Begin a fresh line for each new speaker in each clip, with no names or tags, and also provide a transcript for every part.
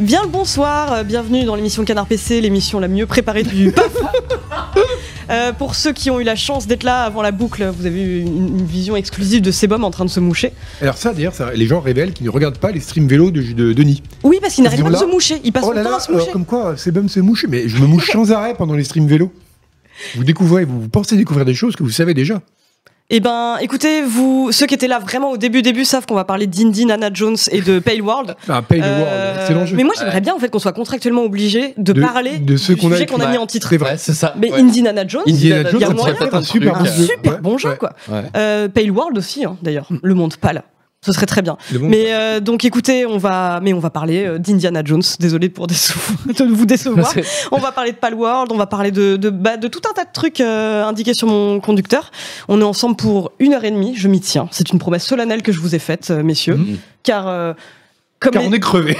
Bien le bonsoir, euh, bienvenue dans l'émission Canard PC, l'émission la mieux préparée du PAF. Euh, pour ceux qui ont eu la chance d'être là avant la boucle, vous avez eu une, une vision exclusive de Sebum en train de se moucher.
Alors ça, d'ailleurs, ça- les gens révèlent qu'ils ne regardent pas les streams vélo de, de Denis.
Oui, parce qu'il
Parce
n'arrête pas de
qu'ils
se
ont là-
moucher, il passe
oh
son
là
temps
là,
à se
alors
moucher.
comme quoi, c'est bon de se moucher, mais je me mouche sans arrêt pendant les streams vélo. Vous découvrez, vous, vous pensez découvrir des choses que vous savez déjà.
Eh ben, écoutez, vous, ceux qui étaient là vraiment au début, début savent qu'on va parler d'Indy, Nana Jones et de Pale World.
Enfin, Pale
Euh,
Ah, World, excellent jeu.
mais moi j'aimerais bien en fait qu'on soit contractuellement obligé de,
De-
parler
de ceux
du
qu'on a
sujet qu'on a
écrit.
mis en titre.
C'est vrai.
Ouais, c'est ça.
Mais
Ouais.
Indiana Jones,
Indiana Jones,
il y a
ça
moyen
pourrait être
de
un
faire un
super
un
truc,
jeu.
super
Ouais,
bon jeu
ouais. Hmm.
quoi.
Ouais.
Euh, Pale World aussi hein, d'ailleurs, le monde pâle. Ce serait très bien.
Le bon-
Mais euh, donc écoutez, on va, mais on va parler euh, d'Indiana Jones. Désolé pour décevoir- de vous décevoir.
C'est-
On va parler de Palworld, on va parler de, de, bah, de tout un tas de trucs euh, indiqués sur mon conducteur. On est ensemble pour une heure et demie, je m'y tiens. C'est une promesse solennelle que je vous ai faite, euh, messieurs.
Mhm.
Car, euh, comme
Hmm. Car
les-
on est crevé.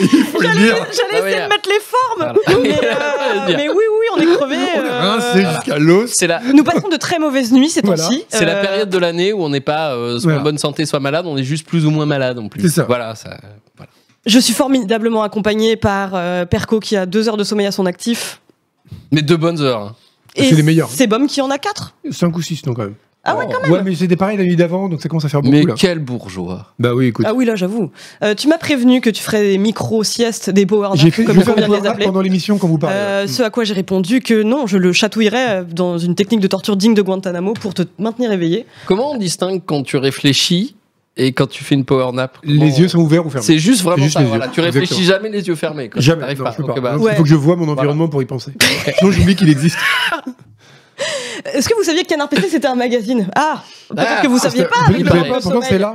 Il faut le
J'allais
dire.
j'allais
Ah oui,
essayer de
ah.
mettre les formes,
Voilà.
mais, euh,
J'allais dire.
mais oui, oui, on est crevés.
On est
euh,
rincé jusqu'à l'os.
C'est la,
nous passons de très mauvaises nuits ces
Ah, Voilà.
temps-ci.
c'est la
Euh,
période de l'année où on n'est pas euh, soit
Voilà.
en bonne santé, soit malade, on est juste plus ou moins malade en plus.
C'est ça.
Voilà, ça. voilà.
Je suis formidablement accompagnée par euh, Perco qui a deux heures de sommeil à son actif.
Mais deux bonnes heures. hein.
Ah, C'est les meilleurs.
C'est Bom qui en a quatre.
5 ou 6, non, quand même.
Ah ouais,
Oh.
quand même.
Ouais, mais c'était pareil la nuit d'avant, donc ça commence à faire beaucoup,
Mais
là.
quel bourgeois.
Bah oui, écoute.
Ah oui, là, j'avoue. Euh, tu m'as prévenu que tu ferais des micro-siestes, des power
J'ai
naps,
fait, je
comme
vais
on
faire des
vient de les
programmes
appeler.
pendant l'émission quand vous parlez.
Euh,
Mm.
ce à quoi j'ai répondu que non, je le chatouillerais euh, dans une technique de torture digne de Guantanamo pour te maintenir éveillé.
Comment on distingue quand tu réfléchis et quand tu fais une power nap Comment-
Les yeux sont ouverts ou fermés.
C'est juste vraiment
C'est juste
ça.
les
voilà.
yeux.
Tu réfléchis
Exactement.
jamais les yeux fermés. Quoi.
Jamais.
T'arrives
Non,
pas.
je peux
Donc,
pas.
bah,
Il
Ouais.
faut que je vois mon environnement pour y penser. Sinon, j'oublie qu'il existe.
Est-ce que vous saviez que Canard PC c'était un magazine Ah Peut-être
Ah,
que vous saviez pas
Vous
mais
ne
il
savez
parle
pas,
au
pourtant
sommeil.
c'est là.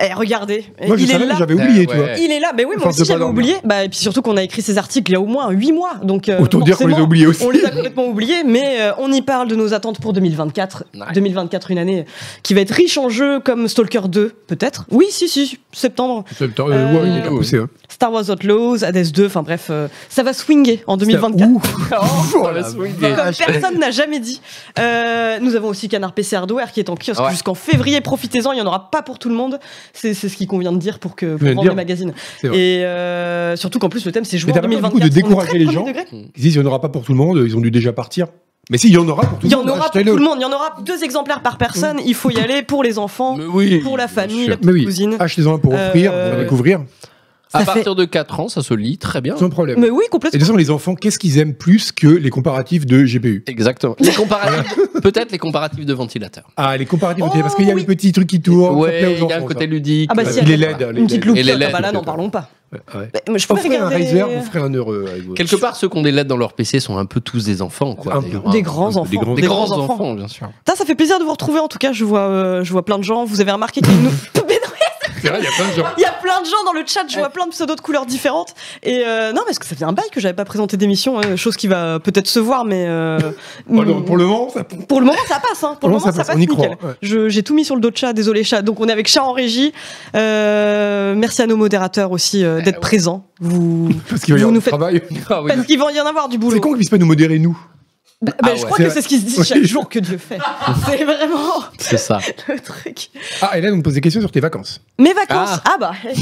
Eh, regardez,
Moi, je
il est
savais,
là. Euh,
j'avais oublié,
Ouais,
tu vois.
ouais.
Il est là, mais oui, moi
Force
aussi
de pas
j'avais
dormir.
oublié. Bah, et puis surtout qu'on a écrit ces articles il y a au moins 8 mois. Donc, euh,
Autant dire qu'on les a
forcément,
oubliés aussi.
On les a complètement oubliés, mais euh, on y parle de nos attentes pour 2024.
Ouais.
2024, une année qui va être riche en jeux comme Stalker 2, peut-être. Oui, si, si, septembre.
C'est le temps-
Euh,
euh, ouais, il est poussé, hein.
Star Wars Outlaws, Hades 2, enfin bref, euh, ça va swinger en 2024.
Oh,
Oh,
la
la
swing.
Comme personne n'a jamais dit. Euh, nous avons aussi Canard PC Hardware qui est en kiosque
Ouais.
jusqu'en février. Profitez-en, il n'y en aura pas pour tout le monde. C'est c'est ce qu'il convient de dire pour que pour
Vous venez de
vendre les
dire.
magazines.
C'est vrai.
Et euh, surtout qu'en plus le thème c'est jouer
Mais
en
t'as pas
2024.
peur, du coup, de
On est
décourager
très
les
premier
gens
degré.
Ils disent il n'y en aura pas pour tout le monde, ils ont dû déjà partir. Mais si, il y en aura pour tout
Il y en
le monde.
aura pour
achetez-le.
tout le monde. Il y en aura deux exemplaires par personne. Il faut y aller pour les enfants,
Mais oui.
pour la
bien
famille,
sûr.
la
Mais
petite
oui,
cousine.
achetez-en pour offrir,
Euh,
pour découvrir,
À
Ça fait-
partir de 4 ans, ça se lit très bien.
sans problème.
Mais oui,
Et de toute
complètement.
façon, les enfants, qu'est-ce qu'ils aiment plus que les comparatifs de GPU
Exactement. Les comparatifs, peut-être les comparatifs de ventilateurs.
Ah, les comparatifs,
Oh,
parce qu'il y a
oui.
les petits trucs qui tournent. ça plaît
ouais,
aux
il y a un
enfants,
côté
ça.
ludique.
Ah bah,
euh,
si,
Il est
elle-
laid. les
Une petite
LED.
loupe.
Et les LED,
bah là, n'en
peut-être.
parlons pas.
Ouais, ouais.
Mais je peux
Offrez un
regarder
Razer, offrez un heureux. à vous.
Quelque part, ceux qui ont des lettres dans leur PC sont un peu tous des enfants, quoi.
Un
d'ailleurs,
peu.
hein.
des grands enfants.
grands-
Des
Des
grands,
grands
enfants,
enfants.
bien sûr.
Putain, ça fait plaisir de vous retrouver. En tout cas, je vois, euh, je vois plein de gens. Vous avez remarqué qu'il y a une- Mais non,
C'est vrai, il y a plein de gens.
Il y a plein de gens dans le chat, je vois plein de pseudos de couleurs différentes. Et euh, non, parce que ça fait un bail que j'avais pas présenté d'émission, hein, chose qui va peut-être se voir, mais euh,
Oh, non, Pour le moment, ça pour
pour le moment ça passe. Hein, pour le moment ça passe,
on y croit.
nickel. Je- J'ai tout mis sur le dos de chat, désolé chat. Donc on est avec chat en régie. Euh, merci à nos modérateurs aussi euh,
Eh
d'être présents. Vous...
Parce qu'il va y
Vous
avoir
nous
du
faites-
travail.
Ah oui.
Parce qu'il va y en avoir du boulot.
C'est con qu'ils puissent pas nous modérer, nous.
Bah,
Ah
Je
ouais.
crois
C'est
que
vrai.
c'est ce qui se dit
Oui.
chaque jour que Dieu fait. c'est vraiment
C'est ça.
le truc.
Ah, Hélène, on me pose des questions sur tes vacances.
Mes vacances, ah, bah. eh.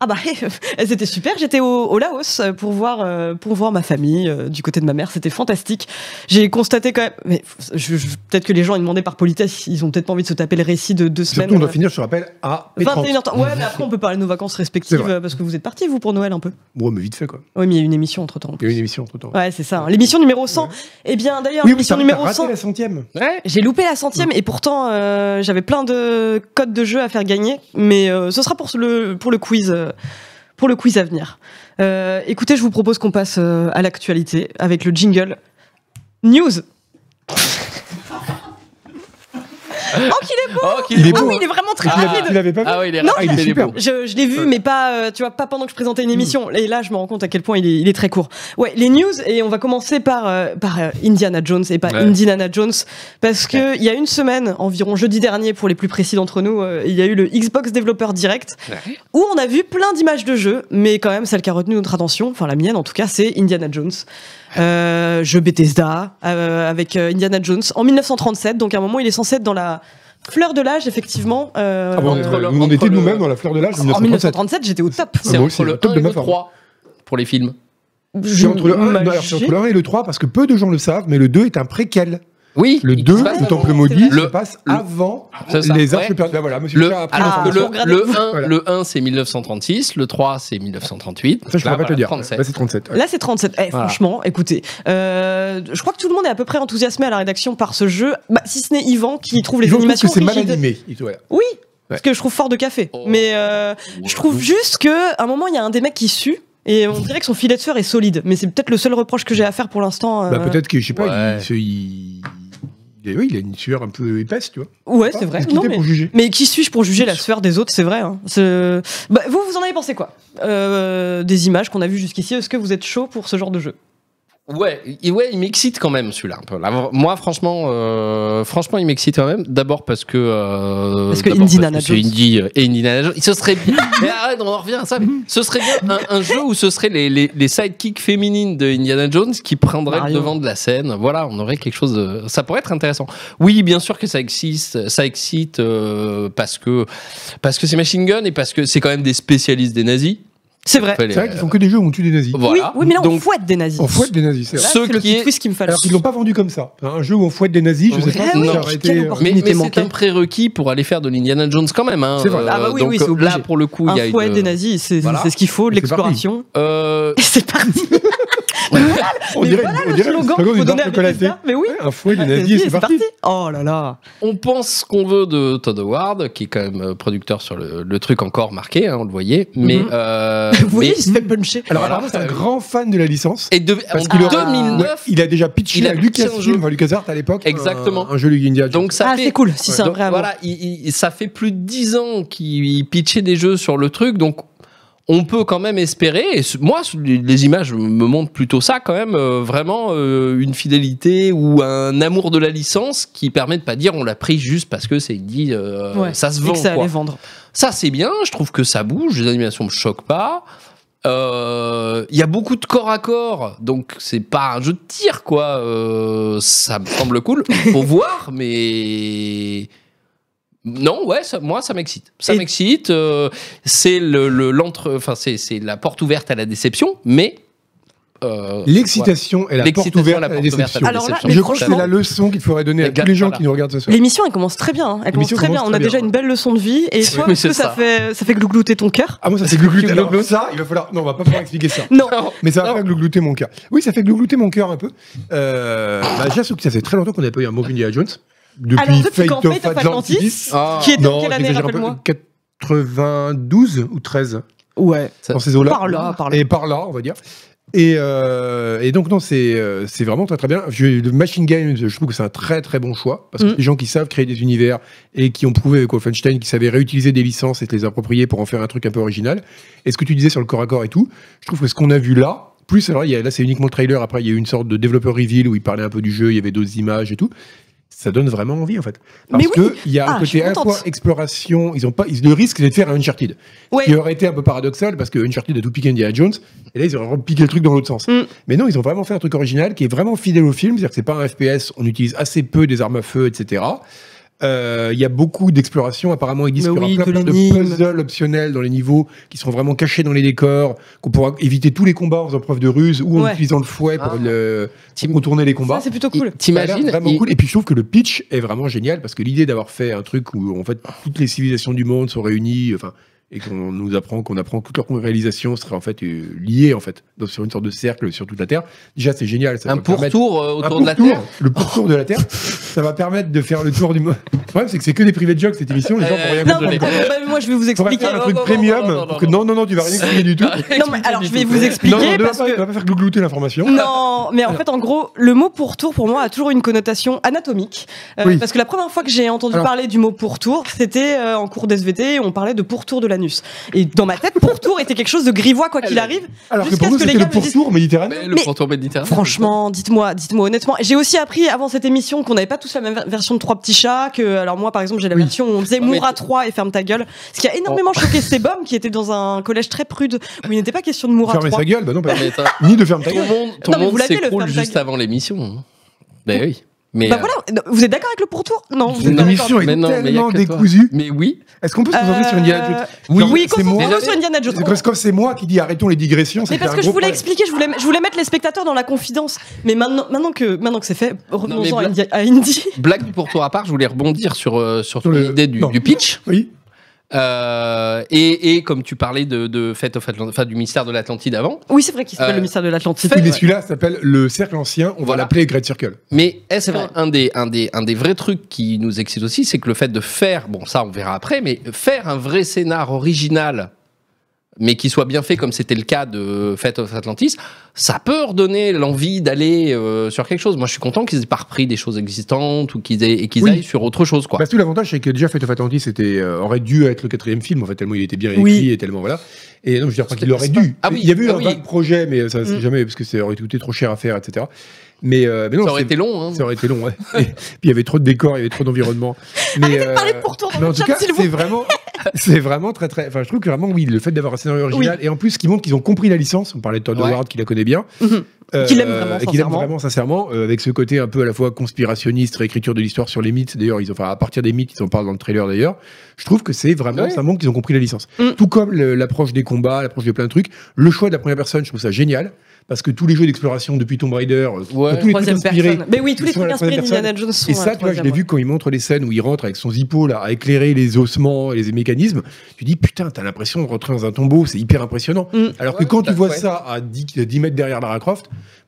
Ah bah, eh, elles étaient super. J'étais au, au Laos euh, pour voir, euh, pour voir ma famille euh, du côté de ma mère. C'était fantastique. J'ai constaté quand même. Mais je- je- peut-être que les gens ils demandaient par politesse. Ils ont peut-être pas envie de se taper le récit de deux semaines.
Surtout, on doit
euh,
finir, je rappelle, à P30.
21h. Ouais, mais après on peut parler de nos vacances
C'est
respectives
vrai.
euh, parce que vous êtes partis vous pour Noël un peu.
Bon, mais vite fait, quoi.
Oui, mais il y a une émission entre temps.
Il y a eu une émission entre temps.
Ouais, c'est ça. hein. L'émission numéro 100.
Ouais.
Eh bien d'ailleurs,
Oui, oui,
l'émission
t'as t'as
numéro
raté
100.
la centième.
Ouais.
J'ai loupé la centième et pourtant euh, j'avais plein de codes de jeu à faire gagner, mais euh, ce sera pour le, pour le quiz. euh, pour le quiz à venir. Euh, écoutez, je vous propose qu'on passe euh, à l'actualité avec le jingle News.
Oh, qu'il
Il est
Ah
beau,
oui,
hein.
il est vraiment très
Ah.
Tu
rapide.
l'avais pas vu
Ah oui, il est
Non,
rapide,
Ah, il est
il est
super.
beau.
Je, je l'ai vu, mais pas, euh, tu vois, pas pendant que je présentais une émission. Et là, je me rends compte à quel point il est, il est très court. Ouais, les news, et on va commencer par, euh, par euh, Indiana Jones et pas
Ouais.
Indiana Jones, parce que il y a une semaine, environ jeudi dernier, pour les plus précis d'entre nous, euh, il y a eu le Xbox Developer Direct,
Ouais.
où on a vu plein d'images de jeux, mais quand même, celle qui a retenu notre attention, enfin la mienne en tout cas, c'est Indiana Jones. Euh, jeu Bethesda, euh, avec euh, Indiana Jones, en 1937, donc à un moment, il est censé être dans la Fleur de l'âge, effectivement. euh,
Ah bon,
euh,
on
entre
est-
le-
nous, on
entre
était
le- Ah,
nous-mêmes dans la fleur de l'âge en
en
1937.
1937, j'étais au top.
C'est
moi
entre
aussi,
le
le top
1
de
et
ma
le
forme.
3 pour les films.
Je suis entre le 1, non, alors, je suis entre le 1 et le 3 parce que peu de gens le savent, mais le 2 est un préquel.
Oui,
Le
il
2,
se
passe
le
avant,
temple
c'est
maudit,
vrai.
se
Le-
passe
le-
avant
C'est ça.
les arches
Ouais.
perdus. Bah voilà, monsieur
Le,
Pierre a appris
Ah,
alors que
l'information.
regardez.
le, le 1,
Voilà.
le 1 c'est 1936, le 3 c'est 1938.
Ça, je pourrais pas te
Là, Ah, voilà,
le dire.
37.
Bah, c'est 37. ouais.
Là, c'est 37. Eh,
Voilà.
Franchement, écoutez, euh, je crois que tout le monde est à peu près enthousiasmé à la rédaction par ce jeu, bah, si ce n'est Yvan qui trouve les
Je trouve que
animations
c'est mal
rigides.
animé. et tout, voilà.
Oui,
Ouais.
ce que je trouve fort de café.
Oh.
Mais euh, je trouve juste que à un moment, il y a un des mecs qui sue. Et on dirait que son filet de fer est solide, mais c'est peut-être le seul reproche que j'ai à faire pour l'instant. euh.
Bah, peut-être que, je sais pas,
Ouais.
il, se- il- il est- oui, il a une sueur un peu épaisse, tu vois.
Ouais, c'est vrai.
Est-ce qu'il
Non,
était
mais...
pour juger
mais qui suis-je pour juger la sphère des autres C'est vrai. hein. C'est- Bah, vous, vous en avez pensé quoi Euh, Des images qu'on a vues jusqu'ici. Est-ce que vous êtes chaud pour ce genre de jeu
Ouais, il, ouais, il m'excite quand même celui-là un peu. Là, moi, franchement, euh, franchement, il m'excite quand même. D'abord parce que euh,
Parce que
d'abord
Indiana
parce que
Jones.
c'est Indy euh, et Indiana Jones. Ce serait bien. mais arrête, on en revient à ça. mais ce serait bien un, un jeu où ce serait les, les, les sidekicks féminines de Indiana Jones qui prendraient
Mario.
le devant de la scène. Voilà, on aurait quelque chose. De... Ça pourrait être intéressant. Oui, bien sûr que ça existe, ça excite euh, parce que parce que c'est Machine Gun et parce que c'est quand même des spécialistes des nazis.
C'est vrai.
C'est vrai qu'ils
euh,
font que des jeux où on tue des nazis.
Voilà.
Oui, oui, mais là, on
Donc,
fouette des nazis.
On fouette des nazis, c'est
Là,
vrai.
Ceux
c'est le
qui
petit
est-
twist qui me fait la
Alors qu'ils l'ont pas vendu comme ça. Un jeu où on fouette des nazis, je sais
Ah
pas si
oui,
ça
quelle
aurait été. euh,
Mais,
Opportunité
mais c'est
manquée.
un prérequis pour aller faire de l'Indiana Jones quand même. Hein.
C'est vrai.
Euh,
Ah bah oui,
donc,
oui, c'est obligé.
là pour le coup, il y a
Un fouet
une-
des nazis, c'est
Voilà.
c'est ce qu'il faut,
Et c'est parti.
l'exploration.
Euh,
Et C'est parti.
On
Mais
dirait
voilà
on
le
dirait le
slogan
slogan
qu'il
d'une
faut donner
barre
à
chocolatée.
Bethesda. Mais oui.
Un fouet des
Ah,
nazis, et
vas-y,
c'est parti.
Oh là là.
on pense ce qu'on veut de Todd Howard, qui est quand même euh, producteur sur le, le truc encore marqué, hein, on le voyait. Mais
Mhm.
euh,
Vous voyez,
mais-
il se fait puncher.
Alors,
Voilà.
apparemment, c'est un grand fan de la licence.
et de-
Parce
en
qu'il
aurait-
2009,
Il a déjà pitché
Il a
à
pitché un jeu.
Lucasfilm, enfin LucasArts à l'époque. un-
Exactement.
Un, jeu Indiana Jones.
donc ça
Ah,
fait
c'est cool, si
Ouais.
c'est un
Donc,
vrai amour.
voilà, il- il- ça fait plus de 10 ans qu'il pitchait des jeux sur le truc, donc on peut quand même espérer. Et ce- moi, ce- les- les images me montrent plutôt ça quand même, euh, vraiment euh, une fidélité ou un amour de la licence qui permet de pas dire on l'a pris juste parce que c'est dit, euh,
Ouais,
ça se
Et
vend.
que ça
quoi.
allait vendre.
Ça, c'est bien, je trouve que ça bouge, les animations me choquent pas. Euh, Il y a beaucoup de corps à corps, donc c'est pas un jeu de tir, quoi. Euh, ça me semble cool. Faut voir, mais. Non, ouais, ça- moi ça m'excite. Ça
Et-
m'excite. euh, c'est le, le- l'entre, enfin c'est, c'est la porte ouverte à la déception, mais euh,
L'excitation est la porte
L'excitation
ouverte
est la
à la
porte
déception.
ouverte
Alors là,
déception.
mais
Je crois que c'est
franchement-
la leçon qu'il faudrait donner à tous
Exact,
les gens
voilà.
qui nous regardent ce soir.
L'émission, elle commence très bien. hein. Elle commence
L'émission
très bien.
commence
On a
très
déjà
bien.
une belle leçon de vie. Et soit,
Oui,
parce
c'est
que ça
ça.
fait, ça fait glouglouter ton cœur.
Ah moi ça fait glouglouter.
Glouglout.
Alors ça, il va falloir. Non, on va pas pouvoir expliquer ça.
Non.
Mais ça va
Non.
faire glouglouter mon cœur. Oui, ça fait glouglouter mon cœur un peu. Euh, bah, déjà, surtout que ça fait très longtemps qu'on n'a pas eu un mot Indiana Jones. Depuis
Alors, depuis
Fate
quand
of
Fate of
Atlantis.
Atlantis,
Ah,
Qui est dans
non,
quelle année,
j'exagère un peu.
rappelle-moi
92 ou 13
Ouais.
dans ces eaux-là.
Par là, par là.
Et par là, on va dire. Et, euh, et donc non, c'est euh, c'est vraiment très très bien. Je- le Machine Games, je trouve que c'est un très très bon choix parce que
Mm.
les gens qui savent créer des univers et qui ont prouvé avec Wolfenstein qu'ils savaient réutiliser des licences et se les approprier pour en faire un truc un peu original. Et ce que tu disais sur le corps à corps et tout, je trouve que ce qu'on a vu là, plus alors il y a- là c'est uniquement le trailer. Après il y a eu une sorte de développeur reveal où il parlait un peu du jeu, il y avait d'autres images et tout. Ça donne vraiment envie en fait. Parce
Mais oui.
que il y a un
Ah, je suis
côté à la
contente.
fois exploration, ils ont pas, ils, le risque c'est de faire un Uncharted
Ouais.
qui aurait été un peu paradoxal parce que Uncharted a tout piqué Indiana Jones et là ils auraient piqué le truc dans l'autre sens.
Mm.
Mais non, ils ont vraiment fait un truc original qui est vraiment fidèle au film, c'est-à-dire que c'est pas un FPS, on utilise assez peu des armes à feu, etc. Euh, Il y a beaucoup d'exploration. Apparemment, ils disent
Mais
qu'il y aura
oui, de
plein, plein de
l'énigme.
puzzles optionnels dans les niveaux qui seront vraiment cachés dans les décors, qu'on pourra éviter tous les combats en faisant preuve de ruse ou en
Ouais.
utilisant le fouet pour
Ah.
le,
Tim-
contourner les combats.
Ça, c'est plutôt cool.
Ça a l'air
T'imagines
vraiment
il-
cool. Et puis je trouve que le pitch est vraiment génial parce que l'idée d'avoir fait un truc où en fait toutes les civilisations du monde sont réunies, enfin, et qu'on nous apprend qu'on apprend que toutes leurs réalisations seraient en fait euh, liées en fait dans- sur une sorte de cercle sur toute la Terre. Déjà c'est génial. Ça
un
va permettre-
pourtour euh, autour
un
de la
pourtour,
Terre.
Le pourtour de la Terre, ça va permettre de faire le tour du monde. Le problème c'est que c'est que des privés de jokes cette émission. Les gens
Euh,
vont rien
Non,
comprendre.
mais-
quoi.
bah, moi, je vais vous
On va
expliquer.
faire un truc
Non, non,
premium.
non, non,
pour que-
non,
Non non non, tu vas rien expliquer du tout.
Non, mais alors, je vais vous
Non, non,
expliquer
ne va
parce
pas,
que.
ne va pas faire glouglouter l'information.
Non, mais en fait, en gros, le mot pourtour pour moi a toujours une connotation anatomique. Euh,
Oui.
Parce que la première fois que j'ai entendu
Alors-
parler du mot pourtour, c'était euh, en cours d'SVT et on parlait de pourtour de l'anus. Et dans ma tête, pourtour était quelque chose de grivois, quoi qu'il
Elle-
arrive.
Alors que
Jusqu'à
pour nous
ce que les
c'était le
gars me disent-
pourtour méditerranéen.
Mais le
Ah Mais-
pourtour méditerranéen.
Franchement, dites-moi, dites-moi honnêtement. J'ai aussi appris avant cette émission qu'on n'avait pas tous la même ver- version de Trois petits chats. Que, alors moi, par exemple, j'ai la
Oui. Oh.
version où on disait
Non, mais-
Mourra 3 et ferme ta gueule. Ce qui a énormément choqué Sebum, qui était dans un collège très prude où il n'était pas question de Mourra
Fermez
3.
sa gueule, bah non, pas-
Mais t'as-
ni de ferme ta gueule.
Ton monde, ton
Non, mais vous
monde
l'avez, le
s'écroule
ferme ta
juste
gueule.
avant l'émission. hein. Ben oui. Mais,
Bah
euh,
voilà, non, vous êtes d'accord avec le pourtour Non, vous êtes
Non.
pas
L'émission
d'accord.
est
Mais non, mais y a
tellement
que toi.
décousue.
mais oui,
Est-ce qu'on peut se concentrer sur Indiana Jones
Euh,
Non,
Oui,
mais c'est moi.
concentrez-vous sur Indiana Jones.
Parce que c'est moi qui dis arrêtons les digressions.
Mais
c'était
parce
un
que je
gros
voulais
problème.
expliquer, je voulais, je voulais mettre les spectateurs dans la confidence. Mais maintenant, maintenant que, maintenant que c'est fait, revenons-en à,
bla-
Indi- à Indy.
blague pour toi à part, je voulais rebondir sur, euh, sur
Sur
ton
le-
idée du,
non.
du pitch.
Oui.
Euh, et, et comme tu parlais de, de Fate of Atlant- enfin, du mystère de l'Atlantide avant,
Oui, c'est vrai qu'il s'appelle
Euh,
le mystère de l'Atlantique.
Oui, mais
Ouais.
celui-là s'appelle le cercle ancien. On va
Voilà.
l'appeler Great Circle.
mais est-ce
vrai.
un des, un, des, un des vrais trucs qui nous excite aussi, c'est que le fait de faire, bon ça on verra après, mais faire un vrai scénar original, mais qui soit bien fait comme c'était le cas de Fate of Atlantis, ça peut redonner l'envie d'aller euh, sur quelque chose. Moi je suis content qu'ils aient pas repris des choses existantes ou qu'ils aient, et qu'ils
Oui.
aillent sur autre chose. Quoi.
Bah, tout l'avantage, c'est que déjà Fate of Atlantis était, euh, aurait dû être le quatrième film, en fait, tellement il était bien écrit
Oui.
et tellement voilà. Et donc, je veux dire, pas
C'était-
qu'il aurait
c'est pas-
dû.
Ah oui,
il y avait eu
ah
un
oui.
vague projet, mais ça, c'est
Mm.
jamais, parce que ça aurait coûté trop cher à faire, etc. Mais, euh, mais non,
ça aurait
c'est-
été long. Hein.
Ça aurait été long, ouais. Et puis il y avait trop de décors, il y avait trop d'environnement. Mais,
Arrêtez de parler
euh,
de pourtour dans
mais en
le
tout
chat,
cas,
s'il vous
c'est vraiment, c'est vraiment très très. Enfin, je trouve que vraiment oui, le fait d'avoir un scénario original et en plus qui montre qu'ils ont compris la licence. On parlait de Todd
Ouais.
Howard qui la connaît bien,
Mhm.
euh,
Qu'il aime vraiment,
et qu'il aime
sincèrement.
vraiment sincèrement, euh, avec ce côté un peu à la fois conspirationniste, réécriture de l'histoire sur les mythes. D'ailleurs, ils ont, enfin, à partir des mythes, ils en parlent dans le trailer d'ailleurs. Je trouve que c'est vraiment,
Ouais.
ça montre qu'ils ont compris la licence.
Mm.
Tout comme le- l'approche des combats, l'approche de plein de trucs, le choix de la première personne, je trouve ça génial. Parce que tous les jeux d'exploration depuis Tomb Raider, euh,
Ouais.
tous les trucs
Troisième
inspirés,
personne. Mais oui, tous
Ils
les
sont à
trucs
la
inspirés
troisième
d'Indiana Jones sont.
et
à la
ça, tu vois, je
hein, troisième,
l'ai
ouais.
vu quand il montre les scènes où il rentre avec son zippo, là, à éclairer les ossements et les mécanismes. Tu dis, putain, t'as l'impression de rentrer dans un tombeau, c'est hyper impressionnant.
Mm.
Alors que
Ouais,
quand
t'as-
tu vois
ouais.
ça à 10, 10 mètres derrière Lara Croft,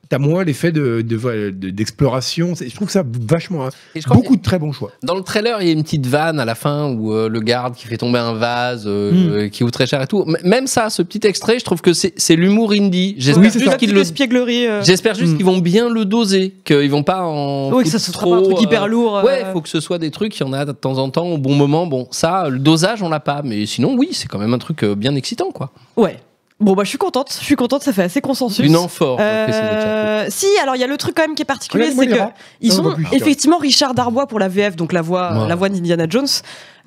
t'as moins l'effet de- de- de- d'exploration. C'est- je trouve ça vachement. hein,
Et je crois que-
beaucoup de très bons choix.
Dans le trailer, il y a une petite vanne à la fin où euh, le garde qui fait tomber un vase, euh,
Mm.
euh, qui coûte très cher et tout. M- même ça, ce petit extrait, je trouve que c'est c'est l'humour indie. J'espère
Oui, c'est
juste
La
qu'ils
petite
le-
espièglerie. euh,
j'espère juste
Mm.
qu'ils vont bien le doser, qu'ils vont pas en.
Oui, que ça
foutre
se trouve pas un
trop,
truc hyper
euh,
lourd. euh,
Ouais, faut que ce soit des trucs, il y en a de temps en temps, au bon moment. Bon, ça, le dosage, on l'a pas. Mais sinon, oui, c'est quand même un truc euh, bien excitant, quoi.
Ouais. Bon, bah, je suis contente. Je suis contente, ça fait assez consensus.
Une amphore. pour
Euh,
préciser, tiens.
si, alors il y a le truc quand même qui est particulier,
Regarde-moi
c'est
les
que
rats.
ils
Ça, on
sont
va plus,
effectivement Richard Darbois pour la VF, donc la voix,
Ouais.
la voix d'Indiana Jones.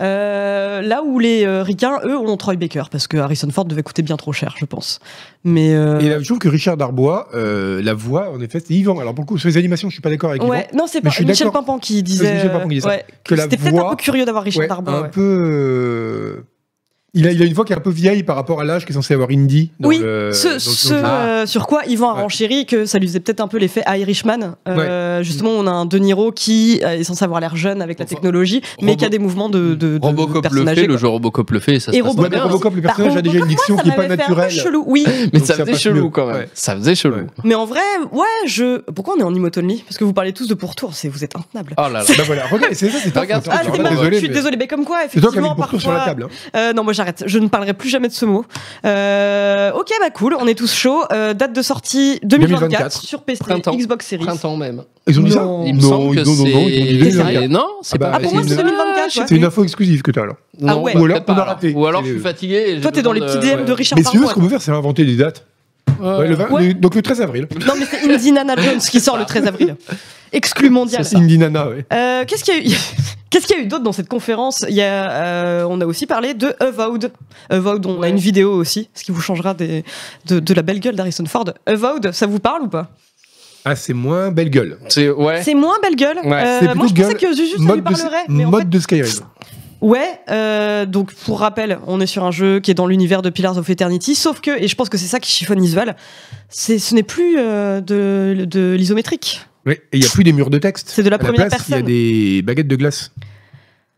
Euh, là où les euh, ricains, eux, ont Troy Baker parce que Harrison Ford devait coûter bien trop cher, je pense. Mais euh,
Et là, je trouve que Richard Darbois, euh, la voix, en effet, c'est Yvan. Alors pour le coup, sur les animations, je suis pas d'accord avec Yvan.
ouais, non, c'est
Mais
pas
je suis
Michel
d'accord.
Pampan qui disait,
Michel Pampan qui disait ça.
ouais,
Que la
c'était peut-être un
voix-
peu curieux d'avoir Richard
Ouais,
Darbois.
un
ouais.
peu. euh, Il a, il a une voix qui est un peu vieille par rapport à l'âge qu'est censé avoir Indy. dans
oui,
le- dans
ce,
le-
ce,
Ah.
euh, sur quoi Yvan a
Ouais.
renchéri que ça lui faisait peut-être un peu l'effet Irishman. Euh, Justement, on a un De Niro qui euh, est censé avoir l'air jeune avec la
Enfin,
technologie, mais
Robo-
qui a des mouvements de, de, de, de
Robocop le
personnes
fait,
âgées,
le
quoi.
jeu Robocop le fait, et ça
Et
se passe
Robocop-
Ouais, mais
bien.
Robocop, le
Bah,
personnage a déjà une diction
Robocop,
qui
moi,
est
ça
pas
m'avait fait
naturelle.
Un peu chelou, oui.
Mais
Donc ça
ça faisait
passe
chelou
mieux.
quand même.
Ouais.
Ça faisait chelou.
Ouais.
Mais en vrai, ouais, je. Pourquoi on est en imotonomie Parce que vous parlez tous de pourtour, c'est vous êtes intenables.
Oh là là.
Bah voilà, regarde, c'est ça, c'est ta
Regarde,
faute, hein,
Ah,
je
c'est
suis
ma faute,
désolé,
je suis
mais-
désolé, mais comme quoi,
C'est toi qui as mis le
effectivement,
pourtour sur la
parfois.
table. hein.
Euh, non, moi j'arrête, je ne parlerai plus jamais de ce mot. Euh, ok, bah cool, on est tous chauds. Euh, date de sortie 2024,
2024.
sur PC,
Printemps.
Xbox Series.
Printemps même.
Ils ont dit ça
Non.
Il me
Non,
semble que
ils ont- non, non, ils ont dit
c'est.
deux mille
c'est-
vingt-quatre.
Non, c'est
Ah bah,
pas
Ah, pour moi
possible.
c'est 2024, ouais.
C'est une info exclusive que tu as alors.
Ah ouais.
Ou alors,
peut-être
on a
pas,
raté.
Ou alors je
C'est
suis
le-
fatigué. et je
Toi, t'es dans les
demande,
petits DM
euh,
de
ouais.
Richard
Mais si tu veux,
Darbois,
ce qu'on peut faire, c'est inventer des dates. Ouais, le vingt-
Ouais.
le- Donc le 13 avril.
quoi. Non, mais c'est Indiana Jones qui sort le 13 avril. Exclu mondial.
Indy Nana, ouais.
Euh, Qu'est-ce qu'il y a eu Qu'est-ce qu'il y a eu d'autre dans cette conférence Il y a, euh, on a aussi parlé de Avowed. Avowed, on a
Ouais.
une vidéo aussi, ce qui vous changera des, de, de la belle gueule d'Harrison Ford. Avowed, ça vous parle ou pas
Ah, c'est moins belle gueule.
C'est ouais.
C'est moins belle gueule.
Ouais,
Euh,
c'est
moi, je
plutôt
pensais
gueule,
que Zuzu, ça lui
Mode de,
parlerait. mais en
mode de Skyrim.
Ouais, euh, donc pour rappel, on est sur un jeu qui est dans l'univers de Pillars of Eternity, sauf que, et je pense que c'est ça qui chiffonne Isval, c'est ce n'est plus euh, de, de l'isométrique.
Ouais, Et il n'y a plus des murs de texte.
C'est de la
À
première
place,
personne.
Il y a des baguettes de glace.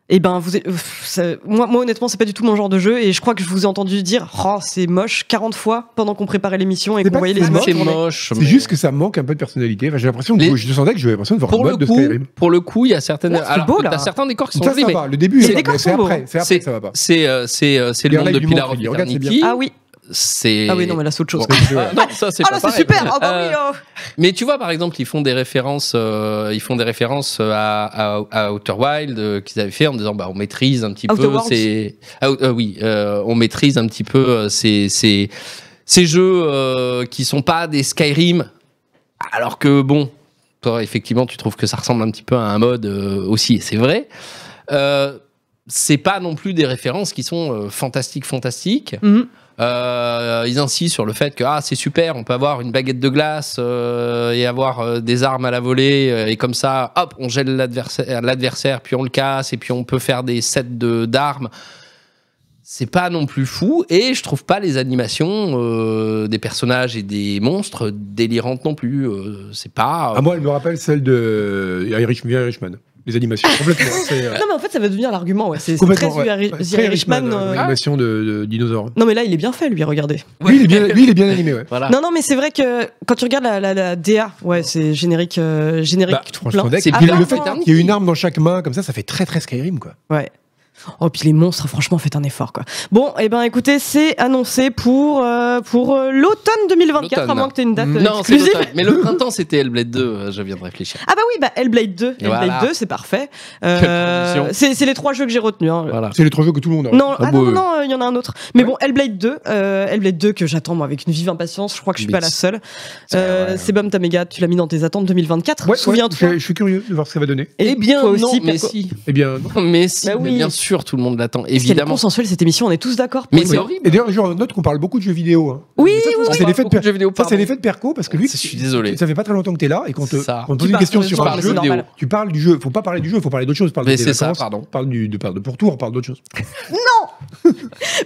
Et ben, vous, êtes- pff, ça- moi, moi honnêtement, c'est pas du tout mon genre de jeu, et je crois que je vous ai entendu dire, oh, c'est moche, 40 fois pendant qu'on préparait l'émission et
C'est
qu'on
pas
voyait
que
les
c'est
images
C'est
tourner.
moche.
C'est
mais-
juste que ça manque un peu de personnalité. Enfin, j'ai l'impression que
Les-
je sentais que j'avais l'impression de voir
pour
le
le
mode de
coup,
Skyrim.
pour le coup, il y a certaines.
Ouais, c'est
Alors,
beau, là.
t'as certains décors qui sont
Ça,
jolis,
ça
mais
va. Le début,
Les
ça va,
décors
mais c'est
sont beaux.
après, c'est après,
C'est-
que ça va pas.
c'est euh, c'est euh, c'est le
Guerre
monde de
Live du
Pilar
Monde,
of
regarde, c'est bien.
Eternity.
Ah oui,
C'est.
ah oui, non, mais là, c'est autre chose.
Bon, c'est le jeu,
Ah, non, ça c'est
Ah
pas
là, c'est
pareil.
super! Ah bah
Euh,
oui, oh.
Mais tu vois, par exemple, ils font des références, euh, ils font des références à, à, à Outer Wild euh, qu'ils avaient fait en disant, bah, on maîtrise un petit
Outer
peu
Worlds.
ces, Ah, euh, oui, euh, on maîtrise un petit peu euh, ces, ces, ces jeux euh, qui sont pas des Skyrim, alors que bon, toi, effectivement, tu trouves que ça ressemble un petit peu à un mode euh, aussi, et c'est vrai. Euh, c'est pas non plus des références qui sont euh, fantastiques, fantastiques.
Mhm.
Euh, ils insistent sur le fait que ah, c'est super, on peut avoir une baguette de glace euh, et avoir euh, des armes à la volée, euh, et comme ça, hop, on gèle l'adversaire, l'adversaire, puis on le casse, et puis on peut faire des sets de- d'armes. C'est pas non plus fou, et je trouve pas les animations euh, des personnages et des monstres délirantes non plus. Euh, c'est pas.
Ah, moi, elle me rappelle celle de Irish, Irishman. Les animations, complètement. C'est euh,
Non, mais en fait, ça va devenir l'argument. ouais. C'est c'est très
complètement, ouais.
Iri-
Ouais,
The
très
Irishman,
Irishman,
euh,
euh, L'animation de, de dinosaures.
Non, mais là, il est bien fait, lui, regardez.
Lui, il est bien, lui, il est bien animé, ouais.
Voilà.
Non, non, mais c'est vrai que quand tu regardes la, la- la DA, ouais, c'est générique, euh, générique
Bah,
tout
franchement,
plein.
deck,
C'est
puis
bien
le fait
fait.
qu'il y ait une arme dans chaque main, comme ça, ça fait très très Skyrim, quoi.
Ouais. Oh, puis les monstres, franchement, faites un effort, quoi. Bon, eh ben, écoutez, c'est annoncé pour, euh, pour euh, l'automne 2024, à
L'automne.
moins que t'aies une date euh,
Non, c'est
exclusive.
l'automne. Mais le printemps, c'était Hellblade 2, euh, je viens de réfléchir.
Ah bah oui, bah Hellblade 2, Hellblade
Voilà.
2, c'est parfait. Euh,
Quelle transition.
c'est c'est les trois jeux que j'ai retenus. hein.
Voilà.
C'est les trois jeux que tout le monde a.
Non, ah non,
Ah bon,
non,
euh.
non, il y en a un autre. Mais bon, Hellblade 2, euh, Hellblade 2 que j'attends moi avec une vive impatience. Je crois que je suis pas
Blitz.
la seule.
C'est-
Euh,
ouais.
Sebum Tamega, tu l'as mis dans tes attentes 2024.
Ouais, ouais,
Souviens-toi.
je- je suis curieux de voir ce que ça va donner.
Et
Eh bien,
toi
non,
aussi,
mais
Paco.
si.
Eh bien, non.
Mais si,
Bah
mais
oui.
bien sûr, tout le monde l'attend,
Parce qu'elle est
évidemment.
consensuelle cette émission, on est tous d'accord.
Mais
Paco.
c'est horrible.
Et d'ailleurs, je note qu'on parle beaucoup de jeux vidéo. hein.
Oui,
Mais ça, je
oui,
pense que
oui.
C'est l'effet de
Beaucoup de jeux vidéo,
Ça, c'est
pardon.
l'effet de Perco, parce que lui,
Je suis désolé.
ça fait pas très longtemps que t'es là et qu'on te,
C'est ça.
qu'on te
Tu
pose une
parles
question
sur les
sur
jeux,
un
mais
jeu.
c'est normal.
Tu parles du jeu, faut pas parler du jeu, faut parler d'autre chose, parle
Mais
des
c'est ça,
vacances,
pardon.
parle du de, parle de pourtour, parle d'autre chose.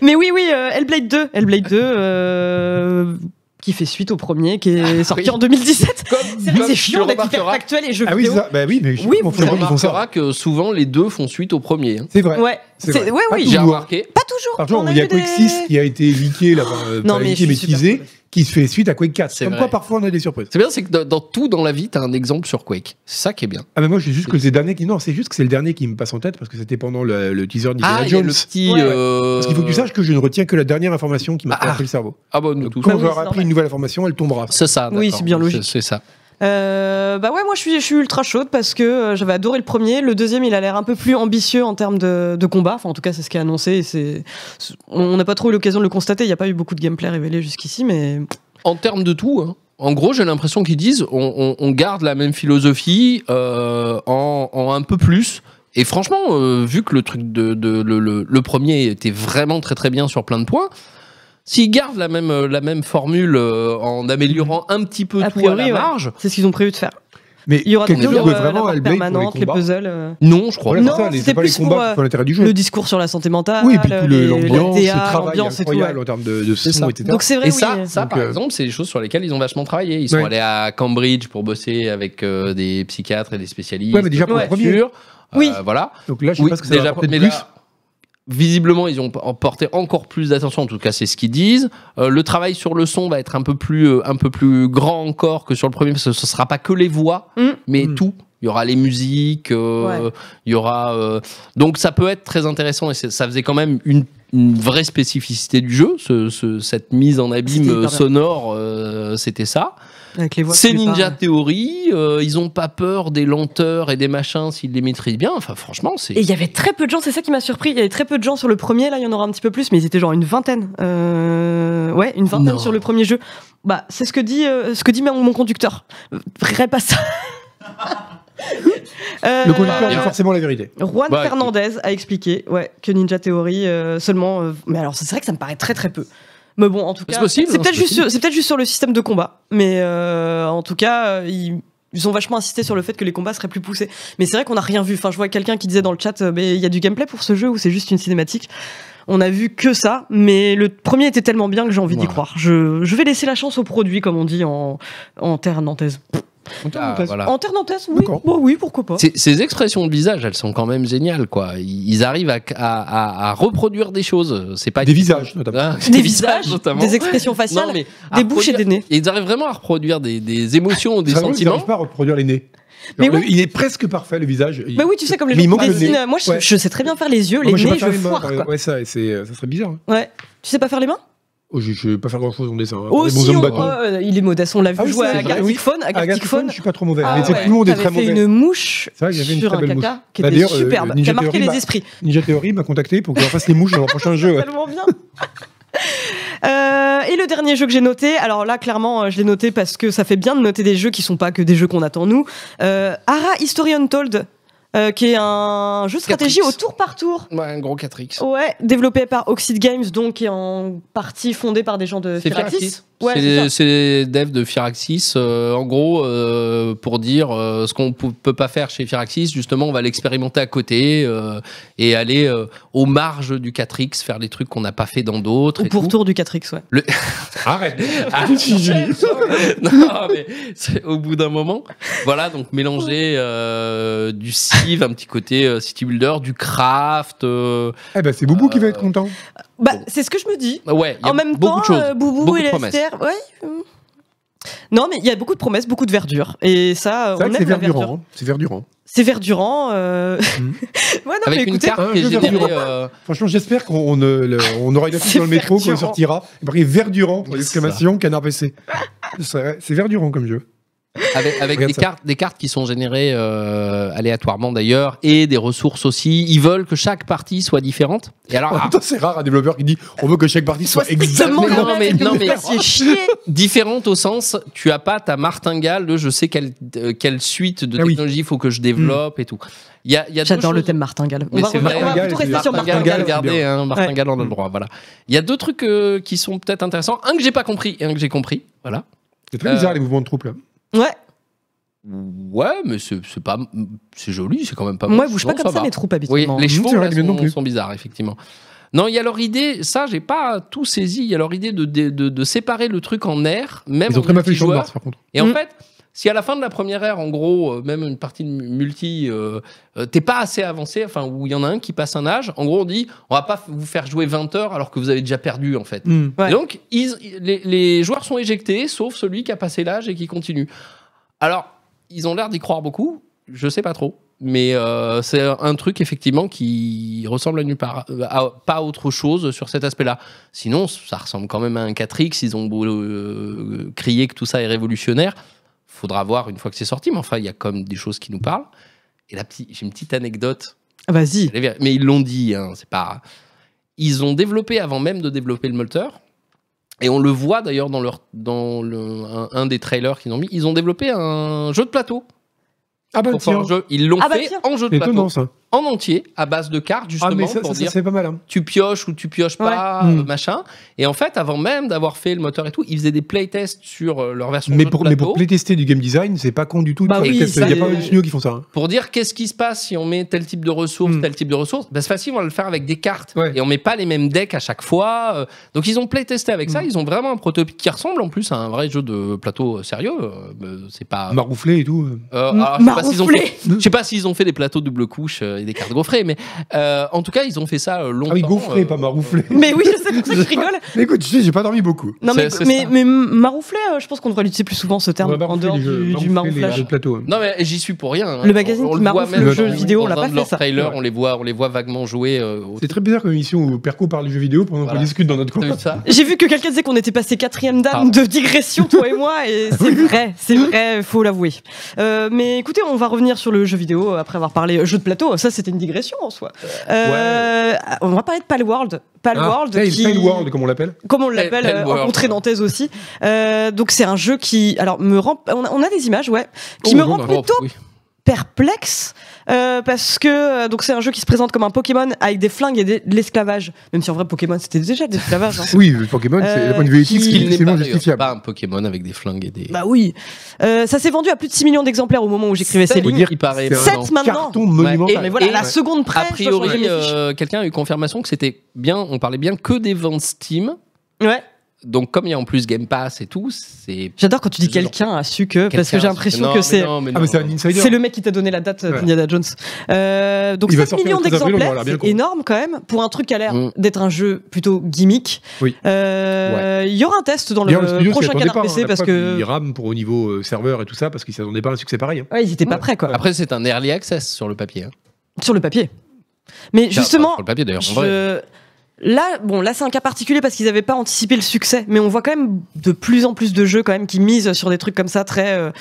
Mais oui, oui, euh, Hellblade 2, Hellblade 2. euh, qui fait suite au premier, qui
Ah
est sorti
oui.
en 2017.
Comme,
C'est vrai, c'est chiant d'être hyper factuel et jeux
Ah oui,
vidéo.
ça, bah oui, mais je sais
Oui,
pas comment
vous
faut
avez
les gens qui font ça.
que souvent les deux font suite au premier. hein.
C'est vrai.
Ouais,
C'est
c'est-
vrai.
ouais,
Pas
oui.
tout.
J'ai
Toujours.
remarqué.
Pas toujours.
Par exemple,
On a
il y a
eu des-
Quake 6 qui a été leaké, là, par- euh,
Non,
pas
mais
leaké,
je
mais
suis super
teasé,
contente.
qui se fait suite à Quake 4.
C'est
Comme
vrai.
quoi, parfois, on a des surprises.
C'est bien, c'est que dans, dans tout dans la vie, t'as un exemple sur Quake. C'est ça qui est bien.
Ah, mais moi, c'est juste que c'est le dernier qui. Non, c'est juste que c'est le dernier qui me passe en tête parce que c'était pendant le, le teaser d'Indiana
Ah, il y a
Jones.
le petit.
Ouais.
euh,
Parce qu'il faut que tu saches que je ne retiens que la dernière information qui m'a
Ah.
frappé le cerveau.
Ah bon, nous
Donc,
tous.
Quand
Bah oui,
j'aurai
c'est
appris une nouvelle information, elle tombera.
C'est ça.
Oui,
d'accord.
c'est bien logique.
C'est ça.
Euh, bah ouais, moi je suis, je suis ultra chaude parce que euh, j'avais adoré le premier. Le deuxième, il a l'air un peu plus ambitieux en termes de, de combat. Enfin, en tout cas, c'est ce qui est annoncé. et c'est- c'est- on n'a pas trop eu l'occasion de le constater. Il n'y a pas eu beaucoup de gameplay révélé jusqu'ici, mais
En termes de tout, hein. en gros, j'ai l'impression qu'ils disent on, on- on garde la même philosophie euh, en, en un peu plus. Et franchement, euh, vu que le truc de, de- le, le- le premier était vraiment très très bien sur plein de points, s'ils gardent la même, euh, la même formule euh, en améliorant un petit peu
A
tout
priori,
à
ouais.
la marge,
c'est ce qu'ils ont prévu de faire.
Mais
Il y aura
quelqu'un
toujours
jouait
euh, la
vraiment
mort
à Hellblade pour
permanente, les
combats.
puzzles, euh,
non, je crois
Voilà,
Non,
pas.
c'est ça, les-
c'était
c'est pas les
plus pour,
combats
euh,
qui font l'intérêt du jeu.
le discours sur la santé mentale,
Mm. oui, et puis tout
les-
le- l'ambiance,
les
le
DA,
travail
l'ambiance et tout,
incroyable
ouais.
en termes de, de
C'est ça.
son, etc.
Donc c'est vrai,
Et
oui,
ça,
euh,
ça
Donc,
par
euh,
exemple, c'est des choses sur lesquelles ils ont vachement travaillé. Ils sont
Ouais.
allés à Cambridge pour bosser avec euh, des psychiatres et des spécialistes.
Ouais, mais déjà pour le
Ouais.
premier.
Sûr. Euh,
Oui.
voilà.
Donc là, je sais
Oui,
pas ce que ça va
déjà,
apporter de
mais
plus.
là, visiblement, ils ont porté encore plus d'attention. En tout cas, c'est ce qu'ils disent. Euh, le travail sur le son va être un peu plus, euh, un peu plus grand encore que sur le premier, parce que ce sera pas que les voix,
Mm.
mais
Mm.
tout. Il y aura les musiques, euh,
Ouais.
il y aura. euh, Donc, ça peut être très intéressant et c'est- ça faisait quand même une, une vraie spécificité du jeu, ce- ce- cette mise en abîme
C'était hyper
euh,
bien.
sonore, euh, c'était ça.
avec les voix.
C'est
qui lui
Ninja
parlent.
Theory, euh, ils ont pas peur des lenteurs et des machins s'ils les maîtrisent bien. Enfin, franchement, c'est.
Et il y avait très peu de gens, c'est ça qui m'a surpris. Il y avait très peu de gens sur le premier, là il y en aura un petit peu plus, mais ils étaient genre une vingtaine. Euh, Ouais, une vingtaine
Non.
sur le premier jeu. Bah, c'est ce que dit, euh, ce que dit mon, mon conducteur. Euh, Vrai pas ça. Euh,
Le conducteur dit
bien.
forcément la vérité.
Juan
Bah,
Fernandez a expliqué ouais, que Ninja Theory euh, seulement. euh, mais alors, c'est vrai que ça me paraît très très peu. Mais bon, en tout
C'est
cas.
possible, hein,
C'est peut-être
c'est
juste,
possible.
sur- c'est peut-être juste sur le système de combat. Mais euh, en tout cas, euh, ils. ils ont vachement insisté sur le fait que les combats seraient plus poussés. Mais c'est vrai qu'on n'a rien vu. Enfin, je vois quelqu'un qui disait dans le chat, euh, mais il y a du gameplay pour ce jeu ou c'est juste une cinématique. On a vu que ça, mais le premier était tellement bien que j'ai envie d'y
Voilà.
croire. Je, je vais laisser la chance au produit, comme on dit en, en terre nantaise.
Ah, voilà.
En terre nantaise, oui.
D'accord.
Bon, oui, pourquoi pas.
Ces, ces expressions de visage, elles sont quand même géniales, quoi. Ils arrivent à, à- à- à reproduire des choses. C'est pas
Des visages, notamment.
Ah,
Des, visages, des expressions faciales.
Non, mais à
des bouches et
reproduire-
des nez.
et Ils arrivent vraiment à reproduire des, des émotions ou des
Ah, C'est vrai, Ils
sentiments.
n'arrivent pas à reproduire les nez. Genre,
Mais oui.
le- Il est presque parfait, le visage. Il-
Bah oui, tu sais, comme les
Mais il
gens
manque
qui
le
dessinent.
nez.
euh, Moi, je,
Ouais.
je sais très bien faire les yeux, les
Moi, je sais
nez,
pas faire
je
les mains,
foire.
par
quoi.
exemple. Ouais, ça, c'est- ça serait bizarre. hein.
Ouais. Tu sais pas faire les mains
Oh, je ne vais pas faire grand chose en dessin. hein.
Oh,
Les
si,
bonshommes
on-
bâtons.
euh, il est modeste, on l'a vu
Ah oui,
jouer
c'est
à
vrai, oui.
Galactic Phone. À
Ah,
Galactic Phone.
je suis pas trop mauvais.
Ah
mais c'est-
ouais,
tout le monde est
t'avais
très
fait
mauvais.
une mouche
C'est vrai, j'avais une
sur
très
un
belle
caca
mouche.
qui
Bah,
était
d'ailleurs, euh,
superbe, qui
Ninja
a marqué
Theory,
les
bah,
esprits.
Ninja Theory m'a contacté pour que je fasse les mouches dans leur prochain jeu. ouais.
Tellement bien. Euh, et le dernier jeu que j'ai noté, alors là clairement euh, je l'ai noté parce que ça fait bien de noter des jeux qui sont pas que des jeux qu'on attend nous. Euh, Ara History Untold. euh, qui est un jeu de stratégie
4X.
au tour par tour.
Ouais, un gros 4X.
Ouais, développé par Oxide Games, donc qui est en partie fondé par des gens de
C'est
Firaxis.
Firaxis.
Ouais,
c'est
c'est
les-
ça.
c'est les devs de Firaxis. euh, en gros, euh, pour dire euh, ce qu'on pou- peut pas faire chez Firaxis, justement, on va l'expérimenter à côté euh, et aller euh, aux marges du 4X, faire des trucs qu'on n'a pas fait dans d'autres.
Au
et tout.
pourtour du 4X, ouais.
Arrête
Ah, non, mais c'est au bout d'un moment. Voilà, donc mélanger euh, du Civ, un petit côté euh, City Builder, du Craft. euh,
Eh ben, c'est Boubou qui va être content.
Bah, c'est ce que je me dis.
ouais, il y a
En même
beaucoup
temps,
de choses.
euh, Boubou
beaucoup
et
de
la
promesses.
STR, ouais. hum. Non, mais il y a beaucoup de promesses, beaucoup de verdure. Et ça, euh,
C'est vrai
on
que
aime
c'est
la verdure.
verdurant. hein. C'est verdurant.
C'est verdurant. euh,
Mhm.
ouais, non, mais
Avec une
écoutez,
carte
un
qui est
jeu
générée,
verdurant.
euh,
Franchement, j'espère qu'on on, euh, le- on aura une affiche dans le
C'est
métro quand il
verdurant.
sortira. Il paraît verdurant, pour
C'est
l'exclamation, canard PC. C'est c'est verdurant comme jeu.
avec, avec
Regarde
des,
ça.
cartes, des cartes qui sont générées euh, aléatoirement d'ailleurs et des ressources aussi. Ils veulent que chaque partie soit différente. Et alors,
En même temps, c'est rare un développeur qui dit on veut que chaque partie soit
strictement
exactement.
Mais non,
la même,
mais-
que
non,
vous
mais-
fassiez chier.
différente au sens, tu as pas ta martingale de je sais quelle, euh, quelle suite de
Ah oui.
technologie il faut que je développe et tout. Il y a, il y a deux
J'adore le
choses-
thème Martingale. On
Mais
va,
c'est
on va-
vrai.
on va plutôt
Martingale,
rester sur
Martingale,
Martingale.
regardez, hein, Martingale, on a
Mm.
le droit. Voilà. Il y a deux trucs euh, qui sont peut-être intéressants. Un que j'ai pas compris et un que j'ai compris. Voilà.
C'est très
Euh,
bizarre les mouvements de troupe là.
Ouais,
Ouais, mais c'est c'est pas, c'est joli, c'est quand même pas.
moi,
moche.
bouge pas
Non,
comme ça,
va.
mes troupes
Oui,
habituellement.
les
Mmh,
chevaux
c'est vrai,
là,
les miennes non
sont,
plus.
sont bizarres, effectivement. Non, il y a leur idée, ça, j'ai pas tout saisi. Il y a leur idée de, de, de- de séparer le truc en air, même
Ils ont
en
très mal fait le champ de
multijoueur.
Mars par contre.
Et en
Mm.
fait, si à la fin de la première ère, en gros, euh, même une partie de mu- multi, euh, euh, t'es pas assez avancé, enfin, où il y en a un qui passe un âge, en gros, on dit, on va pas f- vous faire jouer 20 heures alors que vous avez déjà perdu, en fait.
Ouais.
Et donc, ils- les, les joueurs sont éjectés, sauf celui qui a passé l'âge et qui continue. Alors, ils ont l'air d'y croire beaucoup, je sais pas trop. Mais euh, c'est un truc effectivement qui ressemble à nulle part, euh, à pas autre chose sur cet aspect-là. Sinon, ça ressemble quand même à un 4X. Ils ont beau, euh, crié que tout ça est révolutionnaire. Faudra voir une fois que c'est sorti, mais enfin, il y a quand même des choses qui nous parlent. Et la petite, j'ai une petite anecdote
Ah, Vas-y.
les ver- Mais ils l'ont dit, hein, c'est pas. Ils ont développé avant même de développer le moteur. Et on le voit d'ailleurs dans, leur, dans le- un, un des trailers qu'ils ont mis. Ils ont développé un jeu de plateau.
Ah bah
pour faire
tiens,
un jeu. Ils l'ont
Ah bah
fait
tiens.
en jeu
c'est
de plateau.
étonnant ça.
En entier, à base de cartes, justement,
Ah mais ça,
pour
ça,
dire
c'est pas mal. Hein.
tu pioches ou tu pioches pas,
Ouais.
euh,
Mm.
machin. Et en fait, avant même d'avoir fait le moteur et tout, ils faisaient des playtests sur euh, leur version
Mais
jeu
pour,
de
mais
plateau.
pour playtester du game design, c'est pas con du tout. de
Bah
faire
oui,
des tests.
ça,
il y a pas
c'est-
mal de studios qui font ça. hein.
pour dire qu'est-ce qui se passe si on met tel type de ressources,
Mm.
tel type de ressources, ben, c'est facile, on va le faire avec des cartes.
Ouais.
Et on met pas les mêmes decks à chaque fois. euh, Donc ils ont playtesté avec ça,
Mm.
ils ont vraiment un prototype qui ressemble en plus à un vrai jeu de plateau euh, sérieux. euh, ben, C'est pas.
Marouflé et tout. euh.
Euh,
M-
alors, je sais pas s'ils ont
marouflé.
fait- je sais pas s'ils ont fait des plateaux double couche euh, et des cartes gaufrées, mais euh, en tout cas, ils ont fait ça euh, longtemps.
Ah oui, gaufré,
euh,
pas marouflé.
Mais oui, je sais, c'est pour ça que je rigole.
Mais écoute, tu sais, j'ai pas dormi beaucoup.
Non, mais,
C'est- c'est
mais,
ça.
mais marouflet, euh, je pense qu'on devrait l'utiliser plus souvent ce terme
Ouais,
en
maroufler
dehors
les jeux,
du, du
maroufler les
marouflage.
jeux de plateau. hein.
Non mais j'y suis pour rien. hein.
Le magazine qui
voit
maroufle
même
le jeu
dans-
vidéo, on l'a
dans
pas
un de
fait,
leurs
ça.
trailers,
Ouais.
on les voit, on les voit vaguement jouer. euh, au-
C'est très bizarre comme émission où Perco parle du jeu vidéo pendant
Voilà.
qu'on discute dans notre
T'as vu
coin.
ça
J'ai vu que quelqu'un disait qu'on était passé quatrième dame de digression, toi et moi, et c'est vrai, c'est vrai, faut l'avouer. Euh, mais écoutez, on va revenir sur le jeu vidéo après avoir parlé jeu de plateau. Ça, c'était une digression en soi. Euh, On va parler de Palworld. Palworld,
Ah, Tale-
qui,
Tale World, comme on l'appelle.
comme on l'appelle
Tale-
euh, en
Palworld.
contrée nantaise aussi. Euh, donc c'est un jeu qui, alors me rend, on a, on a des images, ouais, qui
Oh,
me
non,
rend
non,
plutôt
Oui.
perplexe euh, parce que euh, donc c'est un jeu qui se présente comme un Pokémon avec des flingues et des- de l'esclavage. Même si en vrai Pokémon c'était déjà de l'esclavage. hein.
Oui, le Pokémon, c'est
Euh,
le point de vue éthique,
qui-
c'est
Qu'il n'est
difficilement
pas, d'ailleurs,
justifiable.
pas un Pokémon avec des flingues et des.
Bah oui. Euh, ça s'est vendu à plus de 6 millions d'exemplaires au moment où j'écrivais ces
Sept,
lignes.
il paraît.
c'est un
maintenant.
Sept maintenant.
Carton
Ouais,
monumental.
et-
Mais voilà, à la
ouais.
seconde près,
A
je dois changer
priori,
mes fiches.
euh, quelqu'un a eu confirmation que c'était bien. On parlait bien que des ventes Steam.
Ouais.
Donc, comme il y a en plus Game Pass et tout, c'est.
J'adore quand tu dis
Ils ont-
quelqu'un a su que, parce
quelqu'un-
que j'ai l'impression
Non,
que
mais
c'est
non, mais
Ah,
non.
mais c'est un insider.
c'est le mec qui t'a donné la date euh,
Ouais.
d'Indiana Jones. Euh, donc
Il va
7
sortir
millions
le 13 avril, on va
d'exemplaires,
l'avoir bien
c'est
compris.
énorme quand même pour un truc qui a l'air
Mm.
d'être un jeu plutôt gimmick.
Oui.
Euh, Il y aura un test dans le,
D'ailleurs, studio s'y
prochain
attendait
canard
pas, hein,
PC
la
parce
preuve,
que
Ils rament pour au niveau euh, serveur et tout ça parce qu'ils s'attendaient pas à un succès pareil. hein.
ouais, ils étaient pas
Ouais.
prêts quoi.
Après, c'est un early access sur le papier. hein.
Sur le papier. Mais
Enfin,
justement,
Sur le papier d'ailleurs. en
je-
vrai.
là, bon, là c'est un cas particulier parce qu'ils n'avaient pas anticipé le succès, mais on voit quand même de plus en plus de jeux quand même qui misent sur des trucs comme ça très euh,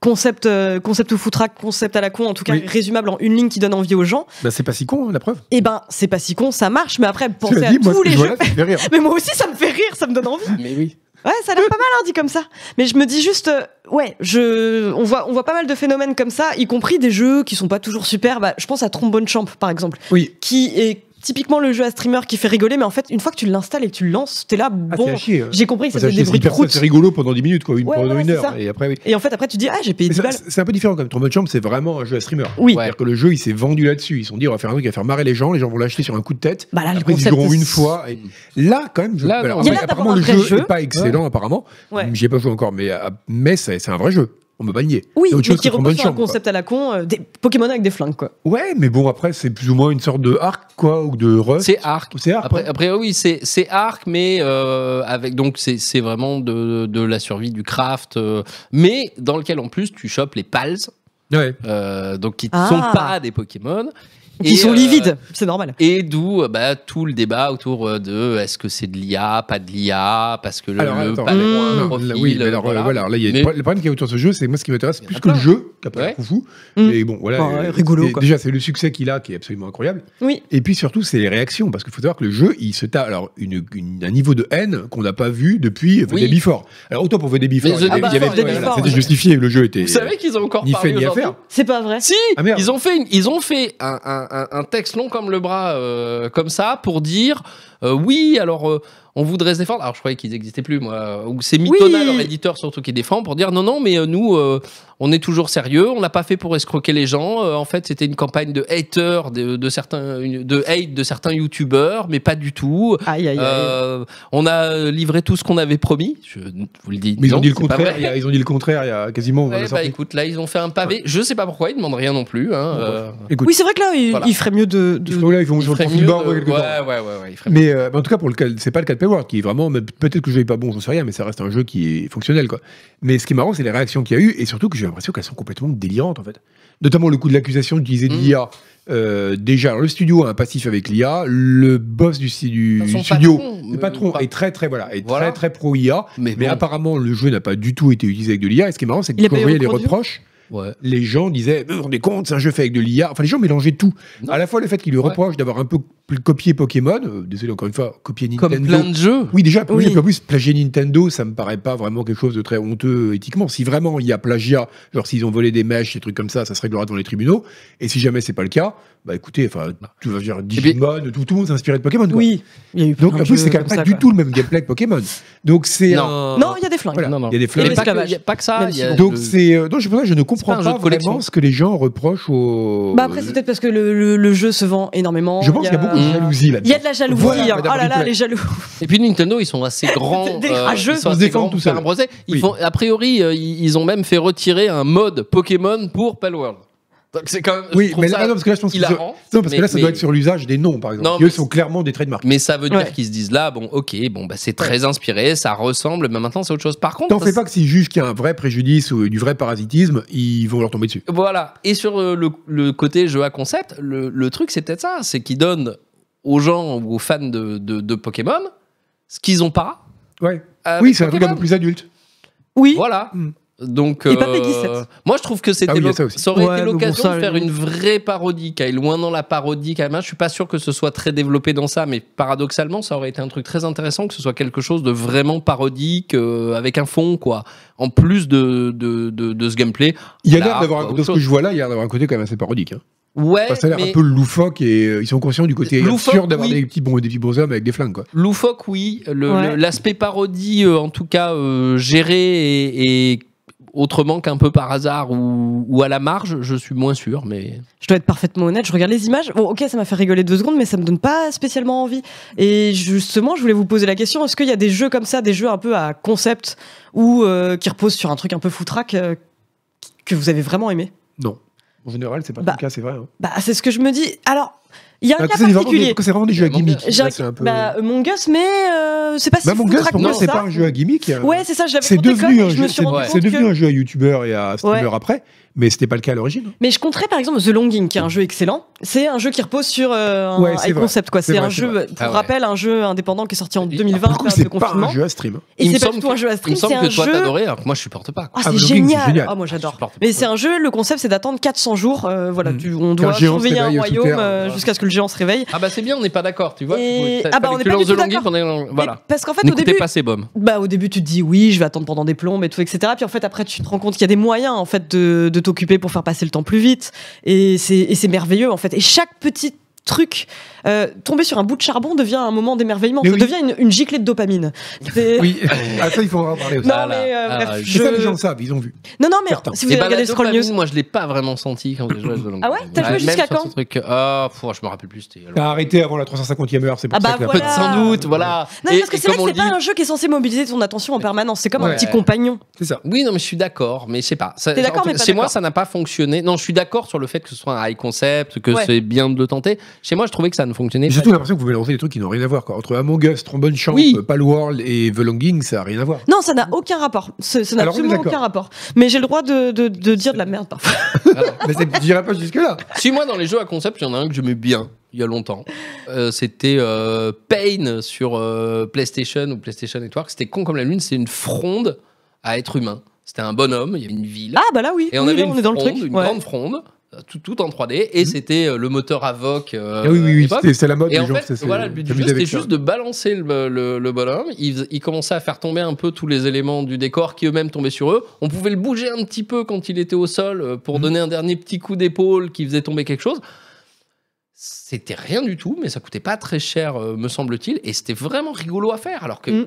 concept, euh, concept ou foutraque, concept à la con, en tout cas
Oui.
résumable en une ligne qui donne envie aux gens.
Bah, c'est pas si con, hein, la preuve.
Et ben, c'est pas si con, ça marche, mais après
Tu
pensez
l'as
à
dit, moi,
tous
ce que
les
je vois là,
jeux.
ça me fait rire.
Mais moi aussi, ça me fait rire, ça me donne envie.
Mais oui.
Ouais, ça a l'air pas mal, hein, dit comme ça. Mais je me dis juste, euh, ouais, je, on voit, on voit pas mal de phénomènes comme ça, y compris des jeux qui sont pas toujours super. Bah, je pense à Trombone Champ, par exemple,
Oui.
qui est typiquement le jeu à streamer qui fait rigoler, mais en fait, une fois que tu l'installes et que tu le lances, t'es là,
Ah,
bon,
t'es à chier, hein.
j'ai compris que
Enfin,
c'était
c'est-
des
c'est
bruits de
hyper-
croûte.
C'est rigolo pendant 10 minutes, quoi. Une,
Ouais,
pendant
ouais,
une
c'est
heure.
ça.
Et après, oui.
Et en fait, après, tu dis, ah, j'ai payé
Mais
10
ça,
balles.
C'est c'est un peu différent quand même. Trombone Champ, c'est vraiment un jeu à streamer.
Oui.
C'est-à-dire que le jeu, il s'est vendu là-dessus. Ils se sont dit, on va faire un truc qui va faire marrer les gens. Les gens vont l'acheter sur un coup de tête.
Bah là, le
Après, ils y
concept Hmm.
joueront
est-
une fois. Et là, quand même, je-
Là,
alors,
non.
Il y a
après,
l'air d'avoir
apparemment,
un
le
vrai
jeu
jeu.
n'est pas excellent, apparemment.
Ouais.
J'y ai pas joué encore, mais, à- mais c'est c'est un vrai jeu. On peut pas le nier.
Oui,
C'est autre
mais
chose
qui
que Trombone
repose sur un
Champ, quoi.
concept à la con, euh, des Pokémon avec des flingues, quoi.
Ouais, mais bon, après, c'est plus ou moins une sorte de arc, quoi, ou de rust.
C'est Arc.
C'est arc.
Après,
ouais.
après oui, c'est c'est arc, mais euh, avec donc c'est c'est vraiment de, de la survie du craft, euh, mais dans lequel en plus tu chopes les pals,
Ouais.
euh, donc qui ne
Ah.
sont pas des Pokémon.
Qui
Et,
sont
euh,
livides, c'est normal.
Et d'où euh, bah, tout le débat autour euh, de est-ce que c'est de l'IA, pas de l'IA, parce que le,
Alors,
le
attends,
pal est
mais-
moins
Non,
profil,
là, oui, mais alors,
euh,
voilà. alors là, il y a
Mais-
le pro- le problème qui est autour de ce jeu, c'est moi ce qui m'intéresse,
Il y en
plus
a
que le
plein.
jeu, qui a pas
Ouais.
l'air foufou,
Mm.
mais bon, voilà.
Bah ouais,
euh,
rigolo,
c'est-
quoi.
Déjà, c'est le succès qu'il a qui est absolument incroyable.
Oui.
Et puis surtout, c'est les réactions, parce qu'il faut savoir que le jeu, il se tape alors une, une- un niveau de haine qu'on n'a pas vu depuis The
Oui.
Day Before. Alors autant pour The Day Before,
Mais The
il y
Day
avait- il y
Before,
avait-
The Day
voilà,
Before,
c'était
ouais.
justifié, le jeu était
Vous savez qu'ils ont encore
ni
parlé
fait ni à
aujourd'hui
faire.
C'est pas vrai.
Si,
Ah, merde.
ils ont fait, une- ils ont fait un, un- un- un texte long comme le bras, euh, comme ça, pour dire euh, oui, alors euh, on voudrait se défendre. Alors je croyais qu'ils n'existaient plus, moi. Ou c'est Mitona,
Oui.
leur éditeur surtout, qui défend pour dire non, non, mais euh, nous, euh, on est toujours sérieux, on l'a pas fait pour escroquer les gens. Euh, en fait, c'était une campagne de haters, de, de certains, une- de hate de certains youtubeurs, mais pas du tout.
Aïe, aïe, aïe.
Euh, on a livré tout ce qu'on avait promis. Je vous le dis.
Mais ils
non,
ont dit le
c'est pas
contraire,
vrai.
il y a- ils ont dit le contraire, il y a quasiment.
Ouais,
la
bah
sortie.
écoute, là ils ont fait un pavé. Je sais pas pourquoi, ils demandent rien non plus. hein, euh,
Écoute,
Oui, c'est vrai que là, il,
Voilà.
il ferait mieux de. de-
je crois que là, ils vont
Il
sur le
ferait
profil
mieux
bas,
de-
ouais, quelque
ouais,
part.
ouais, ouais, ouais, il ferait mieux.
Mais euh, bah, en tout cas, pour le cas, c'est pas le cas de Payward qui est vraiment. mais Peut-être que le jeu est pas bon, j'en sais rien, mais ça reste un jeu qui est fonctionnel, quoi. Mais ce qui est marrant, c'est les réactions qu'il y a eu, et surtout que j'ai l'impression qu'elles sont complètement délirantes, en fait. Notamment le coup de l'accusation d'utiliser de
Mm.
l'IA. Euh, déjà, alors, le studio a un passif avec l'IA, le boss du, stu- du
Enfin, son
studio,
patron,
le
euh,
patron
pas-
est très très voilà, est
Voilà.
très très pro IA.
Mais,
Mais
bon,
apparemment, le jeu n'a pas du tout été utilisé avec de l'IA. Et ce qui est marrant, c'est que
Il a
quand
pas
vous
eu
voyez les
recours du tout
reproches,
ouais.
les gens disaient Mais vous vous rendez compte, c'est un jeu fait avec de l'IA. Enfin, les gens mélangeaient tout.
Non.
À la fois le fait qu'ils lui
Ouais.
reprochent d'avoir un peu pl- copié Pokémon, euh, désolé encore une fois, copié Nintendo.
Comme plein de jeux.
Oui, déjà, oui.
Oui.
et puis en plus, plagier Nintendo, ça me paraît pas vraiment quelque chose de très honteux éthiquement. Si vraiment il y a plagiat, genre s'ils ont volé des mèches, des trucs comme ça, ça se réglera devant les tribunaux. Et si jamais c'est pas le cas, bah écoutez, enfin, tu vas dire Digimon, tout, tout le monde s'inspirait de Pokémon. quoi.
Oui, il y a eu
Donc
plein
en
de
plus,
jeux
c'est quand même
comme
pas
ça,
du
quoi.
tout le même gameplay que Pokémon. Donc c'est un-
Non.
Non, il y a des flingues.
Voilà.
Non, non.
Il y a des
Il
fleurs.
y a pas que-
l'esclavage.
il y a pas que ça.
Même
il y a
si-
Donc
le-
c'est euh, non, je, pour ça, je ne comprends
un
pas
jeu de collection.
vraiment ce que les gens reprochent au.
Bah après, c'est peut-être parce que le, le- le jeu se vend énormément.
Je pense qu'il y a beaucoup
Mm.
de jalousie là.
Il y a de la jalousie.
Voilà,
hein.
Madame
Oh là là,
Ripley.
les jaloux.
Et puis Nintendo, ils sont assez grands. euh,
Des rageux,
ils sont
on se
assez
défend
grands
tout
pour faire
seul.
un procès. Ils
Oui.
font, a priori, euh, ils ils ont même fait retirer un mode Pokémon pour Palworld. ah Donc c'est quand même. je
Oui,
trouve
mais
ça
là, non, parce que là, je pense que ça-
hilarant.
non, parce que
Mais-
là, ça
mais-
doit être sur l'usage des noms, par exemple.
Non,
qui, eux
mais-
sont clairement des trademarks.
Mais ça veut
Ouais.
dire qu'ils se disent là, bon, ok, bon, bah, c'est très inspiré, ça ressemble, mais maintenant c'est autre chose. Par contre,
T'en fais pas que s'ils jugent qu'il y a un vrai préjudice ou du vrai parasitisme, ils vont leur tomber dessus.
Voilà. Et sur euh, le, le côté jeu à concept, le, le truc, c'est peut-être ça. C'est qu'ils donnent aux gens ou aux fans de, de- de Pokémon ce qu'ils ont pas.
Ouais.
avec
oui, c'est un truc un
Pokémon.
peu plus adulte.
Oui,
Voilà.
Mm.
Donc, euh,
Et pas Peggy 7.
moi je trouve que c'était
Ah oui, il y a
l'oc-
ça
ça,
aussi.
aurait
Ouais, mais
été
bon,
l'occasion
ça,
de faire
euh,
une vraie parodie, qui aille loin dans la parodie quand même. hein. Je suis pas sûr que ce soit très développé dans ça, mais paradoxalement, ça aurait été un truc très intéressant que ce soit quelque chose de vraiment parodique euh, avec un fond, quoi. En plus de, de, de- de ce gameplay.
Il y a
Là,
l'air d'avoir,
quoi,
un-
bah, autre
de ce que
chose.
je vois là, il y a l'air d'avoir un côté quand même assez parodique. hein.
Ouais,
Enfin, ça a l'air
mais-
un peu loufoque et euh, ils sont conscients du côté
Loufoque,
absurde d'avoir
oui.
des petits bons, des petits bonshommes avec des flingues, quoi.
Loufoque, oui. Le-
Ouais.
le- L'aspect parodie, euh, en tout cas, euh, géré et, et autrement qu'un peu par hasard ou, ou à la marge, je suis moins sûr. Mais
je dois être parfaitement honnête. Je regarde les images. Bon, ok, ça m'a fait rigoler deux secondes, mais ça me donne pas spécialement envie. Et justement, je voulais vous poser la question est-ce qu'il y a des jeux comme ça, des jeux un peu à concept ou euh, qui reposent sur un truc un peu foutraque euh, que vous avez vraiment aimé
Non. En général, c'est pas
Bah,
le cas, c'est vrai. hein.
Bah, c'est ce que je me dis. Alors, il y a un
Ah,
cas
c'est vraiment des-
particulier.
c'est vraiment des jeux à gimmick.
J'ai
Là,
un-
c'est un peu-
Bah, Among Us, mais euh, c'est pas si
Bah, mon gars,
foutraque
pour moi,
que
c'est
ça.
pas un jeu à gimmick. hein.
Ouais, c'est ça, je l'avais
C'est
compté
devenu,
comme,
un
et je me
jeu,
suis
c'est
rendu
ouais.
c'est
compte
devenu
que-
un jeu à youtubeur et à streamer après, mais c'était pas le cas à l'origine.
Mais je compterais par exemple The Longing, qui est un jeu excellent. C'est un jeu qui repose sur euh, un
Ouais, c'est
high
vrai.
concept, quoi.
C'est
C'est
vrai,
un
c'est
jeu,
vrai.
pour
Ah ouais.
rappel, un jeu indépendant qui est sorti en
Ah, pour
2020,
Par
période
contre,
de
c'est pas
confinement.
un jeu à stream.
Et
il me
c'est pas
semble
du tout un
que-
jeu à
il me
stream, c'est
semble
un
que toi
jeu.
t'adorais, alors que moi je supporte pas.
Ah,
Ah,
c'est
The Longing, c'est
génial.
génial.
Ah, moi
Je
j'adore.
supporte pas.
Mais c'est un jeu, le concept c'est d'attendre 400 jours, euh, voilà,
Mm.
tu- on
Qu'un
doit
géant se
surveiller un
réveille sous
royaume
terre,
euh,
voilà.
jusqu'à ce que le géant se réveille.
Ah bah c'est bien, on n'est pas d'accord, tu vois.
Et-
T'as-
ah bah, on
fallait
n'est
que
pas
Lance
du
de
tout
Languille,
d'accord.
on est- Voilà.
Mais Parce qu'en fait, au
N'écoutez
début,
pas ces bombes.
bah, au début, tu te dis oui, je vais attendre pendant des plombes et tout, etc. Puis en fait, après, tu te rends compte qu'il y a des moyens en fait de, de t'occuper pour faire passer le temps plus vite. Et c'est et c'est merveilleux en fait. Et chaque petit truc, euh, tomber sur un bout de charbon devient un moment d'émerveillement. Ça
Mais oui.
devient une, une giclée de dopamine. C'est-
Oui, ah, ça, il faut en parler aussi.
Non,
Ah là,
mais, euh,
ah,
bref,
oui.
Et
je-
ça, les gens le savent, ils ont vu.
Non, non, mais
Certains.
si vous
Eh
avez
ben, la
regardé Scroll
dopamine,
News,
moi je l'ai pas vraiment senti quand j'ai joué à Zelda.
Ah ouais T'as joué
même
jusqu'à
sur
quand
ce truc. Ah, pff, je me rappelle plus. C'était
T'as arrêté avant la 350e heure, c'est pour
Ah
ça
bah
que la-
voilà.
Peut-être sans doute, voilà.
Non,
Et-
mais parce que
et
c'est vrai que
comme
c'est
on
pas
dit-
un jeu qui est censé mobiliser ton attention en permanence. C'est comme
Ouais.
un petit compagnon.
C'est ça.
Oui, non, mais je suis d'accord, mais je sais pas. Ça-
T'es
ça-
d'accord,
en tout
mais
cas,
pas
Chez moi,
d'accord.
ça n'a pas fonctionné. Non, je suis d'accord sur le fait que ce soit un high concept, que
Ouais.
c'est bien de le tenter. Chez moi, je trouvais que ça ne fonctionnait
J'ai
pas.
surtout l'impression que vous mélangez des trucs qui n'ont rien à voir. Quoi. Entre Among Us, Trombone Champ,
Oui.
euh, Palworld et The Longing, ça n'a rien à voir.
Non, ça n'a aucun rapport. Ce- Ça n'a
Alors, on est
absolument
d'accord.
aucun rapport. Mais j'ai le droit de, de- de dire de la merde parfois.
Mais c'est- je dirais pas jusque-là.
Si moi, dans les jeux à concept, il y en a un que j'aimais bien il y a longtemps. Euh, c'était euh, Pain sur euh, PlayStation ou PlayStation Network. C'était con comme la lune, c'est une fronde à être humain. C'était un bonhomme, il y avait une ville.
Ah bah là oui.
Et on
Oui,
avait
là,
une,
on est dans le
fronde,
truc.
une
Ouais.
grande fronde, euh, tout, tout en 3D, et c'était euh, le moteur Avoc. euh,
Mm-hmm. Ah oui, oui,
à
oui,
l'époque.
c'était- c'est la mode.
Et
les
en
gens,
fait,
c'est- c'est-
voilà, le but du jeu,
s'amuser
c'était
avec ça.
juste de balancer le, le- le bonhomme. Il, fais- il commençait à faire tomber un peu tous les éléments du décor qui eux-mêmes tombaient sur eux. On pouvait le bouger un petit peu quand il était au sol euh,
Mm.
pour donner un dernier petit coup d'épaule qui faisait tomber quelque chose. C'était rien du tout, mais ça coûtait pas très cher, euh, me semble-t-il, et c'était vraiment rigolo à faire. Alors que,
Mm.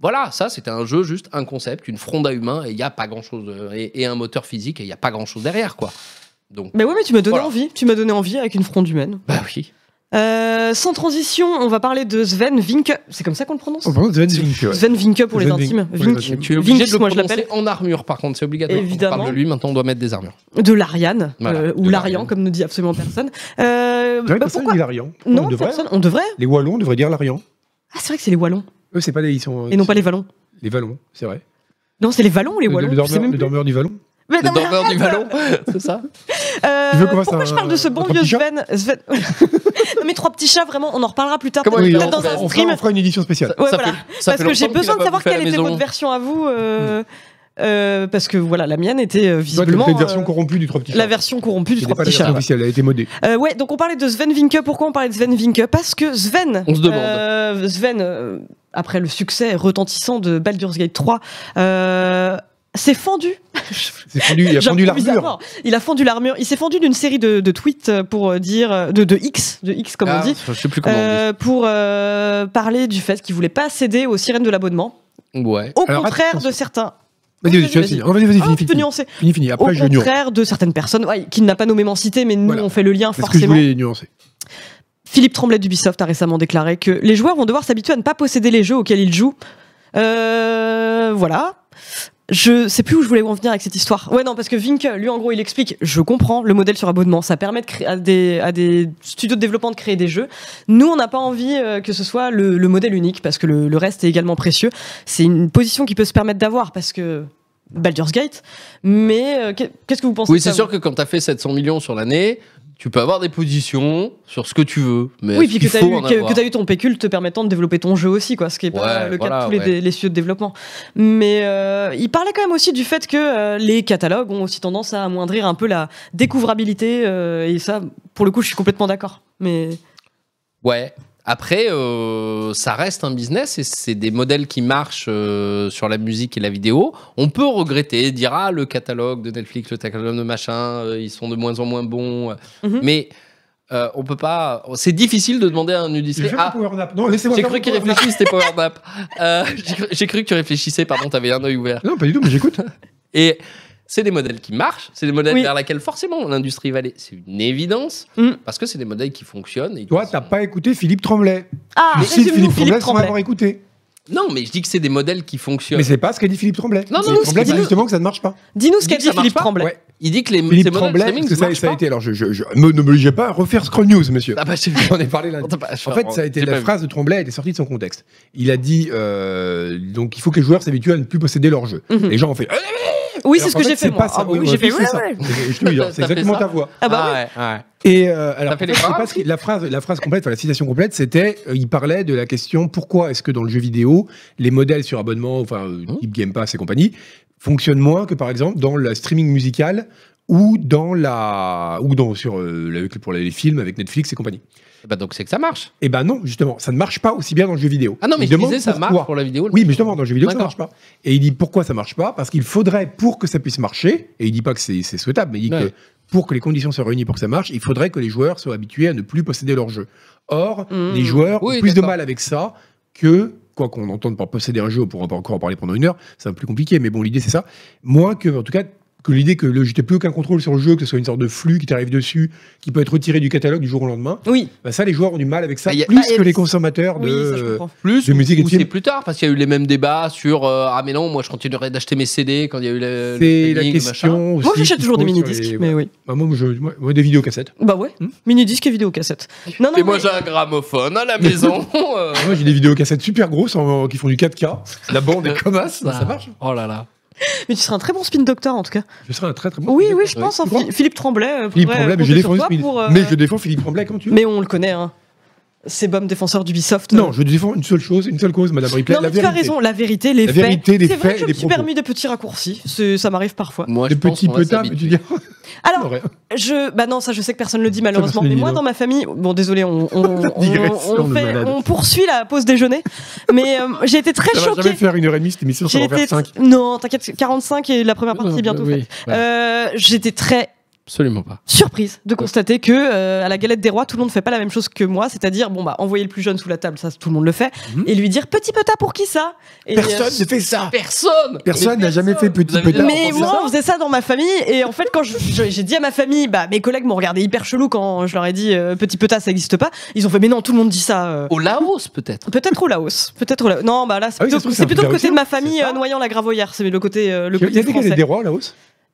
voilà, ça, c'était un jeu, juste un concept, une fronde à humain, et il n'y a pas grand-chose, euh, et, et un moteur physique, et il n'y a pas grand-chose derrière, quoi. Donc,
Mais Bah ouais, mais tu m'as donné
Voilà.
envie. Tu m'as donné envie avec une fronde humaine.
bah oui.
Euh, sans transition, on va parler de Sven Vinke. C'est comme ça qu'on le prononce
On parle de Sven Zinke, ouais.
Sven Vinke pour les
Sven
intimes.
Vinke, pour les
Vinke.
intimes.
Tu es obligé
Vinx,
de le
moi, je
prononcer
l'appelle.
en armure, par contre, c'est obligatoire.
Évidemment. Ah,
On parle de lui, maintenant on doit mettre des armures.
De l'Ariane.
Voilà,
euh,
de
ou l'Arian,
l'Ariane.
comme ne dit absolument personne. Euh,
C'est vrai que
bah,
personne
pourquoi
dit l'Arian.
Non,
On devrait. hein.
personne. On devrait.
Les Wallons devraient dire l'Arian.
Ah, c'est vrai que c'est les Wallons.
Eux, c'est pas les. Ils sont,
Et non pas les Vallons.
les Vallons, c'est vrai.
Non, c'est les Vallons ou les
Le-
Wallons
le,
Je sais
dormeur,
même
le
plus.
dormeur du Vallon.
Mais
Le
non, mais
dormeur du
arrête,
ballon, c'est ça
Euh,
Tu veux qu'on fasse
pourquoi je
un-
parle de ce bon
un
vieux
petit chat
Sven, Sven- Non mais trois petits chats, vraiment, on en reparlera plus tard.
Comment
peut-être
il est
dans
fait-
un
on,
stream.
fera, on fera une édition spéciale.
Ouais,
Ça
voilà.
fait- ça
Parce
fait
que j'ai
longtemps qu'il
besoin de
a pas
savoir
bouffé à la
quelle était
maison. Hmm.
votre version à vous. euh, euh, parce que voilà, la mienne était euh,
Toi, t'as
visiblement
fait une version
euh,
corrompue du 3 petits chats.
la version corrompue du
Qui n'est
trois
pas la
petits
version
chats.
officielle, elle a été modée.
Euh, ouais, donc on parlait de Sven Vinke. Pourquoi on parlait de Sven Vinke Parce que Sven.
On se demande.
euh, Sven, euh, après le succès retentissant de Baldur's Gate 3, euh, s'est fendu
C'est fondu, il a
Genre,
fondu l'armure.
bizarrement, Il a fendu l'armure. Il s'est fendu d'une série de, de tweets pour euh, dire euh, de, de X, de X comme
Ah,
on dit,
Je sais plus comment
euh, pour euh, parler du fait qu'il voulait pas céder aux sirènes de l'abonnement,
on dit. Ouais.
au
Alors,
contraire
attention.
de certains.
Vas-y, vas-y, tu vas
Vas-y.
finir. Non, Vas-y, vas-y,
Ah,
fini,
tu peux
fini.
nuancer.
Fini, fini.
Au
Après, je nuance.
contraire de certaines personnes, ouais, qu'il n'a pas nommé cité, mais nous
Voilà.
on fait le lien
C'est ce que je
forcément.
voulais nuancer.
Philippe Tremblay d'Ubisoft a récemment déclaré que les joueurs vont devoir s'habituer à ne pas posséder les jeux auxquels ils jouent. Euh, voilà. Je sais plus où je voulais en venir avec cette histoire. Ouais, non, parce que Vink, lui, en gros, il explique je comprends le modèle sur abonnement, ça permet de créer- à, des, à des studios de développement de créer des jeux. Nous, on n'a pas envie euh, que ce soit le, le modèle unique, parce que le, le reste est également précieux. C'est une position qui peut se permettre d'avoir, parce que. Baldur's Gate, mais euh, qu'est- qu'est-ce que vous pensez
Oui,
de
c'est
ça,
sûr que quand t'as fait 700 millions sur l'année, tu peux avoir des positions sur ce que tu veux. Mais
Oui,
est-ce
puis que
qu'il
tu as,
faut en avoir
eu ton pécule te permettant de développer ton jeu aussi, quoi, ce qui est pas
Ouais,
le cas
voilà,
de tous les,
ouais.
dé- les studios de développement. Mais euh, il parlait quand même aussi du fait que euh, les catalogues ont aussi tendance à amoindrir un peu la découvrabilité, euh, et ça, pour le coup, je suis complètement d'accord. Mais
Ouais. Après, euh, ça reste un business et c'est des modèles qui marchent euh, sur la musique et la vidéo. On peut regretter, dire ah le catalogue de Netflix, le catalogue de machin, euh, ils sont de moins en moins bons.
Mhm.
Mais euh, on peut pas. C'est difficile de demander à un
Je
nudiste.
vais faire
Ah,
mon power nap. Non, laissez-moi
j'ai
faire
cru
mon
qu'il
power nap.
réfléchissait, c'était Power Nap. Euh, j'ai cru- j'ai cru que tu réfléchissais, pardon, t'avais un œil ouvert.
Non, pas du tout, mais j'écoute.
Et c'est des modèles qui marchent, c'est des modèles
Oui.
vers lesquels forcément l'industrie va aller. C'est une évidence,
Mm.
parce que c'est des modèles qui fonctionnent. et qui
Toi, t'as
sont-
pas écouté Philippe Tremblay.
ah,
Mais si
résume-nous
Philippe Tremblay,
Philippe
sans
Tremblay.
l'avoir écouté.
Non, mais je dis que c'est des modèles qui fonctionnent.
Mais c'est pas ce qu'a dit Philippe Tremblay.
Non, non,
Philippe
non,
Tremblay,
c'est-
dit justement que ça ne marche pas.
Dis-nous ce
Dis
qu'a
que
dit
ça marche
Philippe
pas.
Tremblay.
Ouais.
Il dit que les ces
Philippe
modèles
Tremblay,
streaming
parce que ça,
marchent
ça a
pas.
été. Alors, je, je, je me ne m'obligez pas à refaire Scroll News, monsieur.
Ah bah j'ai bah,
J'en ai parlé lundi. En fait, ça a été la
phrase.
phrase de Tremblay, elle est sortie de son contexte. Il a dit euh, donc il faut que les joueurs s'habituent à ne plus posséder leurs jeux.
Hmm.
Mhm.
Les gens ont fait. Eh
Oui, c'est
Alors
ce
qu'en
que
fait,
j'ai fait
c'est
moi.
pas ça.
Ah bah oui,
Ouais,
j'ai
ouais,
fait
c'est
ouais,
ça.
ouais.
Je te jure, c'est
T'as fait
exactement
ça
ta voix.
Ah bah oui.
ouais, ouais.
Et euh, alors,
fait
en fait,
les
je sais
bras
pas ce qui- la phrase, la phrase complète, enfin, la citation complète, c'était euh, il parlait de la question pourquoi est-ce que dans le jeu vidéo, les modèles sur abonnement, enfin, euh,
Hmm.
type Game Pass et compagnie, fonctionne moins que par exemple dans le streaming musical ou dans la ou dans sur euh, la- pour les films avec Netflix et compagnie.
Bah, donc c'est que ça marche.
Et ben non, justement, ça ne marche pas aussi bien dans le jeu vidéo.
Ah non, mais
Il
je
demande
disais, ça marche
pourquoi.
pour la vidéo. le
Oui,
mec.
mais justement, dans le jeu vidéo, ça
D'accord.
marche pas. Et il dit pourquoi ça marche pas Parce qu'il faudrait, pour que ça puisse marcher, et il dit pas que c'est c'est souhaitable, mais il dit
Ouais.
que pour que les conditions soient réunies pour que ça marche, il faudrait que les joueurs soient habitués à ne plus posséder leur jeu. Or,
Mmh.
les joueurs
Oui,
ont plus de
d'accord.
mal avec ça que, quoi qu'on entende par posséder un jeu, on pourra pas encore en parler pendant une heure, c'est un peu plus compliqué, mais bon, l'idée c'est ça. Moins que, en tout cas, que l'idée que le jeu, t'aies plus aucun contrôle sur le jeu, que ce soit une sorte de flux qui t'arrive dessus, qui peut être retiré du catalogue du jour au lendemain,
Oui,
bah ça, les joueurs ont du mal avec ça,
Ah, y a-
plus
bah,
que
et-
les consommateurs de.
oui, ça je comprends.
Plus
de musique et
ou
de
c'est
film.
plus tard parce qu'il y a eu les mêmes débats sur euh, ah mais non moi je continuerai d'acheter mes CD quand il y a eu le,
C'est
le
la
streaming, machin.
question.
Moi
aussi
j'achète
qui
toujours
se
des
pose sur
mini-disques,
les-
mais oui.
Bah, moi, je- moi, moi, des vidéocassettes.
Bah ouais,
Hmm
mini-disques et vidéocassette. Non, non,
Et moi
mais-
j'ai un gramophone à la maison. euh.
Moi, j'ai des vidéocassettes super grosses en- qui font du 4K. La bande est comme as,
Ah.
ça marche.
Oh là là.
mais tu serais un très bon spin doctor en tout cas.
Je serais un très très bon.
Oui, oui, je
Oui.
pense. hein,
Tu crois
Philippe- Philippe Tremblay. euh,
Philippe
pourrait
Tremblay,
compter
mais je
sur
défends
toi
Philippe-
pour, euh,
mais je défends Philippe Tremblay quand tu veux.
mais on le connaît. hein. C'est Bum, défenseur d'Ubisoft.
Non, je défends une seule chose, une seule cause, Madame Ripley.
Non, mais
la
tu as
vérité.
raison, la vérité, les
La
faits.
vérité, les
c'est vrai
faits
que je
et
me
les
suis
propos.
permis des petits raccourcis, c'est- ça m'arrive parfois.
Moi
Le
je pense
petit
qu'on va
potable, tu
s'habituer.
dis.
Alors,
Ouais.
je, bah non, ça je sais que personne le dit malheureusement,
personne le
mais
dit,
moi
non.
dans ma famille, bon désolé, on, on, on-
Digression
on
de
fait-
malade.
on poursuit la pause déjeuner, mais euh, j'ai été très
Ça va
choquée.
jamais faire une heure et demie cette émission, ça
J'ai
va en faire
été
5.
non, t'inquiète, 45 et la première partie est bientôt faite. Euh, J'étais très
Absolument pas.
surprise de constater que euh, à la galette des rois, tout le monde ne fait pas la même chose que moi, c'est-à-dire bon bah envoyer le plus jeune sous la table, ça tout le monde le fait,
Mhm.
et lui dire petit peta pour qui ça Et, euh,
Personne ne fait ça.
Personne.
Personne n'a jamais fait petit
Vous avez-
potable.
Mais
on
moi,
faisait
on faisait ça dans ma famille. Et en fait, quand je- je- j'ai dit à ma famille, bah, mes collègues m'ont regardé hyper chelou quand je leur ai dit euh, petit peta, ça n'existe pas. Ils ont fait, mais non, tout le monde dit ça. euh.
Au Laos peut-être.
Peut-être au Laos. Peut-être au Laos. Non, bah là, c'est
Ah oui,
plutôt,
ça se trouve,
c'est
c'est
plutôt
un
le côté de ma famille
c'est ça
euh, noyant la gravoyère. C'est le côté, euh, le
Il y
côté
a des
français.
des rois là-haut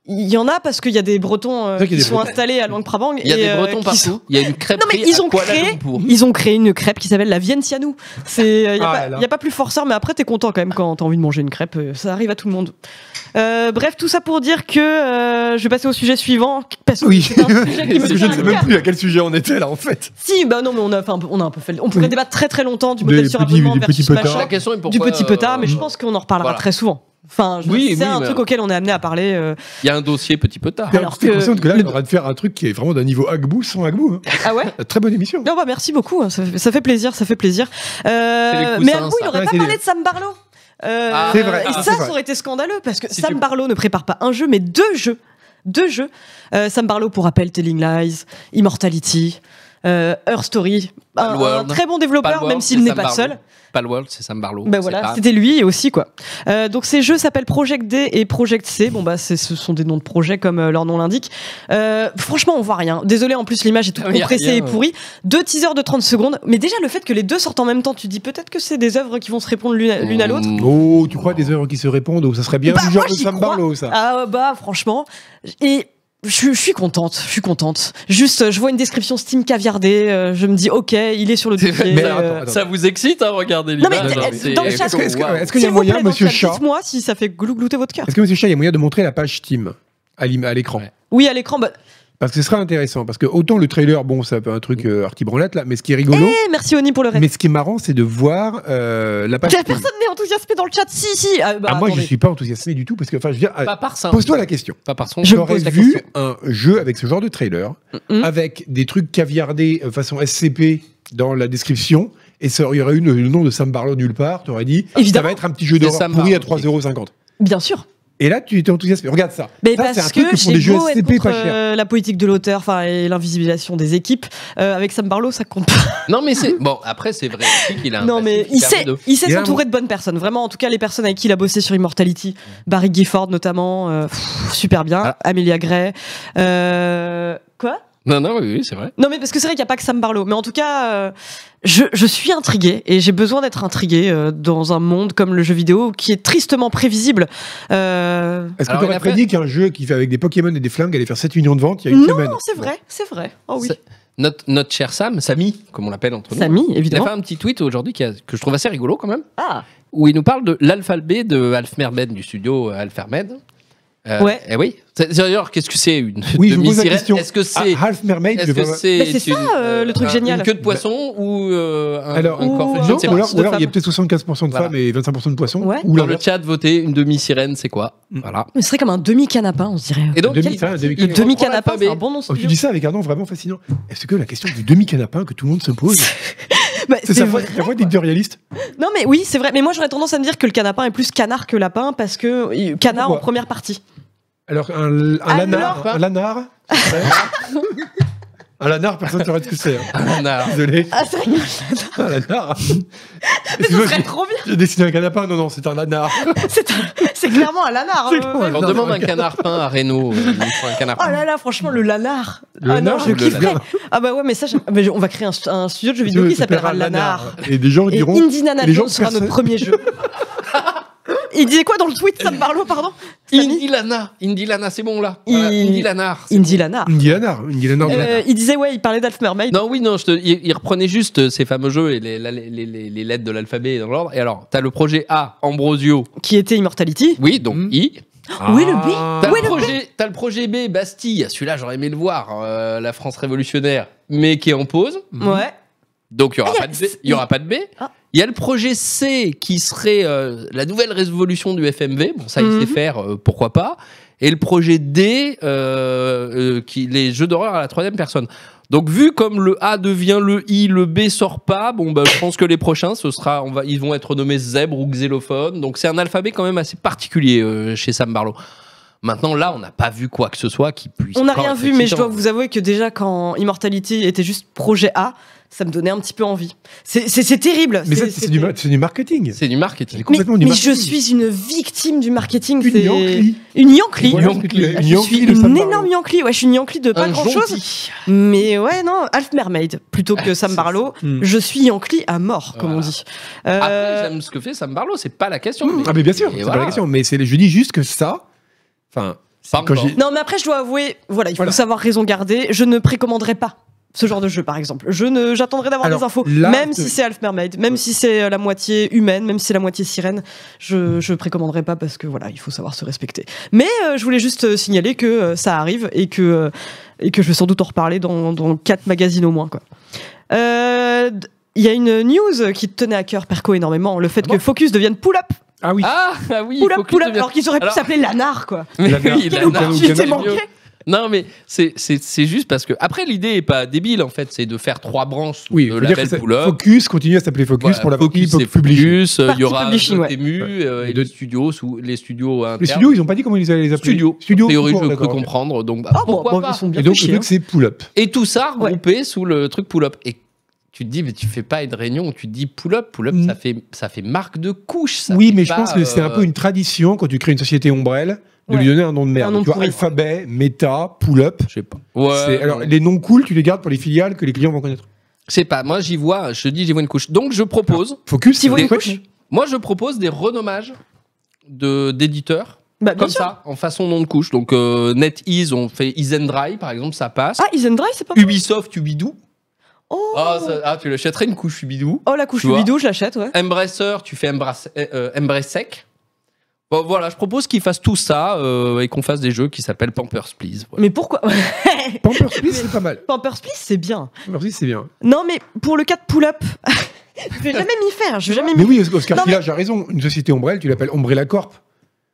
Il y en a parce qu'il y a des Bretons euh,
C'est vrai qu'il y
qui
a des
sont
Bretons.
installés à Luang Prabang.
Il y a
et,
des
euh,
Bretons
qui
partout.
sont-
Il y a une crêpe.
Non, mais ils ont créé- Ils ont créé une crêpe qui s'appelle la Vienne Sianou. C'est, euh, y a,
Ah
pas-
là là.
y a pas plus forceur, mais après t'es content quand même quand t'as envie de manger une crêpe. euh, Ça arrive à tout le monde. Euh, bref, tout ça pour dire que euh, je vais passer au sujet suivant. Parce que
Oui.
c'est un sujet qui me
Parce que je
tient
ne
à
sais
cœur.
même plus à quel sujet on était là en fait.
Si, bah non, mais on a, enfin, on a un peu fait. le- On pourrait
Oui.
débattre très très longtemps du
Des
modèle sur
petits-
abonnement
des
versus
petits
machin,
potards.
La question est
du
pourquoi.
petit
euh,
petard, mais je pense qu'on en reparlera
voilà.
très souvent. Enfin, je-
Oui,
c'est
oui,
un
mais-
truc auquel on est amené à parler. euh.
Il y a un dossier petit petard.
Alors
Alors que,
que-
conscient que là,
le-
on aura de faire un truc qui est vraiment d'un niveau Agbou sans Agbou. hein.
Ah ouais.
Très bonne émission.
Non, bah merci beaucoup, hein, ça fait, ça fait plaisir, ça fait plaisir. Euh,
C'est les coussins,
mais Albou, il
ça.
aurait
Ouais,
pas
c'est
parlé
les-
de Sam Barlow. Euh,
Ah, c'est
vrai,
Et
ah,
ça,
c'est vrai.
ça aurait été scandaleux parce que
Si
Sam
tu-
Barlow ne prépare pas un jeu, mais deux jeux. Deux jeux. Euh, Sam Barlow, pour rappel, Telling Lies, Immortality, euh, Her Story. Un,
Palworld.
un très bon développeur,
Palworld,
même
c'est
s'il n'est
Sam
pas
Barlow.
seul.
Palworld, c'est Sam Barlow.
Ben
c'est
voilà,
pas-
c'était lui aussi quoi. Euh, donc ces jeux s'appellent Project D et Project C. Bon bah c'est- ce sont des noms de projets comme euh, leur nom l'indique. Euh, franchement on voit rien. Désolé en plus l'image est toute
Ah oui, y a
compressée
rien,
et
ouais.
pourrie. Deux teasers de 30 secondes, mais déjà le fait que les deux sortent en même temps, tu te dis peut-être que c'est des œuvres qui vont se répondre l'une à- l'une à l'autre.
Mmh.
Oh, tu crois des œuvres qui se répondent oh, Ça serait bien
Bah,
du genre
moi,
de
j'y
Sam
crois.
Barlow, ça.
Ah bah franchement et je je suis contente, je suis contente. Juste, euh, je vois une description Steam caviardée, euh, je me dis ok, il est sur le
C'est-
dossier.
mais
euh,
attends, attends.
Ça vous excite, hein, regardez
Non, mais
l'image,
t'es-
hein,
dans
c'est-
le chat-
Est-ce que- est-ce que-
Wow.
est-ce qu'il y a
s'il vous
moyen,
plaît, dans le
monsieur
chat,
Chat
Dites-moi si ça fait glouglouter votre cœur.
Est-ce que monsieur Chat, il y a moyen de montrer la page Steam à l'im- à l'écran
Ouais.
Oui, à l'écran, bah,
Parce que ce serait intéressant. Parce que autant le trailer, bon, c'est un peu un truc euh, artibranlette, là, mais ce qui est rigolo,
eh, merci Oni pour le reste.
mais ce qui est marrant, c'est de voir euh, la page.
Tiens,
Steam.
Personne n'est enthousiasmé dans le chat. Si, si. Ah, bah,
Ah, moi, je
attendez.
suis pas enthousiasmé du tout. Parce que, enfin, je veux dire, euh,
Pas par ça. hein.
pose-toi la question.
Pas par son.
Je- me
J'aurais
pose la
vu
question.
un jeu avec ce genre de trailer,
Mhm.
avec des trucs caviardés euh, façon SCP dans la description, et ça il y aurait eu le, le nom de Sam Barlow nulle part, t'aurais dit,
Évidemment.
ça va être un petit jeu
C'est
d'horreur
Sam
pourri à
Barlow,
3,50€.
Bien sûr.
Et là, tu étais enthousiasmé. Regarde ça.
Mais
Ça, c'est un
parce
truc
que
que font
j'ai
des jeux
beau être
SCP
contre
pas chers.
euh, la politique de l'auteur enfin, et l'invisibilisation des équipes, euh, avec Sam Barlow, ça compte pas.
Non, mais c'est. Bon, après, c'est vrai aussi qu'il a un.
non, mais
passif
il
hyper
sait
hideux.
il sait
Il y a un
s'entourer de bonnes personnes. Vraiment, en tout cas, les personnes avec qui il a bossé sur Immortality. Barry Gifford, notamment. euh, pff, super bien.
Ah.
Amelia Gray. Euh, quoi
Non, non, oui, oui, c'est vrai.
Non, mais parce que c'est vrai qu'il n'y a pas que Sam Barlow. Mais en tout cas, euh, je, je suis intriguée et j'ai besoin d'être intriguée euh, dans un monde comme le jeu vidéo qui est tristement prévisible. Euh,
Est-ce que
Alors,
tu
il a
aurais prédit qu'un jeu qui fait avec des Pokémon et des flingues allait faire 7 millions de ventes il y a une
Non,
semaine
c'est vrai, c'est vrai. Oh oui.
C'est- Notre, notre cher Sam, Samy, comme on l'appelle entre nous.
Samy,
Il a fait
évidemment.
un petit tweet aujourd'hui qui a- que je trouve assez rigolo quand même,
Ah,
où il nous parle de l'alphabet de Alf Mermed, du studio euh, Alf Mermed, Euh,
Ouais.
eh oui. C'est- D'ailleurs, qu'est-ce que c'est une
Oui, je vous pose la
demi-sirène
question.
Est-ce que
Ah,
c'est
Half Mermaid,
est-ce
je
que
vois-
c'est
Mais c'est
une-
ça, euh, le truc
un-
génial.
Une queue de poisson ou euh, un,
Alors,
un corps
ou-
féminin
Non,
Je sais
ou
pas,
alors,
de
ou alors il y a
femmes.
peut-être 75% de
Voilà.
femmes et 25% de poissons.
Ouais.
Ou
Dans le
l'inverse.
chat, votez une demi-sirène, c'est quoi
Mm.
Voilà.
Mais ce serait comme un demi-canapin, on se dirait.
Et donc,
Demi-
il-
ça, un demi-
il-
Le demi-canapin,
reprend
c'est
l'alphabet.
un bon nom.
Oh, tu dis ça avec un nom vraiment fascinant. Est-ce que la question du demi-canapin que tout le monde se pose,
Bah,
c'est
c'est
sa voix
vrai.
la voix d'éditorialiste
Non, mais oui, c'est vrai. Mais moi, j'aurais tendance à me dire que le canapin est plus canard que lapin parce que euh, canard
Pourquoi
en première partie.
Alors, un, un
Alors
lanard. Un lanard c'est vrai Un lanard, personne ne saurait ce que c'est. hein.
On a-
Désolé.
Ah, c'est
Un lanard
ce
Excuse-moi,
serait Ah,
j'ai-
trop bien.
j'ai dessiné un canapin. Non, non, c'est un lanard.
C'est un- c'est clairement un lanard.
C'est
euh,
clairement
ouais.
un
On
Non,
demande
non,
un canard peint à Renault. euh, il faut un canard
Oh
peint.
là là, franchement, le lanard.
Le
ah non,
lanard,
je
le
kifferais.
lanard.
Ah bah ouais, mais ça, j'aime- mais on va créer un, un studio de jeux vidéo qui s'appellera Lanard.
Et des gens
Et
diront.
Indiana
les gens
Jones sera
personne-
notre premier jeu. Il disait quoi dans le tweet, Sam Barlow, pardon Samy
Indy Lana, Indy Lana, c'est bon là. Voilà,
Il-
Indy Lanar.
Indy Lanard.
Une lanard. Une lanard de
Euh,
lanard.
il disait, ouais, il parlait d'Alf Mermaid.
Non, oui, non, je te- il, il reprenait juste euh, ces fameux jeux et les, la- les- les- les- les lettres de l'alphabet dans l'ordre. Et alors, t'as le projet A, Ambrosio,
qui était Immortality.
oui, donc
Mm.
I.
Oui, le B.
Ah.
T'as
Ouais, le
Mhm. Ah. le, projet, t'as le projet B, Bastille, Ah, celui-là j'aurais aimé le voir, euh, la France révolutionnaire, mais qui est en pause,
Mm-hmm.
Ouais.
donc il y aura
Ah, il y a-
pas de B- il y aura pas de B.
Ah.
Il y a le projet C qui serait euh, la nouvelle révolution du FMV, bon ça il sait
Mhm.
faire, euh, pourquoi pas, et le projet D, euh, euh, qui, les jeux d'horreur à la troisième personne. Donc vu comme le A devient le I, le B sort pas, bon bah, je pense que les prochains ce sera, on va, ils vont être nommés zèbre ou xélophone. Donc c'est un alphabet quand même assez particulier euh, chez Sam Barlow. Maintenant là, on n'a pas vu quoi que ce soit qui puisse.
On n'a
encore
rien
être
vu, mais je
excitant.
dois vous avouer que déjà, quand Immortality était juste projet A, ça me donnait un petit peu envie. C'est- C'est c'est terrible.
Mais ça, c'est du, ma- c'est du marketing.
C'est du marketing.
Mais,
complètement du
mais je
marketing.
suis une victime du marketing.
Une
c'est-
Yankee.
Une Yankli.
Voilà
Yankee.
ce que tu es.
Je suis
Yankee de Sam
une
Barlow.
énorme Yankli. Ouais, je suis une Yankli de pas
Un
grand chose.
jonquille.
Mais ouais, non, Alf Mermaid plutôt que Sam
c'est
Barlow.
ça. Mm.
Je suis Yankli à mort, comme
Voilà.
on dit. Euh,
Après, j'aime ce que fait Sam Barlow, c'est pas la question.
Ah, mais bien sûr,
Et
c'est
voilà.
pas la question. Mais c'est- je dis juste que ça. Enfin,
Pas
quand
encore.
j'ai-
Non, mais après, je dois avouer, voilà, il faut
Voilà.
savoir raison garder. Je ne précommanderai pas ce genre de jeu, par exemple. Je ne, j'attendrai d'avoir
Alors,
des infos,
là,
même
c'est-
si c'est Half Mermaid, même si c'est euh, la moitié humaine, même si c'est la moitié sirène. Je, je précommanderai pas parce que voilà, il faut savoir se respecter. Mais euh, je voulais juste euh, signaler que euh, ça arrive et que euh, et que je vais sans doute en reparler dans dans quatre magazines au moins, quoi. Euh, d- il y a une news qui te tenait à cœur, Perco, énormément. Le fait
Ah bon
que Focus devienne Pull-Up.
Ah oui.
Ah, ah oui,
Pull-Up,
faut
Pull-Up,
que tu deviennes-
alors qu'ils auraient pu
Alors-
s'appeler Lanar, quoi.
Mais
La
oui,
merde.
la
Quelle
nana,
opportunité
c'est
manquée.
mieux. Non, mais c'est- c'est c'est juste parce que. Après, l'idée est pas débile, en fait. C'est de faire trois branches
Oui,
de
faut dire que
label
ça-
pull-up.
Focus continue à s'appeler Focus
Voilà,
pour la
Focus,
partie
c'est
publiée.
Focus, euh, Il y
Partie
aura
publishing, ouais.
Dotemu, euh, et
Et de-
les studios, sous, les studios internes.
Les studios, ils ont pas dit comment ils allaient les appeler.
Studio.
Studio.
En théorie,
tout court,
je peux
d'accord.
comprendre. Donc, bah,
Ah bon,
pourquoi
bon,
pas
ils sont bien
Et donc,
fait
le
chier, hein.
truc, c'est pull-up.
Et tout ça
Ouais.
regroupé sous le truc pull-up. Et tu te dis, mais tu fais pas une réunion où tu te dis pull-up, pull-up,
Mm.
ça, fait, ça fait marque de couche. ça
Oui,
fait
mais je
pas,
pense que c'est un
euh,
peu une tradition quand tu crées une société ombrelle de
Ouais.
lui donner un nom de
Un
merde.
nom
tu vois,
pourri.
alphabet, méta, pull-up.
Je sais pas. Ouais.
C'est- alors, les noms cool, tu les gardes pour les filiales que les clients vont connaître.
Je sais pas, moi j'y vois, je te dis j'y vois une couche. Donc je propose,
Focus,
Si vous
c'est
voulez
quoi
couche.
moi je propose des renommages de d'éditeurs
Bah, bien
comme
sûr.
ça en façon nom de couche. Donc euh, NetEase, on fait Isendry par exemple, ça passe.
Ah, Isendry, c'est pas
Ubisoft, Ubidou.
Oh,
Ah, ça- ah, tu l'achèterais une couche Ubidou.
oh la couche
Tu vois.
vidéo, je l'achète, ouais.
Embracer, tu fais Embrace, euh, euh, Embracec. Bon, voilà, je propose qu'ils fassent tout ça euh, et qu'on fasse des jeux qui s'appellent Pampers Please. Voilà.
Mais pourquoi
Pampers Please, c'est pas mal.
Pampers Please, c'est bien.
Pampers Please, c'est bien.
Non, mais pour le cas de pull-up, je vais jamais m'y faire. Je vais jamais
Mais
m'y.
oui, Oscar
Non, mais-
Village a raison. Une société ombrelle, tu l'appelles Ombrella Corp.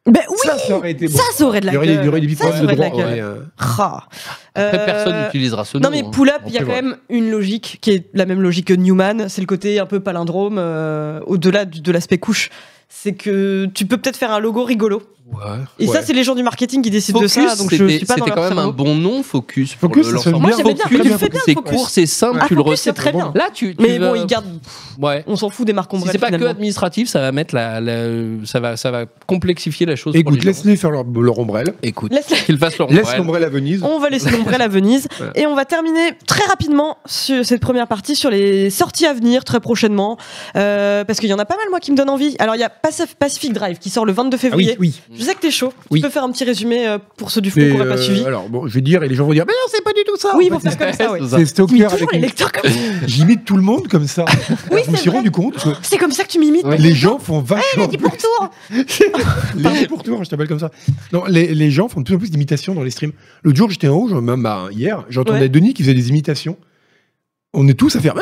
Ben oui,
Ça, ça aurait été bon.
ça, ça aurait de
Il
la
y aurait,
gueule.
il y aurait des petits
Ça, ça
problèmes de
aurait de la
droit.
gueule.
ouais, euh.
Rah.
Après,
Euh,
personne n'utilisera ce
Non
nom.
mais
hein.
pull-up,
On
il y a
fait
quand
voir.
même une logique qui est la même logique que Newman, c'est le côté un peu palindrome euh, au-delà du- de l'aspect couche. C'est que tu peux peut-être faire un logo rigolo.
Ouais.
Et
Ouais.
ça, c'est les gens du marketing qui décident
Focus,
de ça, donc je
c'était-
suis pas dans
c'était
leur
quand même un
cerveau.
bon nom, Focus. pour
Focus,
le-
ça sonne
l'enfocus.
bien.
Moi, j'aimais bien,
Focus,
tu le fais bien,
C'est
Focus.
court, c'est simple,
Ah,
tu le
Focus, c'est
ressens.
très bien.
Là, tu, tu
Mais bon,
vas-
ils gardent.
Ouais.
On s'en fout des marques
Si
ombrelles.
c'est pas que
finalement.
administratif, ça va mettre la, la- ça va, ça va complexifier la chose. pour
Écoute,
les gens.
laisse-les faire leur, leur ombrelle.
Écoute,
Laisse-la-
qu'ils fassent leur
Laisse
Noël.
l'ombrelle à Venise.
On va laisser l'ombrelle à Venise
Voilà.
et on va terminer très rapidement sur cette première partie sur les sorties à venir très prochainement euh, parce qu'il y en a pas mal moi qui me donnent envie. Alors il y a Pacif- Pacific Drive qui sort le 22
Ah oui,
février.
oui.
Je sais que t'es chaud.
Oui.
Tu peux faire un petit résumé euh, pour ceux du fond qui n'auraient
euh,
pas suivi.
alors, bon, je vais dire, et les gens vont dire, mais non, c'est pas du tout ça.
oui, ils
En
vont
fait,
faire comme ça, ouais.
c'est
c'est Stalker
Mais toujours
avec
les
une-
lecteurs comme ça.
J'imite tout le monde comme ça.
Oui,
je me
c'est
suis
vrai.
rendu compte que
C'est comme ça que tu m'imites.
Ouais.
les gens font vachement
Petit pourtour.
Les pourtours, je t'appelle comme ça. Non, les, les gens font de plus en plus d'imitations dans les streams. L'autre jour, j'étais en haut, genre, même bah, hier, j'entendais
Ouais.
Denis qui faisait des imitations. On est tous à faire.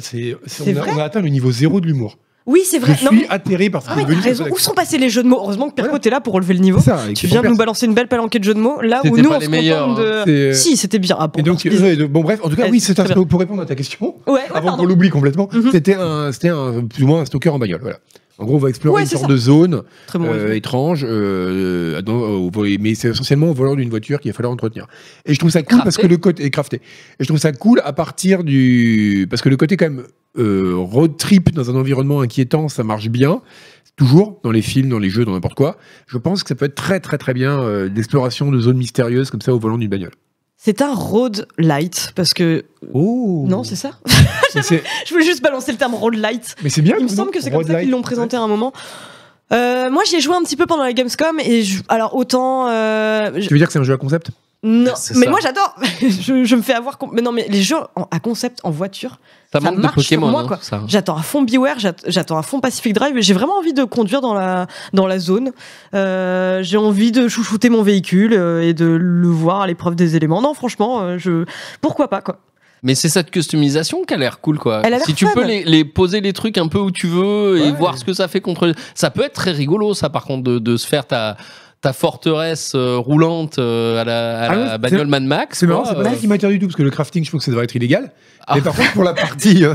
C'est, c'est-
C'est
on, a,
vrai
on a atteint le niveau zéro de l'humour.
Oui, c'est vrai.
Je
Non,
suis
mais-
atterré par ce
Ah
qui
ouais,
est
t'as
devenu.
raison.
cette-
Où sont passés les jeux de mots Heureusement que Pierrot
Voilà.
t'es là pour relever le niveau.
C'est ça, avec
Tu
son
viens de nous
perso.
balancer une belle palanquée de jeux de mots là où
C'était
nous
pas
on
les
se
meilleurs,
contente de.
hein. C'est- euh,
Si, c'était bien. Ah, bon,
Et donc,
bisous.
euh, bon, bref, en tout cas,
Eh,
oui, c'est un
très
stalker. Pour répondre à ta question,
Ouais, ouais,
avant
pardon.
qu'on l'oublie complètement,
Mhm.
c'était, un, c'était un, plus ou moins un stalker en bagnole. Voilà. En gros, on va explorer
Ouais,
une
c'est
sorte
ça.
de zone
Très bon.
euh,
résumé.
étrange, euh, dans- au vol- mais c'est essentiellement au volant d'une voiture qu'il va falloir entretenir. Et je trouve ça cool parce
Crafté.
que le côté est crafté. Et je trouve ça cool à partir du parce que le côté quand même euh, road trip dans un environnement inquiétant, ça marche bien. Toujours dans les films, dans les jeux, dans n'importe quoi. Je pense que ça peut être très très très bien euh, l'exploration de zones mystérieuses comme ça au volant d'une bagnole.
C'est un road light parce que
Oh
non, c'est ça.
Mais c'est-
Je voulais juste balancer le terme road light.
mais c'est bien.
Il me
non
semble que c'est
Road
comme ça qu'ils
Light.
l'ont présenté à un moment. Euh, moi, j'y ai joué un petit peu pendant la Gamescom et je- alors autant euh, je-
Tu veux dire que c'est un jeu à concept
non,
C'est
mais
ça.
moi j'adore. je, je me fais avoir. com- Mais non, mais les jeux en- à concept en voiture,
Ça,
Ça
manque de
marche sur
Pokémon,
moi,
hein,
quoi.
ça.
j'attends à fond Beware, j'at- j'attends à fond Pacific Drive. et J'ai vraiment envie de conduire dans la dans la zone. Euh, J'ai envie de chouchouter mon véhicule euh, et de le voir à l'épreuve des éléments. Non, franchement, euh, je pourquoi pas quoi.
Mais c'est cette customisation qui a l'air cool, quoi.
Elle a l'air
si tu
fun.
peux les, les poser les trucs un peu où tu veux et
Ouais.
voir ce que ça fait contre. Ça peut être très rigolo, ça, par contre, de, de se faire ta, ta forteresse euh, roulante euh, à la, à
Ah
la
ouais, c'est-
bagnole Mad Max.
C'est marrant,
quoi,
c'est pas
euh,
ça qui m'attire du tout parce que le crafting, je trouve que ça devrait être illégal.
Ah.
Mais par contre, pour la partie, euh,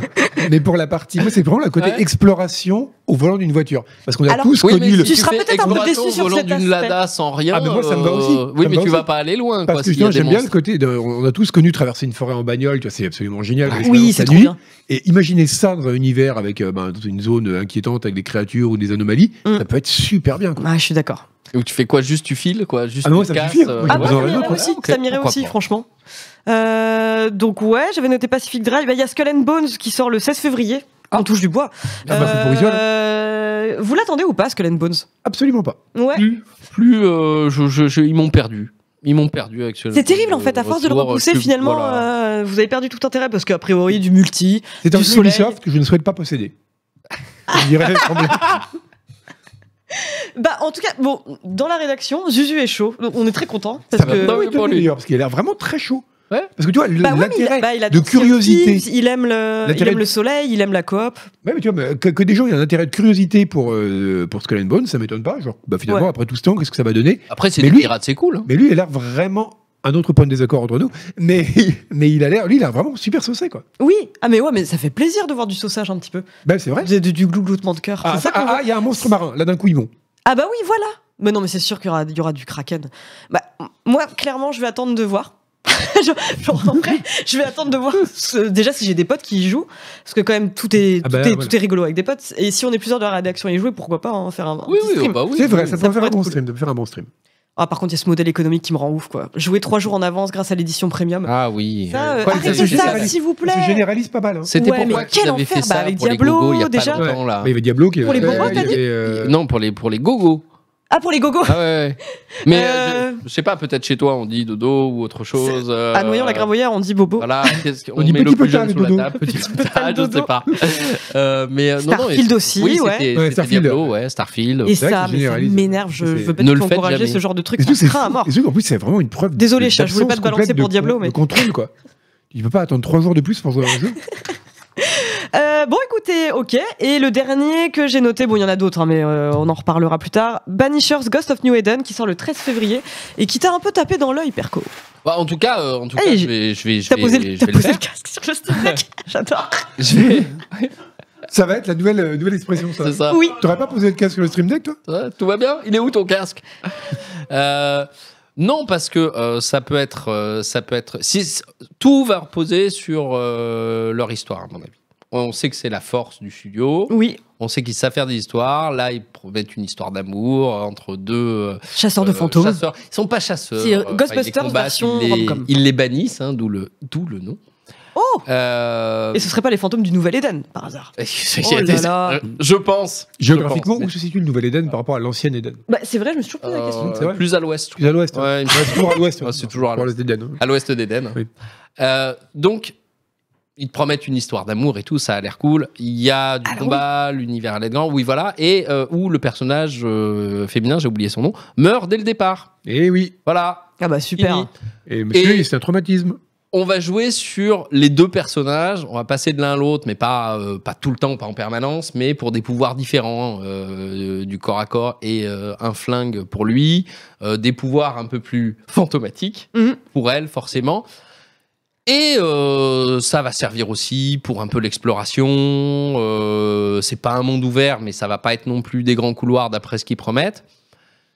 mais pour la partie, moi, c'est vraiment le côté
Ouais.
exploration au volant d'une voiture, parce qu'on a
Alors-
tous
Oui, mais
connu le.
si
Tu seras
fais
peut-être un peu
exploration
déçu sur
au volant
cet
d'une
aspect.
Lada sans rien.
Ah, mais moi, ça me va
euh,
aussi.
Oui,
Ça me
mais
va
tu vas
aussi.
pas aller loin,
Parce
quoi.
que
s'il y
justement,
a des
j'aime bien le
monstres.
côté. De, on a tous connu traverser une forêt en bagnole, tu vois, Ah, c'est absolument génial. comme
Ah Oui,
expérience
c'est
la
trop
nuit.
bien.
Et imaginer ça dans un univers avec euh, ben, une zone inquiétante avec des créatures ou des anomalies,
Mm.
ça peut être super bien. Quoi.
Ah, je suis d'accord.
Ou tu fais quoi Juste tu files, quoi. Juste
Ah, mais moi,
tu
ça me
casses.
suffit.
euh,
Moi,
Ah
Vous
bah,
en
ça
avez
m'irait
rien, quoi.
aussi,
Ok,
ça m'irait
pourquoi
aussi,
pas.
franchement. Euh, donc ouais, j'avais noté Pacific Drive. Bah, Il y a Skull and Bones qui sort le 16 février. On touche du bois.
Ah bah, c'est pour Isol.
Euh, vous l'attendez ou pas, Skull and Bones
Absolument pas.
Ouais.
plus, plus euh, je, je- je- ils m'ont perdu. Ils m'ont perdu actuellement.
C'est terrible en fait, à force de le repousser, finalement, euh, vous avez perdu tout intérêt parce qu'a priori, du multi.
C'est un
Du
jeu
soleil.
Ubisoft que je ne souhaite pas posséder. Je dirais, semble-
Bah, en tout cas, bon, dans la rédaction, Zuzu est chaud. Donc, On est très content. Parce
ça va
que.
pas
oui,
m'étonner,
pour lui.
d'ailleurs, parce qu'il a l'air vraiment très chaud.
Ouais.
Parce que tu vois, l-
Bah ouais, mais il a-
l'intérêt
bah, il a
de
tout ce qu'il
curiosité.
kiffe, Il aime le, il
L'intérêt
aime
de-
le soleil, il aime la coop.
Ouais, mais tu vois, mais que, que des gens aient un intérêt de curiosité pour, euh, pour Skull and Bones, ça m'étonne pas. Genre, bah finalement,
Ouais.
après tout ce temps, qu'est-ce que ça va donner
Après, c'est
Mais
des
lui-
pirates, c'est cool. hein.
Mais lui, il a l'air vraiment. Un autre point de désaccord entre nous, mais, mais il a l'air, lui, il a l'air vraiment super saucé, quoi.
Oui. Ah, mais ouais, mais ça fait plaisir de voir du saussage un petit peu.
Bah, c'est vrai.
Du, du- du glougloutement de cœur.
Ah,
C'est ça
ah,
qu'on voit.
ah, il y a un monstre marin, là d'un coup, ils vont.
Ah bah oui, voilà. Mais non, mais c'est sûr qu'il y aura, il y aura du kraken. Bah, m- moi, clairement, je vais attendre de voir. je, genre, en vrai, je vais attendre de voir ce- déjà si j'ai des potes qui y jouent. Parce que quand même, tout est,
Ah
tout
bah,
est,
voilà.
tout est rigolo avec des potes. Et si on est plusieurs de la rédaction à y jouer, pourquoi pas en faire un, un
Oui,
petit
oui,
stream.
bah oui.
c'est vrai,
oui.
ça,
ça
peut
pourrait
faire un
être
bon
cool.
stream, ça peut faire un bon stream.
Ah, par contre, il y a ce modèle économique qui me rend ouf, quoi. Jouer trois jours en avance grâce à l'édition premium.
Ah oui.
ça, euh,
pas les
arrêtez
associer,
ça,
c'est-
s'il vous
Ça se
plaît.
généralise pas mal. Hein.
C'était
Ouais,
pourquoi
mais
qu'ils
quel
avaient
enfer,
fait ça
bah, avec
pour les
Diablo,
gogos il y a
déjà.
pas longtemps là.
Mais il y avait Diablo qui
Ah. Pour les
avait-
bobos,
il y
t'as dit
avait, euh,
Non, pour les pour les gogos.
Ah, pour les gogos.
Ah ouais, ouais. Mais
Euh,
euh, je, je sais pas, peut-être chez toi on dit dodo ou autre chose. euh,
À Noyon, la Gravoyère, on dit bobo.
Voilà, qu'est-ce qu'on
On dit
met le
petit
plus
pétard,
jeune
le
sous la
dodo.
table, petit
Petit
pétard,
pétard,
je sais
dodo.
pas. Euh, mais euh, non, non,
Starfield
et-
aussi,
oui,
ouais.
Ouais,
c'était- c'était
Starfield.
Diablo, ouais, Starfield.
Et
C'est vrai
ça,
que
mais ça
généralise.
m'énerve. Je
C'est-
veux pas
Ne
du
le
tout
faites
encourager
jamais.
ce genre de truc.
Et
Ça
surtout, c'est
craint à
fou.
mort.
Et surtout, en plus, c'est vraiment une preuve. de-
Désolé,
de
chat, je voulais pas te
l'absence complète
balancer pour
de-
Diablo,
de
mais-
contrôle, quoi. Tu peux pas attendre trois jours de plus pour jouer à un jeu.
Euh, bon, écoutez, ok. Et le dernier que j'ai noté, bon, il y en a d'autres, hein, mais euh, on en reparlera plus tard. Banishers Ghost of New Eden, qui sort le 13 février et qui t'a un peu tapé dans l'œil, Perco.
Bah, en tout cas, euh, en tout
Allez,
cas, je
j'ai-
vais, je vais, je
T'as
vais,
posé,
je
le,
vais
t'as
le
posé
faire.
le casque sur le Steam Deck. J'adore.
Je vais-
Ça va être la nouvelle, euh, nouvelle expression, ça.
C'est ça.
Oui.
T'aurais pas posé le casque sur le stream deck, toi
Ouais, Tout va bien Il est où ton casque Euh, Non, parce que euh, ça peut être, euh, ça peut être. Si, tout va reposer sur euh, leur histoire, à mon avis. On sait que c'est la force du studio.
Oui,
On sait qu'ils savent faire des histoires. Là, ils promettent une histoire d'amour entre deux. euh,
chasseur de
euh,
fantômes.
chasseurs. Ils sont pas chasseurs.
C'est, euh,
Enfin, ils les
Ghostbusters
combattent,
version
ils les,
rom-com.
ils les bannissent, hein, d'où le, d'où le nom.
Oh
Euh,
Et ce serait pas les fantômes du Nouvel Éden, par hasard
il y a
Oh là
des-
là.
euh, Je pense.
Géographiquement,
je pense.
où se situe le nouvel Éden par rapport à l'ancien Éden
Bah, c'est vrai, je me suis toujours posé la question.
Euh,
c'est vrai.
plus à l'ouest.
Plus à l'ouest. hein.
Ouais, il me semble.
Ouais, c'est toujours à l'ouest.
Ah, c'est toujours à
l'ouest d'Éden. hein.
à l'ouest d'Éden.
Oui.
Euh, donc, ils te promettent une histoire d'amour et tout, ça a l'air cool. Il y a du
Alors
combat, l'univers à l'aide-grand, oui, voilà, et euh, où le personnage euh, féminin, j'ai oublié son nom, meurt dès le départ.
Et Eh oui.
Voilà.
Ah bah super.
Fini.
Et monsieur,
Et-
c'est un traumatisme.
On va jouer sur les deux personnages, on va passer de l'un à l'autre, mais pas, euh, pas tout le temps, pas en permanence, mais pour des pouvoirs différents, euh, du corps à corps et euh, un flingue pour lui, euh, des pouvoirs un peu plus fantomatiques.
Mhm.
pour elle, forcément. Et euh, ça va servir aussi pour un peu l'exploration. euh, c'est pas un monde ouvert, mais ça va pas être non plus des grands couloirs d'après ce qu'ils promettent.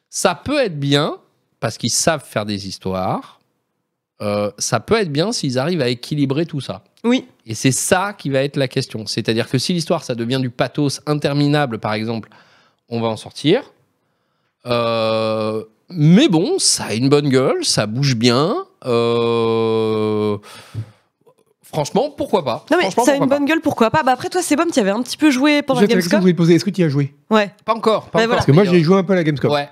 Ça peut être bien parce qu'ils savent faire des histoires. Euh, ça peut être bien s'ils arrivent à équilibrer tout ça.
Oui.
Et c'est ça qui va être la question. C'est-à-dire que si l'histoire, ça devient du pathos interminable, par exemple, on va en sortir. Euh, mais bon, ça a une bonne gueule, ça bouge bien. euh, Franchement, pourquoi pas
Non mais
Franchement,
ça a
pourquoi
une
pas.
bonne gueule, pourquoi pas Bah après toi, c'est bon, tu avais un petit peu joué pendant la
Juste avec ça, je
Gamescom.
voulais te poser. Est-ce que tu y as joué
Ouais.
Pas encore. Pas
Ouais,
encore,
voilà.
Parce que moi,
mais,
j'ai joué un peu à la Gamescom.
Ouais.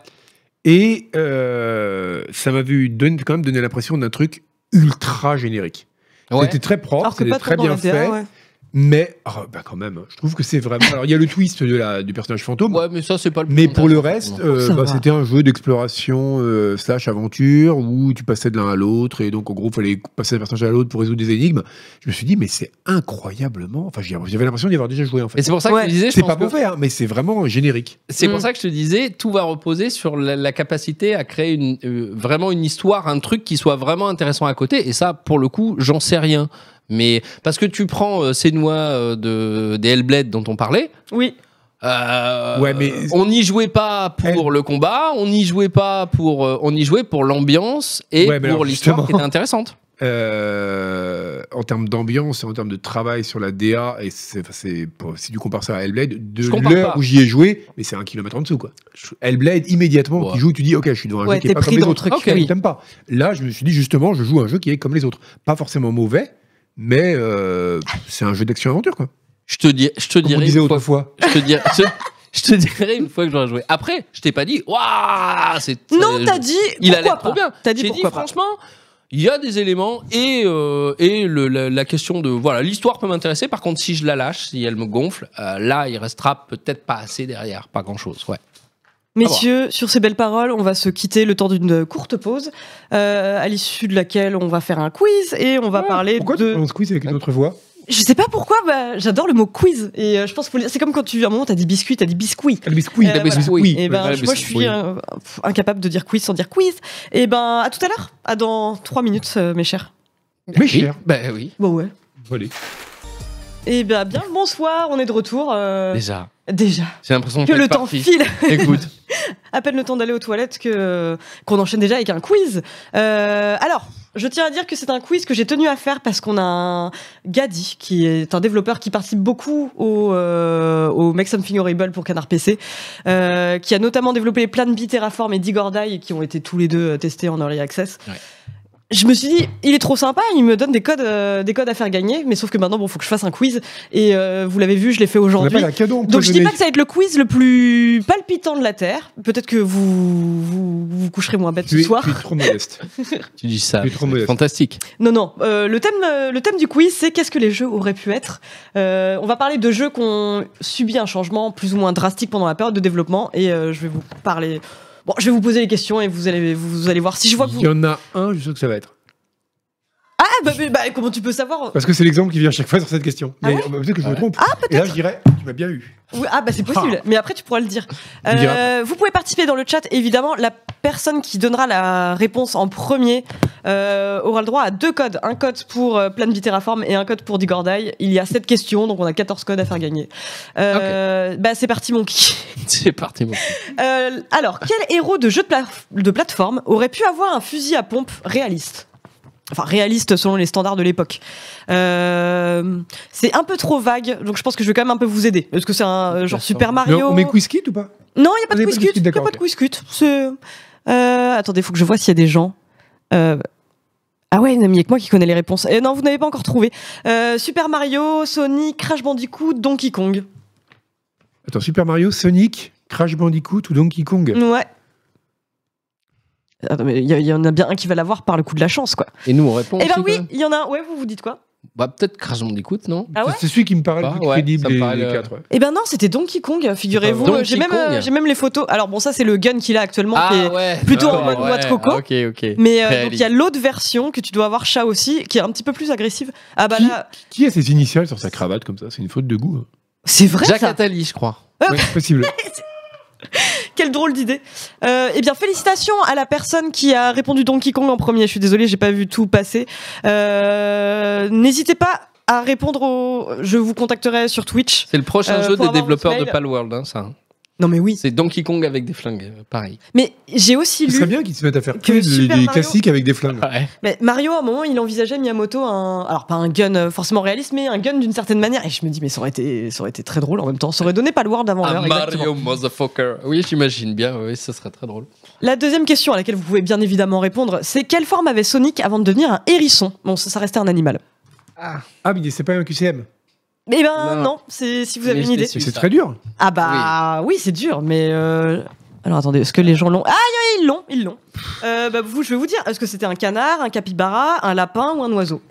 Et euh, ça m'a vu donner- quand même donner l'impression d'un truc ultra générique.
ouais.
C'était très propre,
Alors que
c'était
pas
très
trop dans
bien
la
fait,
VA, ouais.
mais ah, bah, quand même, je trouve que c'est vraiment. Alors il y a le twist de la, du personnage fantôme,
Ouais, mais ça, c'est pas le
mais
plus
pour le
intéressant,
reste, euh,
Ça
bah,
va.
c'était un jeu d'exploration euh, slash aventure où tu passais de l'un à l'autre et donc en gros, il fallait passer d'un personnage à l'autre pour résoudre des énigmes. Je me suis dit, mais c'est incroyablement. Enfin, j'y- j'avais l'impression d'y avoir déjà joué en
Et
fait.
c'est pour ça que
Ouais.
je disais, je
C'est
pense
pas
que-
pour faire, mais c'est vraiment générique.
C'est pour
Mm.
ça que je te disais, tout va reposer sur la, la capacité à créer une, euh, vraiment une histoire, un truc qui soit vraiment intéressant à côté. Et ça, pour le coup, j'en sais rien. Mais parce que tu prends euh, ces noix euh, de, des Hellblade dont on parlait,
Oui.
euh,
Ouais, mais-
on n'y jouait pas pour le combat, on n'y jouait pas pour, euh, on y jouait pour l'ambiance et
Ouais, mais
pour
alors,
l'histoire qui
justement.
était intéressante.
Euh, en termes d'ambiance et en termes de travail sur la DA, et c'est, enfin, c'est- pour- si tu compares ça à Hellblade,
Je
de
compare
l'heure
pas.
où j'y ai joué, mais c'est un kilomètre en dessous. Quoi. Hellblade, immédiatement,
Ouais.
tu joues, tu dis, ok, je suis devant un
Ouais,
jeu qui est
t'es
pas
pris
comme les
dans le
autres.
truc,
Ok,
oui.
t'aimes pas. Là, je me suis dit, justement, je joue un jeu qui est comme les autres. Pas forcément mauvais, mais euh, c'est un jeu d'action-aventure. Quoi.
Je te, dis, je te
Comme on
dirais
disait
une fois
autrefois.
Je te dirais, je, je te dirais une fois que j'aurais joué. Après, je t'ai pas dit, waouh, c'est.
Non,
euh,
t'as dit.
Il a
pourquoi
l'air trop
pas
bien.
T'as dit
J'ai dit,
pourquoi pas
franchement, il y a des éléments et, euh, et le- la, la question de. Voilà, l'histoire peut m'intéresser. Par contre, si je la lâche, si elle me gonfle, euh, là, il restera peut-être pas assez derrière. Pas grand-chose, ouais. Ah
Messieurs, sur ces belles paroles, on va se quitter le temps d'une courte pause, euh, à l'issue de laquelle on va faire un quiz et on va parler
Pourquoi
de.
on squeeze avec une autre voix
Je sais pas pourquoi, bah, j'adore le mot quiz et euh, je pense que c'est comme quand tu à un moment t'as dit biscuit, t'as dit biscuit.
Ah, Le biscuit.
Euh,
le
voilà.
biscuit.
Et ben,
ouais,
je-
mais
moi,
c'est-
je
oui.
suis euh, pff, incapable de dire quiz sans dire quiz. Et ben, à tout à l'heure, à dans 3 minutes, euh, mes chers.
Mais cher.
Oui, Ben oui.
Bah ouais.
Allez.
Et Eh ben, bien, bien le bonsoir, on est de retour. euh,
Déjà.
déjà.
J'ai l'impression
Que
d'être
le temps
parti.
file.
Écoute.
à peine le temps d'aller aux toilettes que qu'on enchaîne déjà avec un quiz. Euh, alors, je tiens à dire que c'est un quiz que j'ai tenu à faire parce qu'on a un Gadi qui est un développeur qui participe beaucoup au, euh, au Make Something Horrible pour Canard PC, euh, qui a notamment développé les plans B Terraform et Digordai qui ont été tous les deux euh, testés en early access.
Ouais.
Je me suis dit, il est trop sympa, il me donne des codes, euh, des codes à faire gagner, mais sauf que maintenant, bon, faut que je fasse un quiz. Et euh, vous l'avez vu, je l'ai fait
On
aujourd'hui.
appelle un cadeau
Donc je dis
empoisonné.
pas que ça va être le quiz le plus palpitant de la Terre. Peut-être que vous vous, vous coucherez moins bête
Tu
ce
es,
soir.
tu es trop modeste.
Tu dis ça.
Tu es trop
c'est
modeste.
Fantastique.
Non, non. euh, le, thème, euh, le thème du quiz, c'est qu'est-ce que les jeux auraient pu être. Euh, on va parler de jeux qui ont subi un changement plus ou moins drastique pendant la période de développement. Et euh, je vais vous parler... Bon, je vais vous poser les questions et vous allez, vous, vous allez voir. Si je vois que
Il
vous...
y en a un, je sais que ça va être.
Ah, bah, mais- bah, comment tu peux savoir
Parce que c'est l'exemple qui vient à chaque fois sur cette question.
Ah
Mais
ouais Ah,
euh, peut-être que je me
Ouais.
trompe. Et là, je dirais, tu m'as bien eu.
Oui, ah bah c'est possible, mais après tu pourras le dire.
Tu le diras
Euh, vous pouvez participer dans le chat, évidemment, la personne qui donnera la réponse en premier euh, aura le droit à deux codes, un code pour euh, Plan B Terraform et un code pour Digordai. Il y a sept questions, donc on a 14 codes à faire gagner. Euh, Bah c'est parti mon qui.
C'est parti, mon
Euh, alors, quel héros de jeu de, pla- de plateforme aurait pu avoir un fusil à pompe réaliste Enfin, réaliste selon les standards de l'époque. Euh, c'est un peu trop vague, donc je pense que je vais quand même un peu vous aider. Est-ce que c'est un euh, genre Super
Mais
Mario
on met Quizkit ou pas
Non, il n'y a pas
On
de
est pas
quiz-cut.
discuté,
Il n'y a
d'accord,
pas de
ok.
quiz-cut. C'est- Euh, attendez, il faut que je vois s'il y a des gens. Euh, Ah ouais, il n'y a que moi qui connais les réponses. Et non, vous n'avez pas encore trouvé. Euh, Super Mario, Sony, Crash Bandicoot, Donkey Kong.
Attends, Super Mario, Sonic, Crash Bandicoot ou Donkey Kong
Ouais. Attends, mais il y, a- il y en a bien un qui va l'avoir par le coup de la chance, quoi.
Et nous, on répond.
Eh
aussi,
ben oui,
quand même.
il y en a un. Ouais, vous vous dites quoi
Bah, peut-être Crash Bandicoot, non
Ah ouais
C'est celui qui me paraît
Ah
le plus
ouais,
crédible
ça me
des,
paraît
des
le-
quatre. ouais.
Eh ben non, c'était Donkey Kong, figurez-vous.
Donkey
J'ai même,
Kong. Ah
euh, j'ai même les photos. Alors bon, ça c'est le gun qu'il a actuellement. qui est-
ouais.
plutôt en
d'accord,
mode noix de coco.
Ah, ok, ok.
Mais euh, donc,
Réaliste.
il y a l'autre version que tu dois avoir chat aussi, qui est un petit peu plus agressive. Ah bah là,
Qui a ses initiales sur sa cravate comme ça C'est une faute de goût. hein.
c'est vrai
Jacques
ça.
Attali, je crois.
Ouais, c'est possible.
Quelle drôle d'idée. Euh, eh bien, félicitations à la personne qui a répondu Donkey Kong en premier. Je suis désolée, j'ai pas vu tout passer. Euh, N'hésitez pas à répondre au. Je vous contacterai sur Twitch.
C'est le prochain
Euh,
jeu
pour
des
avoir
développeurs
votre
de
mail.
Palworld, hein, ça.
Non mais oui.
C'est Donkey Kong avec des flingues, euh, pareil.
Mais j'ai aussi
Ce serait
lu.
bien qu'ils se mettent à faire
Que
que des-
Super
des
Mario-
classiques avec des flingues.
Ouais.
Mais Mario, à un moment, il envisageait Miyamoto un. Alors, pas un gun euh, forcément réaliste, mais un gun d'une certaine manière. Et je me dis, mais ça aurait été, ça aurait été très drôle en même temps. Ça aurait donné pas le World avant l'heure.
Un
exactement.
Ah, Mario motherfucker. Oui, j'imagine bien, oui, ça serait très drôle.
La deuxième question à laquelle vous pouvez bien évidemment répondre, c'est quelle forme avait Sonic avant de devenir un hérisson Bon, ça, ça restait un animal.
Ah, mais c'est pas un QCM.
Eh ben non,
Non.
c'est si vous
Mais
avez une
j'étais
idée.
sûr.
Mais
C'est
c'est
ça.
très dur.
Ah bah oui, c'est dur, mais euh, alors attendez, est-ce que les gens l'ont Ah oui, ils l'ont, ils l'ont. Euh, bah vous, je vais vous dire, est-ce que c'était un canard, un capybara, un lapin ou un oiseau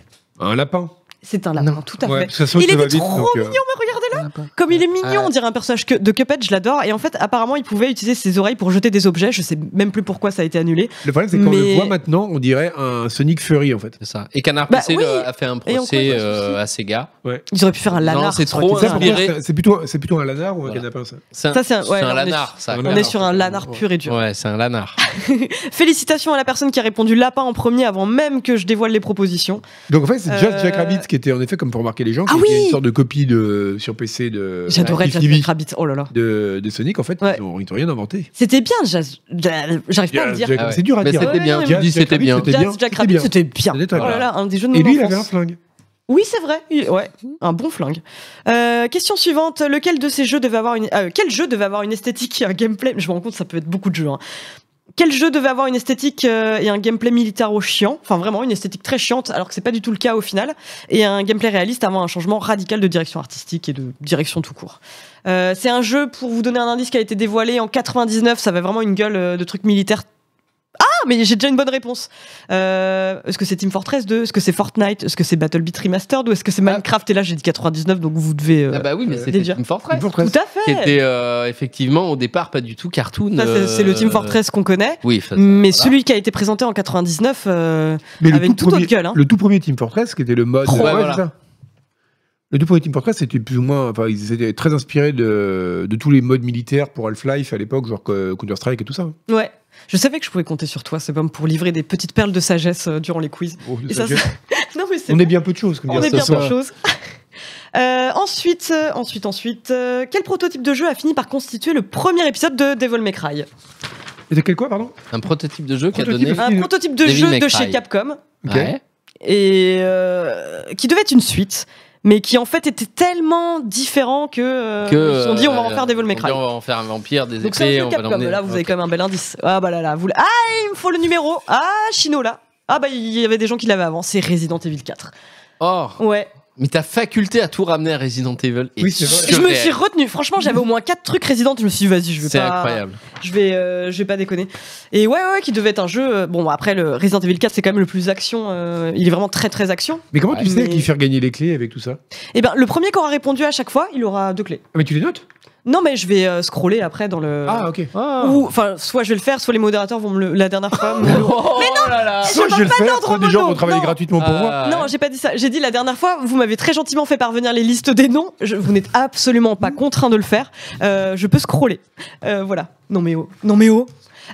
Un lapin.
C'est un lapin,
Non.
tout à
Ouais,
fait.
de toute façon,
Il
ça va
était
vite,
trop
donc, euh,
Oh, mais regardez-le Comme il est mignon, on dirait un personnage que- de Cuphead, je l'adore. Et en fait, apparemment, il pouvait utiliser ses oreilles pour jeter des objets. Je sais même plus pourquoi ça a été annulé.
Le problème, c'est qu'on
Mais-
le voit maintenant, on dirait un Sonic Fury en fait.
C'est ça. Et Canard
Bah
PC
oui.
le- a fait un
Et en quoi,
procès
pas de
euh,
souci.
à Sega.
Ils auraient pu faire un
Non,
lanard.
c'est
ça aurait
trop
été
Ça,
marrant.
pour moi,
Inspiré.
c'est- c'est plutôt, c'est plutôt un lanard ou un
Voilà.
canapin ça.
C'est un,
Ça, c'est un- ouais,
c'est un
on est
lanard, ça.
on
On est
Lanard,
sur un
c'est-
lanard
ouais.
pur et dur.
Ouais, c'est un lanard.
Félicitations à la personne qui a répondu lapin en premier avant même que je dévoile les propositions.
Donc en fait, c'est Just
Euh,
Jack Rabbit qui était en effet, comme pour remarquer les gens,
Ah
qui était
oui
une sorte de copie de, sur PC de,
J'adorais
Cliff
Jack
Nivy
Rabbit. Oh là là.
de, de Sonic en fait.
Ouais.
Ils n'ont ils n'ont rien inventé.
C'était bien, Jazz- Jazz- j'arrive pas à le
Jazz
dire.
Jack-
Ah ouais.
C'est dur à
Mais
dire.
c'était
Ouais,
bien,
non,
tu
Jazz
dis
Jack
c'était
Rabbit,
bien.
c'était
Jazz
bien,
Jack
c'était
Rabbit,
bien.
c'était bien.
C'était
Oh
très
là
bien.
là, un des jeux de
hein. Et
mon
lui, il avait un
enfance.
flingue.
Oui, c'est vrai. Il- Ouais, un bon flingue. Euh, question suivante. Lequel de ces jeux devait avoir une euh, quel jeu devait avoir une esthétique et un gameplay Je me rends compte, ça peut être beaucoup de jeux. hein. Quel jeu devait avoir une esthétique euh, et un gameplay militaro chiant Enfin, vraiment une esthétique très chiante, alors que c'est pas du tout le cas au final. Et un gameplay réaliste avant un changement radical de direction artistique et de direction tout court. Euh, c'est un jeu pour vous donner un indice qui a été dévoilé en 99. Ça avait vraiment une gueule euh, de truc militaire. Ah, mais j'ai déjà une bonne réponse. Euh, est-ce que c'est Team Fortress 2 Est-ce que c'est Fortnite Est-ce que c'est Battle Beat Remastered Ou est-ce que c'est Minecraft Et là, j'ai dit 99, donc vous devez. euh,
Ah bah oui, mais
Euh,
c'était
déjà.
Team Fortress.
Team
Tout
Fortress.
à fait.
Qui était euh, effectivement au départ pas du tout cartoon.
Ça, c'est, c'est le Team
euh,
Fortress Mm. qu'on connaît.
Oui, ça-
Mais
voilà.
celui qui a été présenté en 99, euh,
Mais
Avec
le
toute
tout,
autre
premier,
gueule, hein.
le tout premier Team Fortress, qui était le mode.
Ouais,
Ouais,
voilà.
c'est ça. Le tout premier Team Fortress, c'était plus ou moins. Enfin, ils étaient très inspirés de, de tous les modes militaires pour Half-Life à l'époque, genre euh, Counter-Strike et tout ça.
ouais. Je savais que je pouvais compter sur toi, c'est même pour livrer des petites perles de sagesse euh, durant les quiz.
Oh,
Et
ça,
ça,
j'ai-
non, mais c'est
on est bien peu de choses. comme
On
dire.
est
ça,
bien
ça.
pour chose. Euh, ensuite, euh, ensuite, ensuite, euh, quel prototype de jeu a fini par constituer le premier épisode de Devil May Cry
C'était quel quoi, pardon
un prototype de jeu qui a
Prototype.
donné.
Un
Devil-
prototype de
Devil
jeu
May
de
Cry.
chez Capcom
Ok.
Ouais.
et euh, qui devait être une suite, mais qui en fait était tellement différent que, euh, ils se sont dit on va en
euh,
faire Devil May
ils ont
Cry.
dit, On va en faire un vampire, des
Donc c'est
épées.
un
on
jeu
va
Capcom.
l'emmener-
Là, vous avez quand même un bel indice. Ah bah là là, vous l- ah il me faut le numéro. Ah Chino là. Ah bah il y avait des gens qui l'avaient avant. C'est Resident Evil 4.
Oh,
Ouais.
mais ta faculté à tout ramener à Resident Evil. est
Oui, c'est vrai.
Je me
surréelle.
suis retenu. Franchement, j'avais au moins quatre trucs Resident. Je me suis dit, vas-y, je vais
C'est
pas.
incroyable.
Je vais, euh, je vais pas déconner. Et ouais, ouais, ouais, qui devait être un jeu. euh, Bon, après, le Resident Evil 4, c'est quand même le plus action. euh, il est vraiment très, très action.
Mais comment
Ouais,
tu sais
mais-
qui faire gagner les clés avec tout ça
Et ben, le premier qui aura répondu à chaque fois, il aura deux clés.
Ah, mais tu les notes
Non, mais je vais euh, scroller après dans le.
Ah, ok.
Ou, enfin, soit je vais le faire, soit les modérateurs vont me le. La dernière fois. me le-
mais non Oh là là.
je parle
vais le
pas
faire,
d'ordre
soit des
mono,
gens vont travailler
non.
gratuitement pour moi.
Ah,
Euh, Non, j'ai pas dit ça. J'ai dit la dernière fois, vous m'avez très gentiment fait parvenir les listes des noms. Je, vous n'êtes absolument pas contraint de le faire. Euh, je peux scroller. Euh, voilà. Non mais oh. Non mais oh.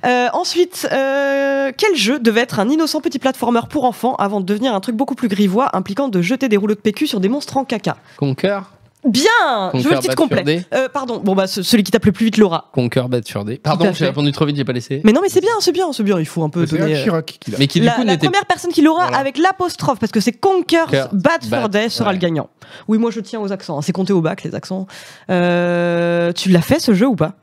Euh, ensuite, euh, quel jeu devait être un innocent petit platformer pour enfants avant de devenir un truc beaucoup plus grivois impliquant de jeter des rouleaux de PQ sur des monstres en caca
Conquer.
Bien Je veux
Conquer
le titre
Bad
complet.
Fur Day.
Euh, pardon, bon bah ce- celui qui tape le plus vite Laura.
Conquer Bad Fur Day.
Tout à
Pardon,
fait.
j'ai répondu trop vite, j'ai pas laissé. Mais,
Mais non mais c'est bien, c'est bien, c'est bien, il faut un peu
Bah, C'est Jacques
donner... euh,
Chirac qui l'a.
qui du
la
coup
la
n'était
première personne qui l'aura
Voilà.
avec l'apostrophe, parce que c'est Conquer's
Conquer's
Bad Fur
Bad,
Day sera
ouais.
le gagnant. Oui, moi je tiens aux accents, hein, c'est compté au bac les accents. Euh, tu l'as fait ce jeu ou pas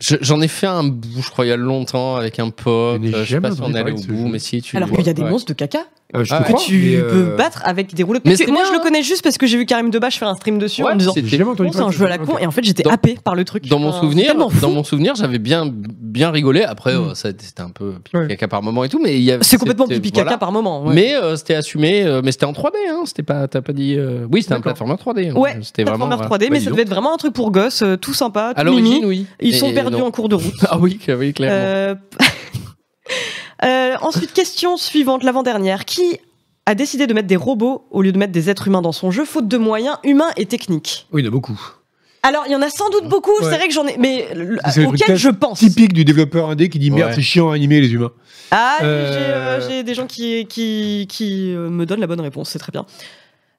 Je- J'en ai fait un bout, je crois, il y a longtemps avec un pote.
Je n'ai
euh, Je sais pas
jamais
si on
entendu
allait
parler
au
de ce
bout,
jeu.
mais si tu.
Alors qu'il y a des
ouais.
monstres de caca
Euh, je
Ah,
te
que
crois, mais,
tu peux
euh,
battre avec des rouleaux.
Mais
Mais
c'est
moi, je
bien,
le connais juste parce que j'ai vu Karim Debache faire un stream dessus
Ouais,
en me disant
j'ai jamais entendu
Oh, c'est un
parler de
jeu à
ça.
la con
Ok.
et en fait j'étais
Dans-
happé par le truc.
Dans mon
Enfin,
souvenir,
c'est tellement fou. Mm.
dans mon souvenir, j'avais bien bien rigolé. Après, euh, ça a été- c'était un peu pipi
Ouais.
caca par moment et tout, mais il y a-
c'est complètement
c'était-
pipi caca
voilà.
par moment. ouais.
Mais euh, c'était assumé, euh, mais c'était en 3D, hein, c'était pas, t'as pas dit. euh, Oui, c'était un
D'accord.
plateforme en 3D. hein,
Ouais,
c'était vraiment.
Platformer 3D,
voilà. Bah,
mais
dis
ça
donc.
devait être vraiment un truc pour gosses, euh, tout sympa,
À
tout mimi.
l'origine, oui.
Ils
Et-
sont
et
perdus
non.
en cours de route.
Ah oui, que- oui, clairement.
Euh, euh, ensuite, question suivante, l'avant-dernière. Qui a décidé de mettre des robots au lieu de mettre des êtres humains dans son jeu, faute de moyens humains et techniques
Oui, il y en a beaucoup.
Alors, il y en a sans doute beaucoup,
Ouais.
c'est vrai que j'en ai. Mais le-
C'est le truc
auquel
très
je pense.
Typique du développeur indé qui dit merde,
Ouais.
c'est chiant à animer les humains.
Ah, j'ai,
Euh,
euh, j'ai des gens qui, qui, qui, euh, me donnent la bonne réponse, c'est très bien.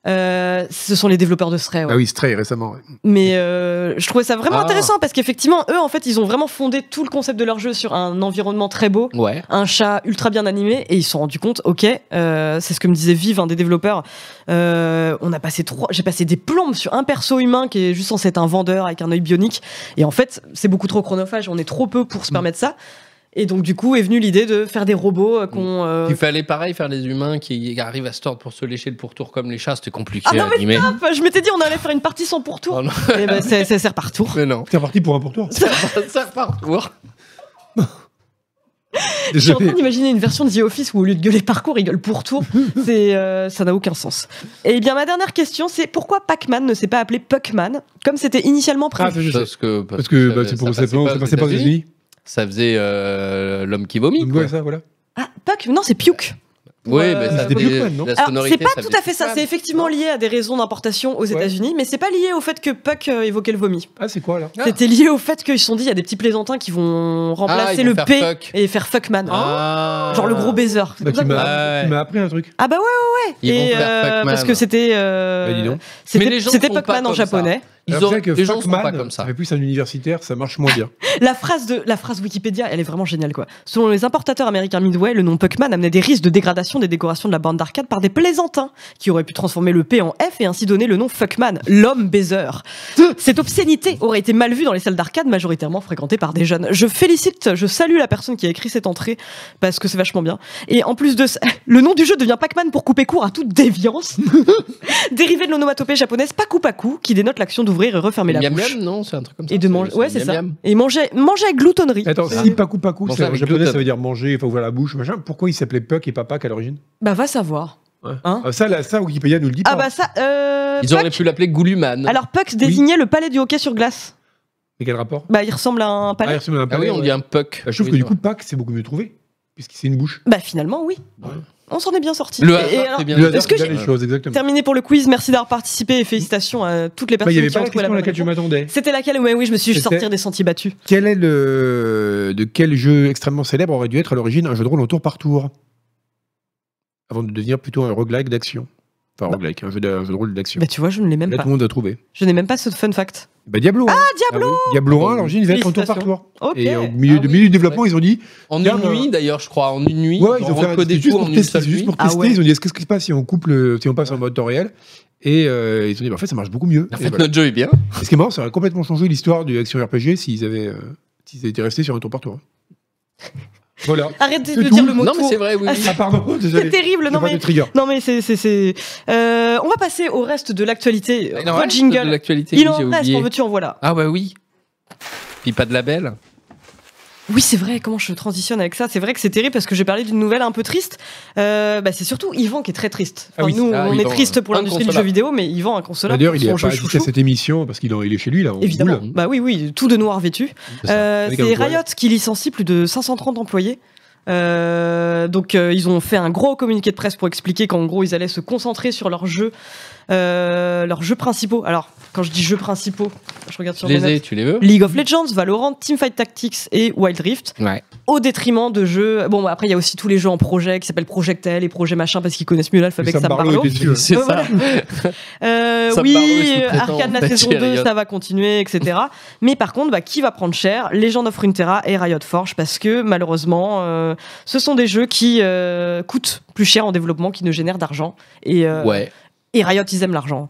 Euh, ce sont les développeurs de Stray, ouais.
Ah oui, Stray récemment. ouais.
mais euh, je trouvais ça vraiment
Ah.
intéressant parce qu'effectivement, eux, en fait, ils ont vraiment fondé tout le concept de leur jeu sur un environnement très beau,
Ouais.
un chat ultra bien animé et ils se sont rendus compte, ok, euh, c'est ce que me disait Vive, un des développeurs. euh, on a passé trois, j'ai passé des plombes sur un perso humain qui est juste censé être un vendeur avec un œil bionique et en fait c'est beaucoup trop chronophage, on est trop peu pour
Mm.
se permettre ça. Et donc du coup est venue l'idée de faire des robots euh, qu'on. euh,
Il fallait pareil faire des humains qui arrivent à se tordre pour se lécher le pourtour comme les chats, c'était compliqué
Ah non,
à
mais
animer.
Hop, je m'étais dit on allait faire une partie sans pourtour.
Oh non.
et ben c'est- ça sert par tour.
Mais non.
C'est parti pour un pour toi.
Ça repart toujours.
Je suis en train
Désolé.
d'imaginer une version de The Office où au lieu de gueuler parcours, il gueule pourtour. C'est, euh, ça n'a aucun sens. Et eh bien, ma dernière question, c'est pourquoi Pac-Man ne s'est pas appelé Puckman, comme c'était initialement
Ah,
prévu
ça, je sais.
Parce que, parce
Parce que bah,
ça-
c'est pour
ça
ça
passait
pas,
pas
ça
aux
passait pas aux
États-Unis.
États-Unis.
Ça faisait euh, l'homme qui vomit.
Donc
quoi.
ouais, ça, voilà.
Ah, Puck Non, c'est Puke.
Ouais,
Euh,
bah, ça
c'était
faisait-
Pac-Man, non
la
Alors,
sonorité,
c'est pas
ça
tout
faisait
à fait ça. C'est effectivement lié à des raisons d'importation aux
Ouais.
États-Unis, mais c'est pas lié au fait que Puck euh, évoquait le vomi.
Ah, c'est quoi là
Ah.
C'était lié au fait qu'ils se sont dit, il y a des petits plaisantins qui vont remplacer
Ah, ils vont
le
faire
P
fuck.
et faire Fuckman.
Ah.
Genre le gros baiser. C'est
Bah,
comme ça
Tu
que-
Ouais.
m'as tu m'as appris un truc.
Ah bah ouais,
Ils vont
et,
faire
euh,
Pac-Man.
parce que c'était euh,
Bah, dis donc.
c'était-
Mais les gens
c'était
font pas
Puckman en
comme ça.
japonais.
Ils
Alors,
auraient-
c'est vrai
les gens sont
Pac-Man,
pas comme ça.
Ça fait plus un universitaire, ça marche moins bien.
La phrase, de, la phrase Wikipédia, elle est vraiment géniale quoi. Selon les importateurs américains Midway, le nom Puckman amenait des risques de dégradation des décorations de la bande d'arcade par des plaisantins qui auraient pu transformer le P en F et ainsi donner le nom Fuckman, l'homme baiser. Cette obscénité aurait été mal vue dans les salles d'arcade majoritairement fréquentées par des jeunes. Je félicite, je salue la personne qui a écrit cette entrée parce que c'est vachement bien. Et en plus de ça, le nom du jeu devient Pac-Man pour couper court à toute déviance. Dérivé de l'onomatopée japonaise Paku-Paku qui dénote l'action d'ouvrir et refermer la
Yam
bouche.
Yam, non C'est un truc comme ça.
Et de manger, ouais,
le
c'est
Yam
ça.
Yam.
Et manger, manger avec gloutonnerie.
Attends,
C'est-
si Paku Paku,
Bon,
c'est
ça,
en
avec
japonais,
Gluten.
ça veut dire manger, il faut ouvrir la bouche, machin. Pourquoi il s'appelait Puck et pas Pac à l'origine
Bah va savoir. Hein
Ah, Ça, là, ça, Wikipédia nous le dit
Ah
pas.
bah ça. Euh,
Ils auraient
Puck-
pu l'appeler Gouluman.
Alors Puck désignait le palais du hockey sur glace.
Mais quel rapport
Bah il ressemble à un
Ah, il
palais.
ressemble à un
Ah oui,
palais,
on
ouais.
dit un puck.
Bah, Je trouve
Oui,
que du
c'est
coup, Pac, c'est beaucoup mieux trouvé, puisque c'est une bouche.
Bah finalement oui.
Ouais.
On s'en est bien sorti. et,
Le
et
hasard,
alors,
c'est bien.
Le hasard
Est-ce que
fait bien
j'ai-
les choses, exactement.
terminé pour le quiz. Merci d'avoir participé et félicitations à toutes les
Bah,
personnes
Il n'y avait
qui
pas
ont
la
trouvé la
question à
bonne
laquelle je
réponse.
m'attendais.
C'était laquelle Oui, oui, je me suis
C'était-
sortir des sentiers battus.
Quel est le de quel jeu extrêmement célèbre aurait dû être à l'origine un jeu de rôle en tour par tour avant de devenir plutôt un roguelike d'action Enfin roguelike, un jeu de, un jeu de rôle d'action.
Bah tu vois, je ne l'ai même
Là
pas.
tout le monde a trouvé.
Je n'ai même pas ce fun fact.
Bah Diablo. Ah Diablo. Diablo 1 à l'origine ils avaient en tour par tour.
Ok.
Et euh, au milieu,
Ah
de- milieu
oui, c'est
du développement ils ont dit
En
Yam,
une
euh,
nuit, d'ailleurs, je crois. En une nuit.
ouais ils ont fait un
recodé
c'est juste
tout en
pour
une
tester,
seule
c'est juste
nuit.
pour
Ah
tester
ouais.
ils ont dit est-ce que ce qui se passe si on couple si on passe en mode temps réel et euh, ils ont dit bah, en fait ça marche beaucoup mieux.
En
Et
fait,
voilà.
notre jeu est bien.
Et Ce qui est marrant ça aurait complètement changé l'histoire du action RPG s'ils avaient euh, s'ils étaient restés sur un tour par tour. voilà.
Arrêtez
C'est
de dire
tout.
le mot
Non, mais
tour.
c'est vrai, oui.
Ah,
oui.
Ah pardon
C'est
désolé.
terrible.
J'ai
Non
pas
mais
de trigger.
Non mais c'est c'est c'est. Euh, on va passer au reste de l'actualité.
Il en
Re
reste de
jingle.
l'actualité,
Il
oui,
en
j'ai
reste.
oublié.
En veux-tu en voilà.
Ah bah oui. Puis pas de label.
Oui, c'est vrai, comment je transitionne avec ça C'est vrai que c'est terrible parce que j'ai parlé d'une nouvelle un peu triste. Euh, bah, c'est surtout Yvan qui est très triste.
Ah
Enfin,
oui,
nous,
ah,
on
Yvan,
est triste pour
euh,
l'industrie du jeu
inconsolable.
vidéo, mais Yvan, inconsolable,
D'ailleurs, il
pour son
n'a pas
jeu
assisté à
chouchou.
cette émission parce qu'il en- il est chez lui, là. en
Évidemment,
boule.
bah oui, oui, tout de noir vêtu. Euh,
Avec un
c'est
poil.
Riot qui licencie plus de 530 employés. Euh, donc euh, ils ont fait un gros communiqué de presse pour expliquer qu'en gros ils allaient se concentrer sur leurs jeux, euh, leurs jeux principaux. Alors quand je dis jeux principaux, je regarde
Je
sur mes
les
notes.
ai, tu les veux
League of Legends, Valorant, Teamfight Tactics et Wild Rift,
Ouais.
au détriment de jeux. Bon, bah, après, il y a aussi tous les jeux en projet qui s'appellent Project L et Projet Machin parce qu'ils connaissent mieux l'alphabet que
Sam
Sam
Barlow
Barlow.
était dessus.
C'est
Ouais,
ça.
Euh,
Sam
oui,
Barlow est sous-traitant,
Arcade
en
la
fait,
saison
chez
2,
Riot.
ça va continuer, etc. Mais par contre, bah, qui va prendre cher Les gens d'Offre Runeterra et Riot Forge parce que malheureusement, euh, ce sont des jeux qui euh, coûtent plus cher en développement, qui ne génèrent d'argent. Et, euh,
Ouais.
et Riot, ils aiment l'argent.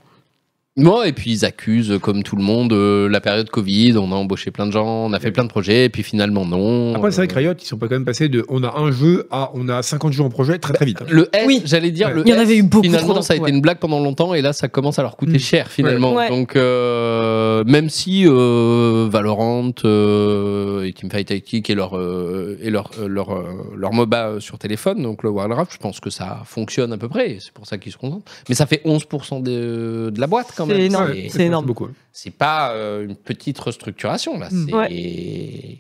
Moi, et puis ils accusent, comme tout le monde, euh, la période Covid, on a embauché plein de gens, on a fait plein de projets, et puis finalement non.
Après, c'est vrai que
Euh,
Riot, ils sont pas quand même passés de on a un jeu à on a 50 jeux en projet très très vite. hein.
Le S,
Oui.
j'allais dire,
Ouais.
le
Il y en
S,
avait eu beaucoup
Finalement,
trop d'un
ça a été
coup, ouais.
une blague pendant longtemps, et là, ça commence à leur coûter
Mm.
cher finalement.
Ouais.
Donc, euh, même si euh, Valorant euh, et Teamfight Tactics et leur euh, et leur euh, leur euh, leur MOBA euh, sur téléphone, donc le Warcraft, je pense que ça fonctionne à peu près. et C'est pour ça qu'ils se contentent. Mais ça fait 11% de, de la boîte quand
C'est
même.
énorme.
C'est-
C'est énorme.
Beaucoup. hein.
c'est pas euh, une petite restructuration là.
Mm.
c'est-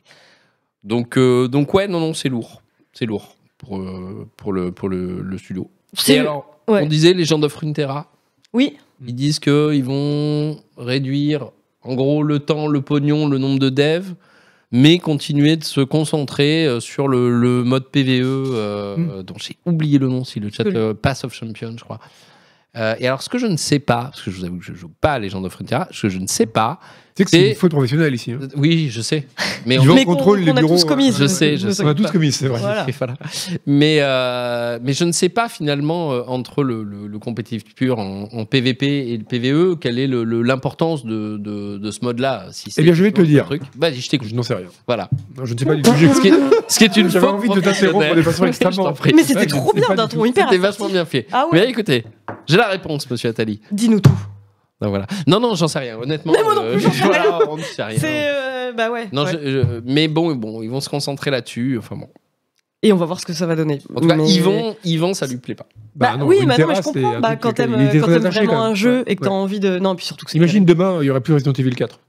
Donc euh, donc ouais non non c'est lourd, c'est lourd pour euh, pour le pour le, le studio.
C'est-
Et alors
ouais.
hein. on disait les gens de Frontera,
Oui,
ils disent que ils vont réduire en gros le temps, le pognon, le nombre de devs, mais continuer de se concentrer euh, sur le, le mode PVE euh,
Mm.
euh, dont j'ai oublié le nom si le chat
Cool.
euh, Pass of Champions je crois. Euh, et alors ce que je ne sais pas, parce que je vous avoue que je joue pas à les gens de Frontera, ce que je ne sais pas
Tu sais que c'est
Et-
une faute professionnelle ici. hein.
oui, je sais. Mais on
Ils vont
mais qu'on
contrôle les
qu'on a
bureaux,
tous
hein.
commises.
Je sais, je
Ne
sais.
On a
t'inquiète
tous
pas.
commis, c'est vrai.
Bah, Voilà.
Voilà. Mais, euh, mais je ne sais pas finalement euh, entre le, le, le compétitif pur en, en PVP et le PVE, quelle est le- le- l'importance de, de, de ce mode-là. Si c'est
bien, je vais te le
effectivement
dire.
un truc. Vas-y, je t'écoute.
Je n'en sais rien.
Voilà.
Non, je ne sais
Bah,
pas du tout.
Ce qui est, ce qui est une
J'avais
faute
envie de t'interrompre de
professionnelle.
façon
Je
extrêmement.
t'en prie.
Mais c'était
Ouais, je
trop
sais
bien
pas
d'un
du
ton
tout.
hyper
C'était
assertif.
vachement bien fait.
Ah ouais,
Mais écoutez, j'ai la réponse, monsieur Attali.
dis-nous tout.
Donc voilà. Non, non, j'en sais rien, honnêtement. euh,
Mais moi non plus, j'en sais
voilà, on ne sait rien.
C'est euh, bah ouais.
Ah, Non,
ouais.
je- je- mais bon, bon, ils vont se concentrer là-dessus. Enfin bon.
Et on va voir ce que ça va donner.
En tout cas,
Mais-
Yvon, Yvon, ça lui plaît pas.
Bah,
non,
oui,
une
mais non, mais je
terrasse, c'est
comprends.
un
Bah,
truc
quand
auquel
t'aimes
il était
quand
très
t'aimes
attaché,
vraiment
quand même.
un jeu et que
Ouais.
t'as envie de. Non, puis surtout que c'est
Imagine demain, il n'y aurait plus Resident Evil 4.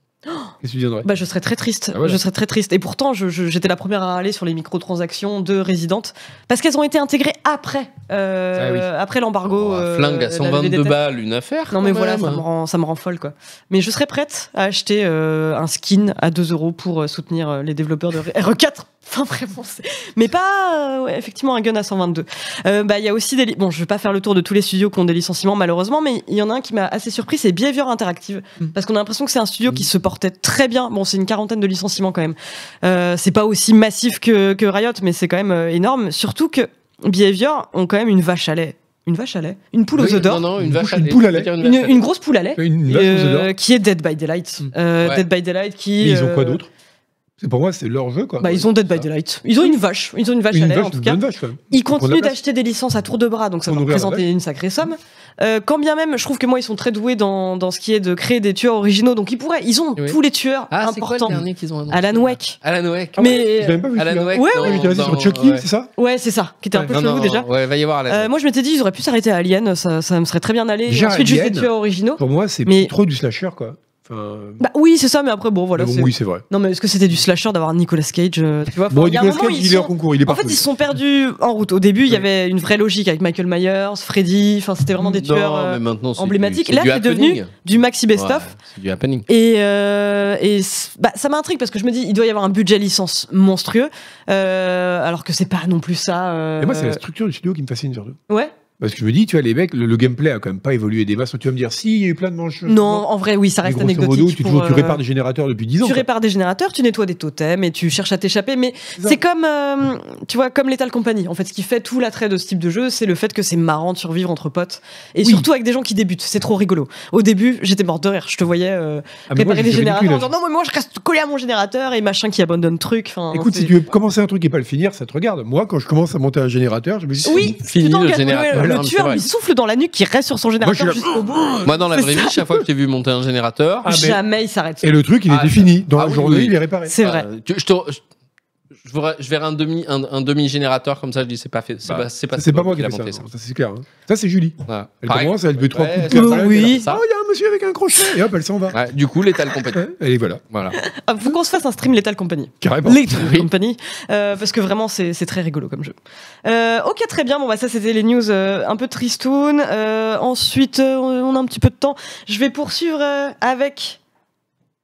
Qu'est-ce que tu deviendrais
Bah, je serais très triste.
Ah, voilà.
Je serais très triste. Et pourtant, je- je- j'étais la première à aller sur les microtransactions de Resident parce qu'elles ont été intégrées après, euh,
Ah oui.
après l'embargo.
Oh, un
euh,
flingue
la
à
levée
122
des
balles, une affaire.
Non
quand
mais voilà,
même.
ça me, rend, ça me rend folle quoi. Mais je serais prête à acheter euh, un skin à 2 euros pour euh, soutenir euh, les développeurs de RE4. Enfin vraiment, c'est- mais pas euh, ouais, effectivement un gun à 122. Euh, bah il y a aussi des li- bon, je vais pas faire le tour de tous les studios qui ont des licenciements malheureusement, mais il y en a un qui m'a assez surpris, c'est Behavior Interactive
Mm.
parce qu'on a l'impression que c'est un studio
Mm.
qui se portait très bien. Bon, c'est une quarantaine de licenciements quand même. Euh, c'est pas aussi massif que, que Riot, mais c'est quand même euh, énorme. Surtout que Behavior ont quand même une vache à lait, une vache à lait, une poule aux
Oui,
œufs d'or
Non, non, une,
Une
vache
bouche- une poule à lait.
je veux dire
une,
vache à
une grosse poule à lait
Une vache aux œufs d'or.
euh, qui est Dead by Daylight. Euh,
Ouais.
Dead by Daylight qui.
Hmm. Mais ils ont quoi
euh,
d'autre C'est pour moi, c'est leur jeu quoi.
bah, ils ont Dead by Daylight. Ils ont une vache. Ils ont une vache à
Une
lait
vache,
en tout
une
cas.
bonne vache quand même.
Ils
prendre la
continuent
place.
d'acheter des licences à tour de bras, donc ça va
Pour nourrir la
représenter une sacrée somme. Euh, quand bien même, je trouve que moi, ils sont très doués dans, dans ce qui est de créer des tueurs originaux, donc ils pourraient. Ils ont
Oui.
tous les tueurs
Ah, c'est quoi le
importants.
dernier qu'ils ont annoncé
Alan Wake.
Alan Wake.
Mais
J'ai même pas vu.
Alan
celui-là.
Wake.
Ouais,
dans-
Ah oui, t'es resté
dans-
sur Chucky,
ouais.
c'est ça
ouais, c'est ça, qui était un peu
Non,
chelou
non,
déjà.
Ouais, va y avoir Alan
Euh,
Wake.
moi, je m'étais dit, ils auraient pu s'arrêter à Alien, ça, ça me serait très bien allé. Et
Déjà,
ensuite, juste des
Alien.
tueurs originaux.
Pour moi, c'est
Mais-
trop du slasher quoi. Enfin,
Bah oui, c'est ça, mais après, bon, voilà.
bon,
c'est-
oui, c'est vrai.
Non, mais est-ce que c'était du slasher d'avoir Nicolas Cage euh, Tu vois,
Bon,
enfin, il y a un
Nicolas
moment,
Cage,
ils
il est en
sont-
concours, il est
En fait,
partout.
ils se sont perdus en route. Au début, il y
Oui.
avait une vraie logique avec Michael Myers, Freddy, enfin, c'était vraiment des tueurs
Non,
euh,
mais maintenant, c'est du-
emblématiques. Là,
du
c'est devenu
happening.
du maxi best-of.
Ouais, C'est du happening.
Et, euh, et c- bah, ça m'intrigue parce que je me dis, il doit y avoir un budget licence monstrueux, euh, alors que c'est pas non plus ça. euh,
Et moi, c'est la structure du studio qui me fascine surtout.
Ouais.
Parce que je me dis, tu vois, les mecs, le, le gameplay a quand même pas évolué des masses. Donc, Tu vas me dire, si, il y a eu plein de manches.
Non, en vrai, oui, ça
Mais
reste
grosso
anecdotique.
modo, tu,
pour,
toujours- tu
euh,
répares des générateurs depuis 10 ans.
tu
quoi.
répares des générateurs, tu nettoies des totems et tu cherches à t'échapper. Mais
ça.
c'est comme, euh, tu vois, comme Lethal Company. En fait, ce qui fait tout l'attrait de ce type de jeu, c'est le fait que c'est marrant de survivre entre potes. Et
Oui.
surtout avec des gens qui débutent. C'est trop rigolo. Au début, j'étais mort de rire. Je te voyais euh,
Ah, mais moi,
réparer les
j'ai fait des
générateurs en
trucs,
disant non, mais moi je reste collé à mon générateur et machin qui abandonne truc. Enfin,
là. Écoute,
c'est-
si tu veux commencer un truc et pas le finir, ça te regarde. Moi, quand je commence à monter un générateur, je me dis.
Oui, tu
Fini le
t'engages,
générateur.
ouais, Le,
Non, mais
tueur
c'est
lui
vrai.
souffle dans la nuque, il reste sur son
Moi, je suis
générateur
là-
jusqu'au bout.
Moi, dans la
C'est
vraie
ça.
vie, chaque fois que j'ai vu monter un générateur,
Ah, mais-
Jamais il s'arrête.
Et le truc, il
Ah,
était fini. Dans
ah
la
oui,
journée,
oui.
il est réparé.
C'est vrai.
euh, tu- je te- je- je verrais- je verrais un demi un, un demi générateur comme ça je dis c'est pas fait c'est
Bah,
pas c'est pas,
Ça, C'est pas
toi
moi qui
l'a
l'ai monté,
monté,
ça. Ça, c'est clair. hein. Ça, c'est Julie.
Voilà.
Elle
Pareil.
commence, elle fait trois
Ouais,
coups de
c'est
cœur.
ça.
elle est
Oui.
là. Oh, il y a un monsieur avec un crochet. Et hop, elle s'en va.
Ouais, du coup l'état compétent
Et voilà,
voilà
Ah, faut qu'on se fasse un stream Lethal Company.
carrément.
Lethal
Oui.
Company. euh, parce que vraiment, c'est c'est très rigolo comme jeu. Euh, ok, très bien. Bon, bah, ça, c'était les news euh, un peu tristounes. Euh, ensuite, euh, on a un petit peu de temps. Je vais poursuivre euh, avec.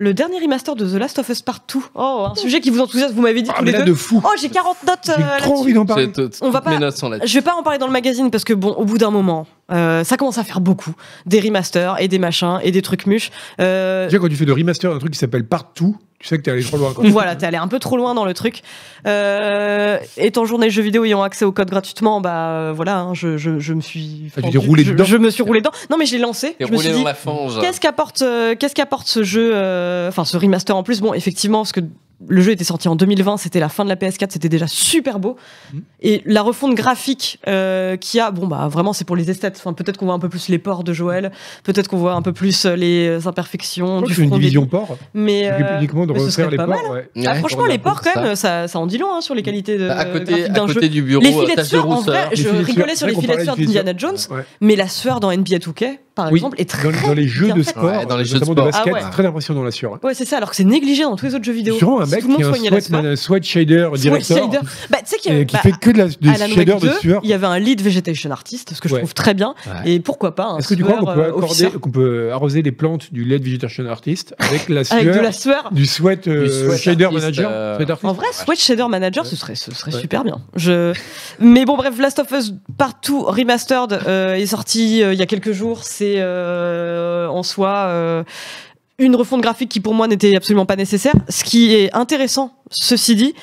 Le dernier remaster de The Last of Us Part 2. Oh, un sujet qui vous enthousiasme, vous m'avez dit
Ah,
tous
mais
les
là,
deux.
de fou.
Oh, j'ai 40 notes. euh,
J'ai trop
là-dessus.
envie d'en
C'est-
parler.
toutes-
On va
toutes mes
pas-
notes sont là
Je vais pas en parler dans le magazine parce que bon, au bout d'un moment, euh, ça commence à faire beaucoup. Des remasters et des machins et des trucs mûches. Euh,
Déjà, quand tu fais de remaster d'un truc qui s'appelle Partout, tu sais que t'es allé trop loin. Quoi.
voilà, t'es allé un peu trop loin dans le truc. Euh, étant journée jeux vidéo ayant accès au code gratuitement, bah euh, voilà, hein, je, je, je me suis.
Ah, tu t'es
fendue.
roulé
je,
dedans.
je me suis roulé dedans. Non, mais je l'ai lancé.
Et
Je me suis
rouler dans
dit,
la fange.
qu'est-ce qu'apporte, euh, qu'est-ce qu'apporte ce jeu, euh, enfin ce remaster en plus Bon, effectivement, parce que le jeu était sorti en 2020, c'était la fin de la PS4, c'était déjà super beau.
Mhm.
Et la refonte graphique euh, qu'il y a, bon bah vraiment c'est pour les esthètes. Enfin, peut-être qu'on voit un peu plus les ports de Joël, peut-être qu'on voit un peu plus euh, les imperfections
Je crois
du
que c'est une
front des-
division port.
Mais
S'occupe
euh,
uniquement de
mais ce
refaire
serait
les
pas
ports. ouais.
ah,
Ouais,
franchement,
je
les
regarde un
ports,
peu
quand
ça.
même, ça, ça en dit long hein, sur les qualités de,
Bah,
à côté,
graphiques
à
d'un jeu.
côté du bureau,
Les filets de
tache de
sueur, en
rousseur.
vrai,
Les
je
filets de sueur,
rigolais sur
c'est
les
vrai qu'on
filets de
parlait
sueur
des filets de
d'Indiana Jones,
Ouais.
mais la sueur dans NBA 2K, par
Oui,
exemple, est très.
Dans, dans les jeux
bien
de
faite.
sport,
Ouais, dans les jeux de
notamment
sport.
Ah
basket,
ouais.
c'est très impressionnant la sueur.
Ouais, c'est ça, alors que c'est négligé dans tous les autres jeux vidéo.
Sûrement un
Si
mec
tout le monde
qui a un
soignait la
sweat,
sueur.
man- sweat shader
Sweat
directeur
shader. Bah, tu sais qu'il y a-
et qui
bah,
fait que de la, des
à Alan Wake
shaders de
2,
sueur.
il y avait un lead vegetation artist, ce que je
Ouais.
trouve très bien,
Ouais.
et pourquoi pas un
Est-ce que tu crois qu'on
sueur,
peut,
euh,
accorder-
officier
qu'on peut arroser les plantes du LED Vegetation Artist avec la sueur
avec de la sueur
du sweat, euh,
Du sweat
shader
artist,
manager
euh,
sweat artist
En vrai, Sweat Shader Manager,
Ouais.
ce serait, ce serait
Ouais.
super bien. Je... Mais bon, bref, Last of Us Partout Remastered euh, est sorti euh, il y a quelques jours. C'est euh, en soi euh, une refonte graphique qui, pour moi, n'était absolument pas nécessaire. Ce qui est intéressant, ceci dit,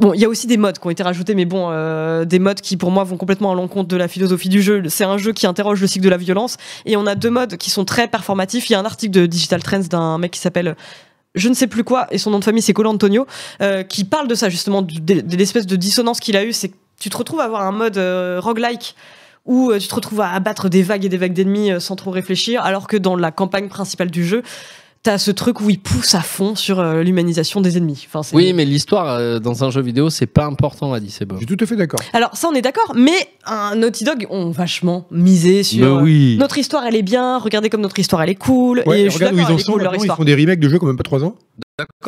Bon, il y a aussi des modes qui ont été rajoutés, mais bon, euh, des modes qui pour moi vont complètement à l'encontre de la philosophie du jeu. C'est un jeu qui interroge le cycle de la violence, et on a deux modes qui sont très performatifs. Il y a un article de Digital Trends d'un mec qui s'appelle je ne sais plus quoi, et son nom de famille c'est Colo Antonio, euh, qui parle de ça justement, du- de, de l'espèce de dissonance qu'il a eu. C'est que tu te retrouves à avoir un mode euh, roguelike où euh, tu te retrouves à abattre des vagues et des vagues d'ennemis euh, sans trop réfléchir, alors que dans la campagne principale du jeu, t'as ce truc où il pousse à fond sur euh, l'humanisation des ennemis. Enfin, c'est-
Oui, mais l'histoire euh, dans un jeu vidéo, c'est pas important, a dit Sebo.
Je suis tout à fait d'accord.
Alors ça on est d'accord, mais un Naughty Dog ont vachement misé sur euh,
oui.
notre histoire elle est bien, regardez comme notre histoire elle est cool
Ouais,
et je suis
regarde
d'accord
où ils en
elle est
sont
cool leur
maintenant, ils
histoire.
font des remakes de jeux quand même pas 3 ans.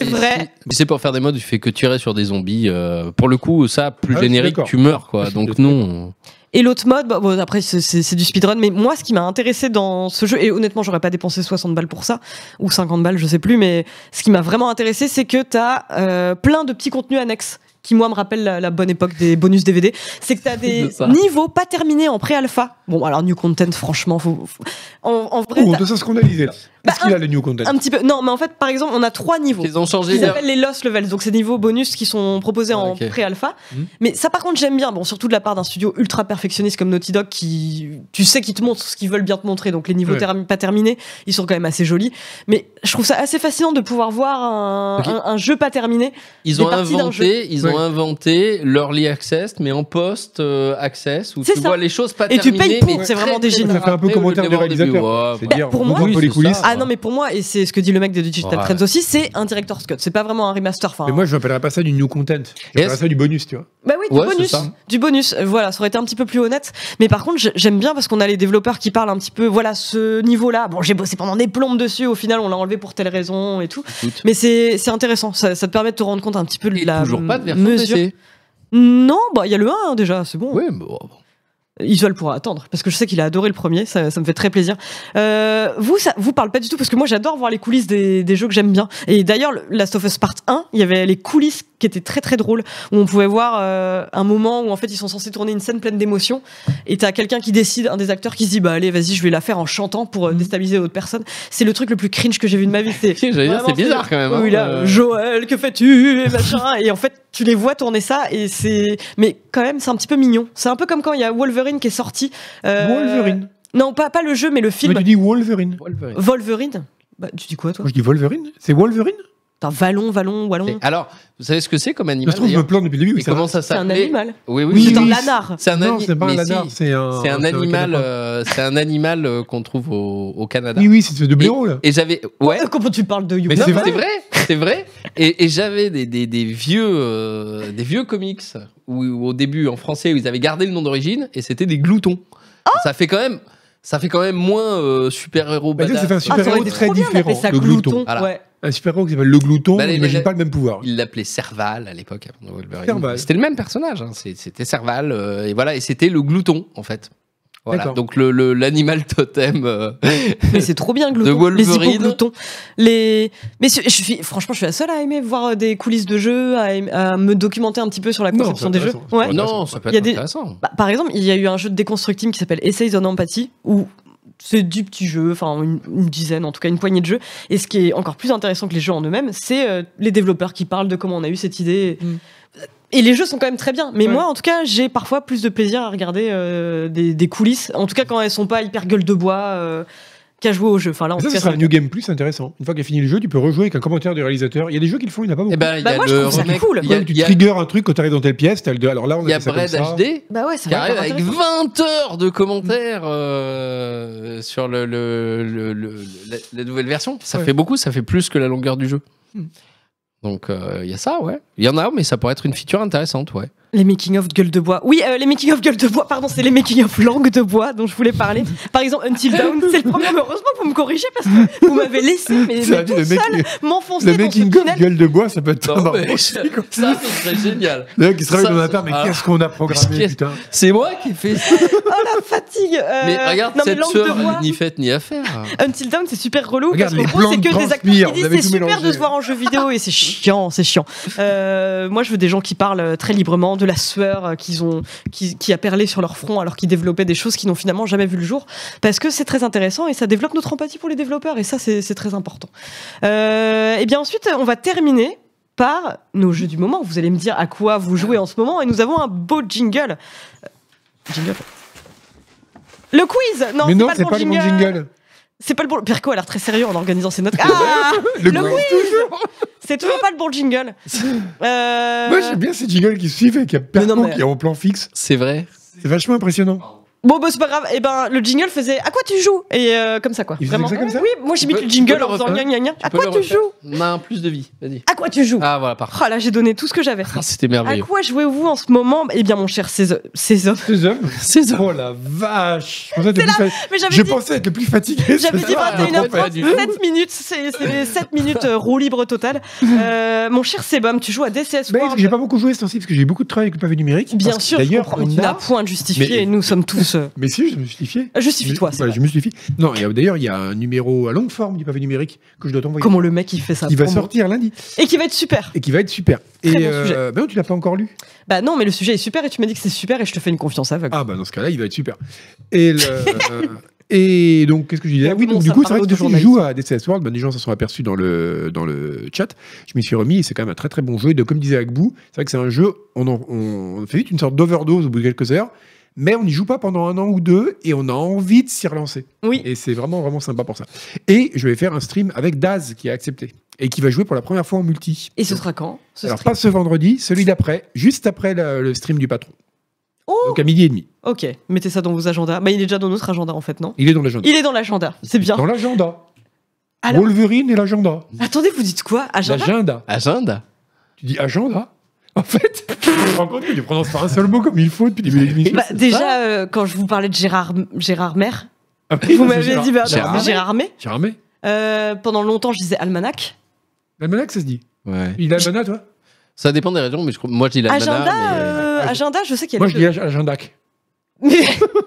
C'est vrai.
Mais c'est pour faire des modes, tu fais que tirer sur des zombies. euh, pour le coup, ça, plus
Ah, je suis
générique,
d'accord.
tu meurs,
Je
quoi.
suis
Donc
d'accord.
non.
Et l'autre mode, bah, bon, après c'est- c'est c'est du speedrun, mais moi ce qui m'a intéressé dans ce jeu, et honnêtement j'aurais pas dépensé 60 balles pour ça, ou 50 balles je sais plus, mais ce qui m'a vraiment intéressé c'est que t'as euh, plein de petits contenus annexes qui moi me rappellent la, la bonne époque des bonus DVD, c'est que t'as des
De ça.
niveaux pas terminés en pré-alpha. Bon alors new content franchement, faut, faut- En, en vrai...
Oh, on
t'as
doit s'en scandaliser là.
Bah,
Qu'est-ce qu'il a le new content
Un petit peu. Non, mais en fait, par exemple, on a trois niveaux.
Ils ont changé.
Ils appellent les loss levels, donc ces niveaux bonus qui sont proposés en
Ok.
pré-alpha.
Mhm.
Mais ça, par contre, j'aime bien. Bon, surtout de la part d'un studio ultra perfectionniste comme Naughty Dog, qui, tu sais, qu'ils te montrent ce qu'ils veulent bien te montrer. Donc les niveaux
Ouais.
termi- pas terminés, ils sont quand même assez jolis. Mais je trouve ça assez fascinant de pouvoir voir un,
Ok.
un- un jeu pas terminé.
Ils
des
ont
parties d'un
inventé, ils
Oui.
ont inventé l'early access, mais en post euh, access où
C'est
tu
ça.
vois les choses pas
Et tu payes
terminées.
pour,
mais
c'est
très,
vraiment des
très
génies.
Ça fait un peu
ratées au
commentaire
lieu de
des
les voir au
réalisateurs.
début.
C'est
Ouais,
dire,
pour
on
moi,
voit un peu les
oui, c'est
coulisses.
ça.
Ah non, mais pour moi, et c'est ce que dit le mec de Digital
Ouais.
Trends aussi, c'est un director's cut. C'est pas vraiment un remaster. Enfin,
Mais moi, je m'appellerais pas ça du new content. J'appellerais
Est-ce-
ça du bonus, tu vois.
Bah oui, du
Ouais, c'est
bonus.
ça.
Du bonus. Euh, Voilà, ça aurait été un petit peu plus honnête. Mais par contre, j'ai- j'aime bien parce qu'on a les développeurs qui parlent un petit peu, voilà, ce niveau-là. Bon, j'ai bossé pendant des plombes dessus, au final, on l'a enlevé pour telle raison et tout.
Écoute.
Mais c'est c'est intéressant, ça, ça te permet de te rendre compte un petit peu de
Et
la
toujours pas de version
mesure.
PC.
Non, bah il y a le 1 hein, déjà, c'est bon.
Oui, mais bon.
Isual pourra attendre parce que je sais qu'il a adoré le premier, ça, ça me fait très plaisir. Euh, vous, ça vous parle pas du tout parce que moi j'adore voir les coulisses des, des jeux que j'aime bien. Et d'ailleurs, le- Last of Us Part 1, il y avait les coulisses qui étaient très très drôles où on pouvait voir euh, un moment où en fait ils sont censés tourner une scène pleine d'émotions et t'as quelqu'un qui décide, un des acteurs qui se dit bah allez vas-y je vais la faire en chantant pour euh, déstabiliser l'autre personne. C'est le truc le plus cringe que j'ai vu de ma vie. C'est
J'allais dire,
Vraiment,
c'est bizarre quand même. hein.
oui, là,
Euh,
Joël, que fais-tu Et machin. et en fait, tu les vois tourner ça, et c'est. Mais quand même, c'est un petit peu mignon. C'est un peu comme quand il y a Wolverine qui est sorti. euh,
Wolverine.
Non, pas, pas le jeu, mais le film.
Mais tu dis Wolverine.
Wolverine.
Wolverine bah, Tu dis quoi, toi
Moi, je dis Wolverine. C'est Wolverine.
Putain, Vallon, Vallon,
Et
Wallon.
Alors, vous savez ce que c'est comme
Ça
animal
se trouve, je me
d'ailleurs
plante depuis le début. mais
Et
ça va.
comment ça
C'est un
s'appelle
animal.
Oui, oui,
Oui,
c'est
oui,
un
oui,
lanard.
C'est un,
Non,
ani-
c'est pas un
mais
lanard,
si,
c'est un.
C'est un animal,
canapin.
euh, c'est un animal euh, qu'on trouve au, au Canada.
Oui, oui, c'est de blaireau, là.
Et j'avais, ouais.
Euh, Comment tu parles de Ah, You
Mais
Non,
c'est
mais
vrai.
c'est vrai, c'est vrai. Et, et j'avais des, des, des vieux, euh, des vieux comics où, où au début en français où ils avaient gardé le nom d'origine et c'était des gloutons.
Oh
ça fait quand même, ça fait quand même moins euh, super héros.
Bah, c'est un
Ah, ça aurait
super-héros
été
très
trop bien
différent.
d'appeler ça
le
glouton.
glouton.
Voilà.
Ouais.
Un super-héros qui s'appelle le glouton,
Bah,
on
les-
n'imagine
les-
pas le même pouvoir.
Il l'appelait Serval à l'époque avant de Wolverine.
Serval.
C'était le même personnage, hein. C'est- c'était Serval euh, et voilà et c'était le glouton en fait. Voilà,
D'accord.
donc le- le- l'animal totem. euh,
Mais c'est trop bien,
De
Glouton. Les
Wolverine.
hypogloutons. Les... Mais je je suis... franchement, je suis la seule à aimer voir des coulisses de jeux, à, aimer- à me documenter un petit peu sur la
Non,
conception des
c'est
jeux.
intéressant.
Ouais.
Intéressant.
Ah, non, ça peut
Il y a
être
des-
intéressant.
Bah, par exemple, il y a eu un jeu de déconstructing qui s'appelle Essays on Empathy, où c'est 10 petits jeux, enfin une, une dizaine en tout cas, une poignée de jeux. Et ce qui est encore plus intéressant que les jeux en eux-mêmes, c'est euh, les développeurs qui parlent de comment on a eu cette idée.
Mm.
Et les jeux sont quand même très bien. Mais
Ouais.
moi, en tout cas, j'ai parfois plus de plaisir à regarder euh, des, des coulisses. En tout cas, quand elles sont pas hyper gueule de bois euh, qu'à jouer au jeu. Enfin, là, en
Ça,
tout
ce
cas,
sera
ça-
un New Game Plus intéressant. Une fois qu'il a fini le jeu, tu peux rejouer avec un commentaire du réalisateur. Il y a des jeux qui le font, il n'y en a pas beaucoup.
Eh ben, il y
Bah,
a
moi, je
le
trouve ça
remake-
cool.
Il y a,
tu
il y a-
triggers un truc quand t'arrives dans telle pièce. t'as le deux. Alors là, on
il y
a
a
fait ça comme
Brad
ça.
HD
Bah ouais, ça
qui
va
arrive
encore
avec
intéresser.
20 heures de commentaires euh, sur le, le- le- le- la, la nouvelle version. Ça
Ouais.
fait beaucoup, ça fait plus que la longueur du jeu.
Hmm.
Donc euh, il y a ça, ouais. Il y en a, mais ça pourrait être une feature intéressante, ouais.
Les making of gueule de bois. Oui, euh, les making of gueule de bois, pardon, c'est les making of langue de bois dont je voulais parler. Par exemple, Until Dawn, c'est le premier. mais Heureusement que vous me corrigez parce que vous m'avez laissé mais,
Ça,
mais
le
tout
mec-
seul m'enfoncer
Le
dans ce
making of
tunnel.
gueule de bois, ça peut être très marrant.
ça, ce serait génial.
Le mec qui se réveille
Ça,
dans la
ça-
part, mais
Ah.
qu'est-ce qu'on a programmé,
Qu'est-ce-
putain
C'est moi qui fais ça.
Oh la fatigue euh,
Mais regarde,
non, mais
cette
langue
sueur,
de bois.
ni faite ni à faire.
Until Dawn, c'est super relou
Hein. Regarde
parce
les
qu'en gros,
plans
c'est
de
que
Grand
des acteurs qui
Smir,
disent
vous avez
c'est
tout
super
mélangé.
de se voir en jeu vidéo et c'est chiant, c'est chiant. Euh, moi, je veux des gens qui parlent euh, très librement de la sueur euh, qu'ils ont, qui, qui a perlé sur leur front alors qu'ils développaient des choses qui n'ont finalement jamais vu le jour parce que c'est très intéressant et ça développe notre empathie pour les développeurs et ça, c'est c'est très important. Euh, et bien ensuite, on va terminer par nos jeux du moment. Vous allez me dire à quoi vous jouez en ce moment et nous avons un beau jingle. Euh, Jingle. Le quiz Non,
Mais
c'est
non,
pas,
c'est pas le bon jingle.
c'est pas le bon. Pirko a l'air très sérieux en organisant ses notes. Ah
Le
Le
quiz.
C'est toujours pas le bon jingle. Euh,
Moi, j'aime bien ces jingles qui suivent et qui a
Mais non,
Perco
mais-
qui est en plan fixe.
C'est vrai.
C'est vachement impressionnant.
Bon, bah c'est pas grave. Et ben, le jingle faisait À quoi tu joues Et euh, comme ça quoi.
Il faisait
Vraiment.
ça comme ça
oui, moi j'imite
peux-
le
tu peux
jingle
le
en faisant
refaire.
gna gna gna. À
peux
quoi
le
tu
refaire.
joues
On a plus de vie. Vas-y.
À quoi tu joues
Ah voilà, par.
Oh là, j'ai donné tout ce que j'avais.
Ah, C'était
À
merveilleux.
quoi jouez-vous en ce moment Eh bien, mon cher Cézo- Cézo-
Ces hommes.
C'est ça.
Oh la vache Je pensais être le
C'est
plus
Mais
fa-
j'avais
Je
dit.
pensais être le plus fatigué. ce
J'avais dit
soir.
Ah,
21h30,
pas du tout.
7 minutes, c'est c'est les 7 minutes euh, roue libre totale. Euh, mon cher Sebum, tu joues à DCS
Mais
World.
j'ai pas beaucoup joué ce temps-ci parce que j'ai eu beaucoup de travail avec le pavé numérique.
Bien
Parce que
sûr, je
D'ailleurs,
comprends, mais
on
tu n'as
a.
point justifié,
Mais-
et nous sommes tous. euh,
Mais si, je me justifie.
Ah, Justifie-toi, c'est
Voilà,
vrai.
je me justifie. Non, il y a- d'ailleurs, il y a un numéro à longue forme du pavé numérique que je dois t'envoyer.
Comment le mec il fait ça
Qui va
promo.
sortir lundi
Et qui va être super.
et qui va être super. Et
bon
euh,
sujet.
ben non, tu l'as pas encore lu.
Bah non, mais le sujet est super et tu m'as dit que c'est super et je te fais une confiance aveugle.
Ah bah dans ce cas-là, il va être super. Et le- euh, Et donc, qu'est-ce que je disais
Tout
Oui,
le
donc
monde
du coup, c'est
parle
vrai que
de
depuis que je joue à DCS World, ben, les gens s'en sont aperçus dans le, dans le chat. Je m'y suis remis et c'est quand même un très très bon jeu. Et de, comme disait Agbou, c'est vrai que c'est un jeu, on, en- on fait vite une sorte d'overdose au bout de quelques heures, mais on n'y joue pas pendant un an ou deux et on a envie de s'y relancer.
Oui.
Et c'est vraiment vraiment sympa pour ça. Et je vais faire un stream avec Daz qui a accepté et qui va jouer pour la première fois en multi.
Et ce sera quand ce
Alors
stream
pas ce vendredi, celui d'après, juste après le, le stream du patron.
Oh
Donc à midi et demi.
Ok, mettez ça dans vos agendas. Bah il est déjà dans notre agenda en fait, non
Il est dans l'agenda.
Il est dans l'agenda, c'est bien.
Dans l'agenda.
Alors-
Wolverine et l'agenda.
Attendez, vous dites quoi Agenda
L'agenda.
Agenda.
Tu dis agenda En fait, tu te rends compte que tu prononces pas un seul mot comme il faut depuis le début de l'émission.
Bah, Déjà, euh, quand je vous parlais de Gérard, Gérard Mer,
Ah oui,
vous
non, c'est
m'avez
Gérard-
dit bah,
Gérard
bah, Gérard Mer.
Gérard May.
Euh, pendant longtemps, je disais Almanach.
L'almanach, ça se dit.
Ouais.
Il a l'almanach, toi
Ça dépend des régions, mais je crois- moi je dis la
agenda,
nana, mais-
euh,
Ouais.
agenda, je sais qu'il y a
Moi,
des
je dis ag- agendac.
Mais-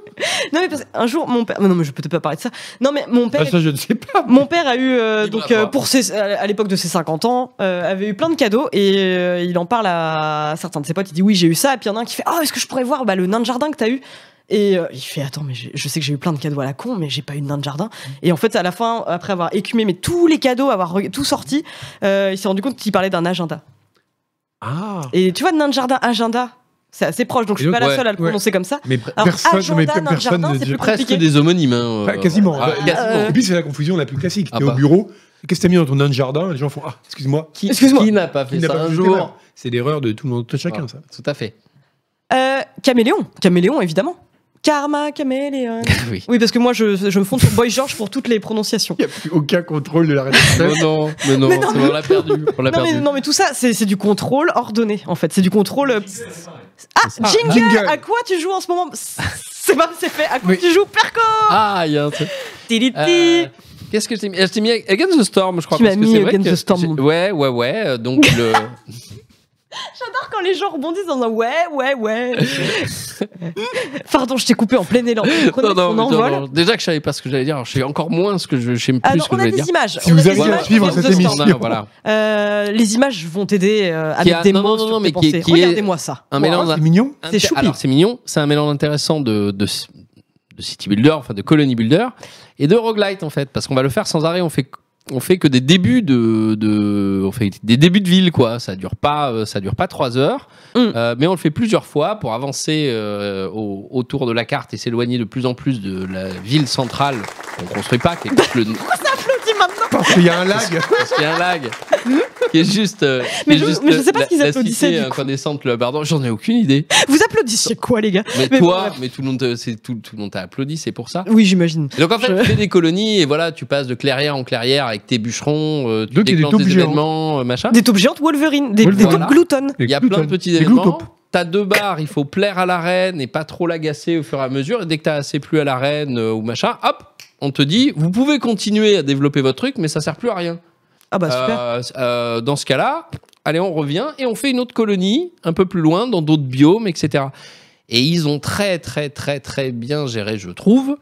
non mais parce qu'un jour mon père non mais je peux peut-être pas parler de ça. Non mais mon père
Ah, ça, je ne sais pas.
mon père a eu euh,
Libre
donc
à toi.
euh, pour ses, à à l'époque de ses 50 ans euh, avait eu plein de cadeaux et euh, il en parle à certains de ses potes il dit oui j'ai eu ça et puis il y en a un qui fait ah est-ce que je pourrais voir bah, le nain de jardin que t'as eu et euh, il fait attends mais j'ai- je sais que j'ai eu plein de cadeaux à la con mais j'ai pas eu de nain de jardin et en fait à la fin après avoir écumé mais tous les cadeaux avoir re- tout sorti euh, il s'est rendu compte qu'il parlait d'un agenda
Ah.
et tu vois nain de jardin agenda c'est assez proche donc je
Et
suis
donc,
pas
ouais,
la seule à le
ouais.
prononcer comme ça
Mais
Alors,
personne,
agenda,
mais
dans le
personne
jardin,
ne
c'est
dit.
plus-
presque
compliqué.
des homonymes. hein,
Enfin,
euh,
quasiment.
ah,
Bah,
quasiment.
euh,
Et puis, c'est la confusion la plus classique.
Ah
T'es
bah.
au bureau. Qu'est-ce que t'as mis dans ton nain de jardin Les gens font Ah, excuse-moi.
Qui,
excuse-moi.
qui n'a pas fait
Il n'a
ça
pas
un
fait
jour
d'erreur. C'est l'erreur de tout le monde, de chacun,
Ah,
ça.
Tout à fait.
Euh, caméléon caméléon évidemment karma caméléon
oui.
Oui, parce que moi, je, je me fonde sur Boy George pour toutes les prononciations.
Il n'y a plus aucun contrôle de la rédaction.
Non, Oh non, mais non,
Mais non,
c'est- on l'a perdu. On l'a
Non
perdu.
mais, non, mais tout ça, c'est c'est du contrôle ordonné, en fait. C'est du contrôle... euh, Ah, jingle,
jingle.
À quoi tu joues en ce moment C'est pas c'est fait. À quoi
Oui.
tu joues Perco
Ah, il y a un truc.
Tili,
Euh,
ti.
Qu'est-ce que je t'ai mis Je t'ai mis Against the Storm, je crois.
Tu m'as
parce que
mis
c'est vrai
Against
que
the Storm.
j'ai- Ouais, ouais, ouais. euh, Donc, le...
J'adore quand les gens rebondissent dans un ouais, ouais, ouais. Pardon, je t'ai coupé en plein élan.
non, non,
on
mais non,
envole.
non. Déjà que je savais pas ce que j'allais dire, alors je sais encore moins ce que je, je sais plus
Alors,
ce que
Euh, on a
je voulais
des
dire.
images.
Si
on a des
vous arrivez à
images
suivre
de
cette
Ghost
émission,
Town.
Standard, voilà.
Euh, les images vont t'aider euh, avec
a-
des
non,
mots
non,
sur
non,
tes
mais qui est-
pensées.
qui est-
Regardez-moi ça.
Un
Oh,
mélange.
c'est mignon.
C'est choupi.
Alors, c'est mignon. C'est un mélange intéressant de, de, de city builder, enfin de colony builder, et de roguelite en fait, parce qu'on va le faire sans arrêt. On fait on fait que des débuts de, de on fait des débuts de ville quoi. Ça dure pas euh, ça dure pas trois heures,
Mm.
Euh, mais on le fait plusieurs fois pour avancer euh, au- autour de la carte et s'éloigner de plus en plus de la ville centrale qu'on construit pas, qui est juste le,
Applaudis maintenant
Parce qu'il y a un lag.
parce qu'il y a un lag qui est juste. euh,
Mais
qui est
je-
juste,
mais je sais
euh,
pas
la-
ce qu'ils
la
applaudissaient,
cité
du coup.
incandescente, le pardon, j'en ai aucune idée.
Vous applaudissez quoi, les gars
Mais,
Mais
toi,
bref.
mais tout le monde, te- c'est tout, tout le monde t'a applaudi, c'est pour ça.
Oui, j'imagine.
Et donc en fait,
Je-
tu fais des colonies et voilà, tu passes de clairière en clairière avec tes bûcherons, euh,
Donc,
tu
il y a des
déclenches des,
taupes géantes.
événements, euh, machin.
Des taupes géantes Wolverine, des,
Wolverine.
des taupes gloutonnes.
Il y a plein de petits
Des
événements.
gloutopes.
T'as deux barres, il faut plaire à la reine et pas trop l'agacer au fur et à mesure. Et dès que t'as assez plu à la reine euh, ou machin, hop, on te dit, vous pouvez continuer à développer votre truc, mais ça sert plus à rien.
Ah bah super.
Euh, euh, dans ce cas-là, allez, on revient et on fait une autre colonie un peu plus loin, dans d'autres biomes, etc. Et ils ont très, très, très, très bien géré, je trouve.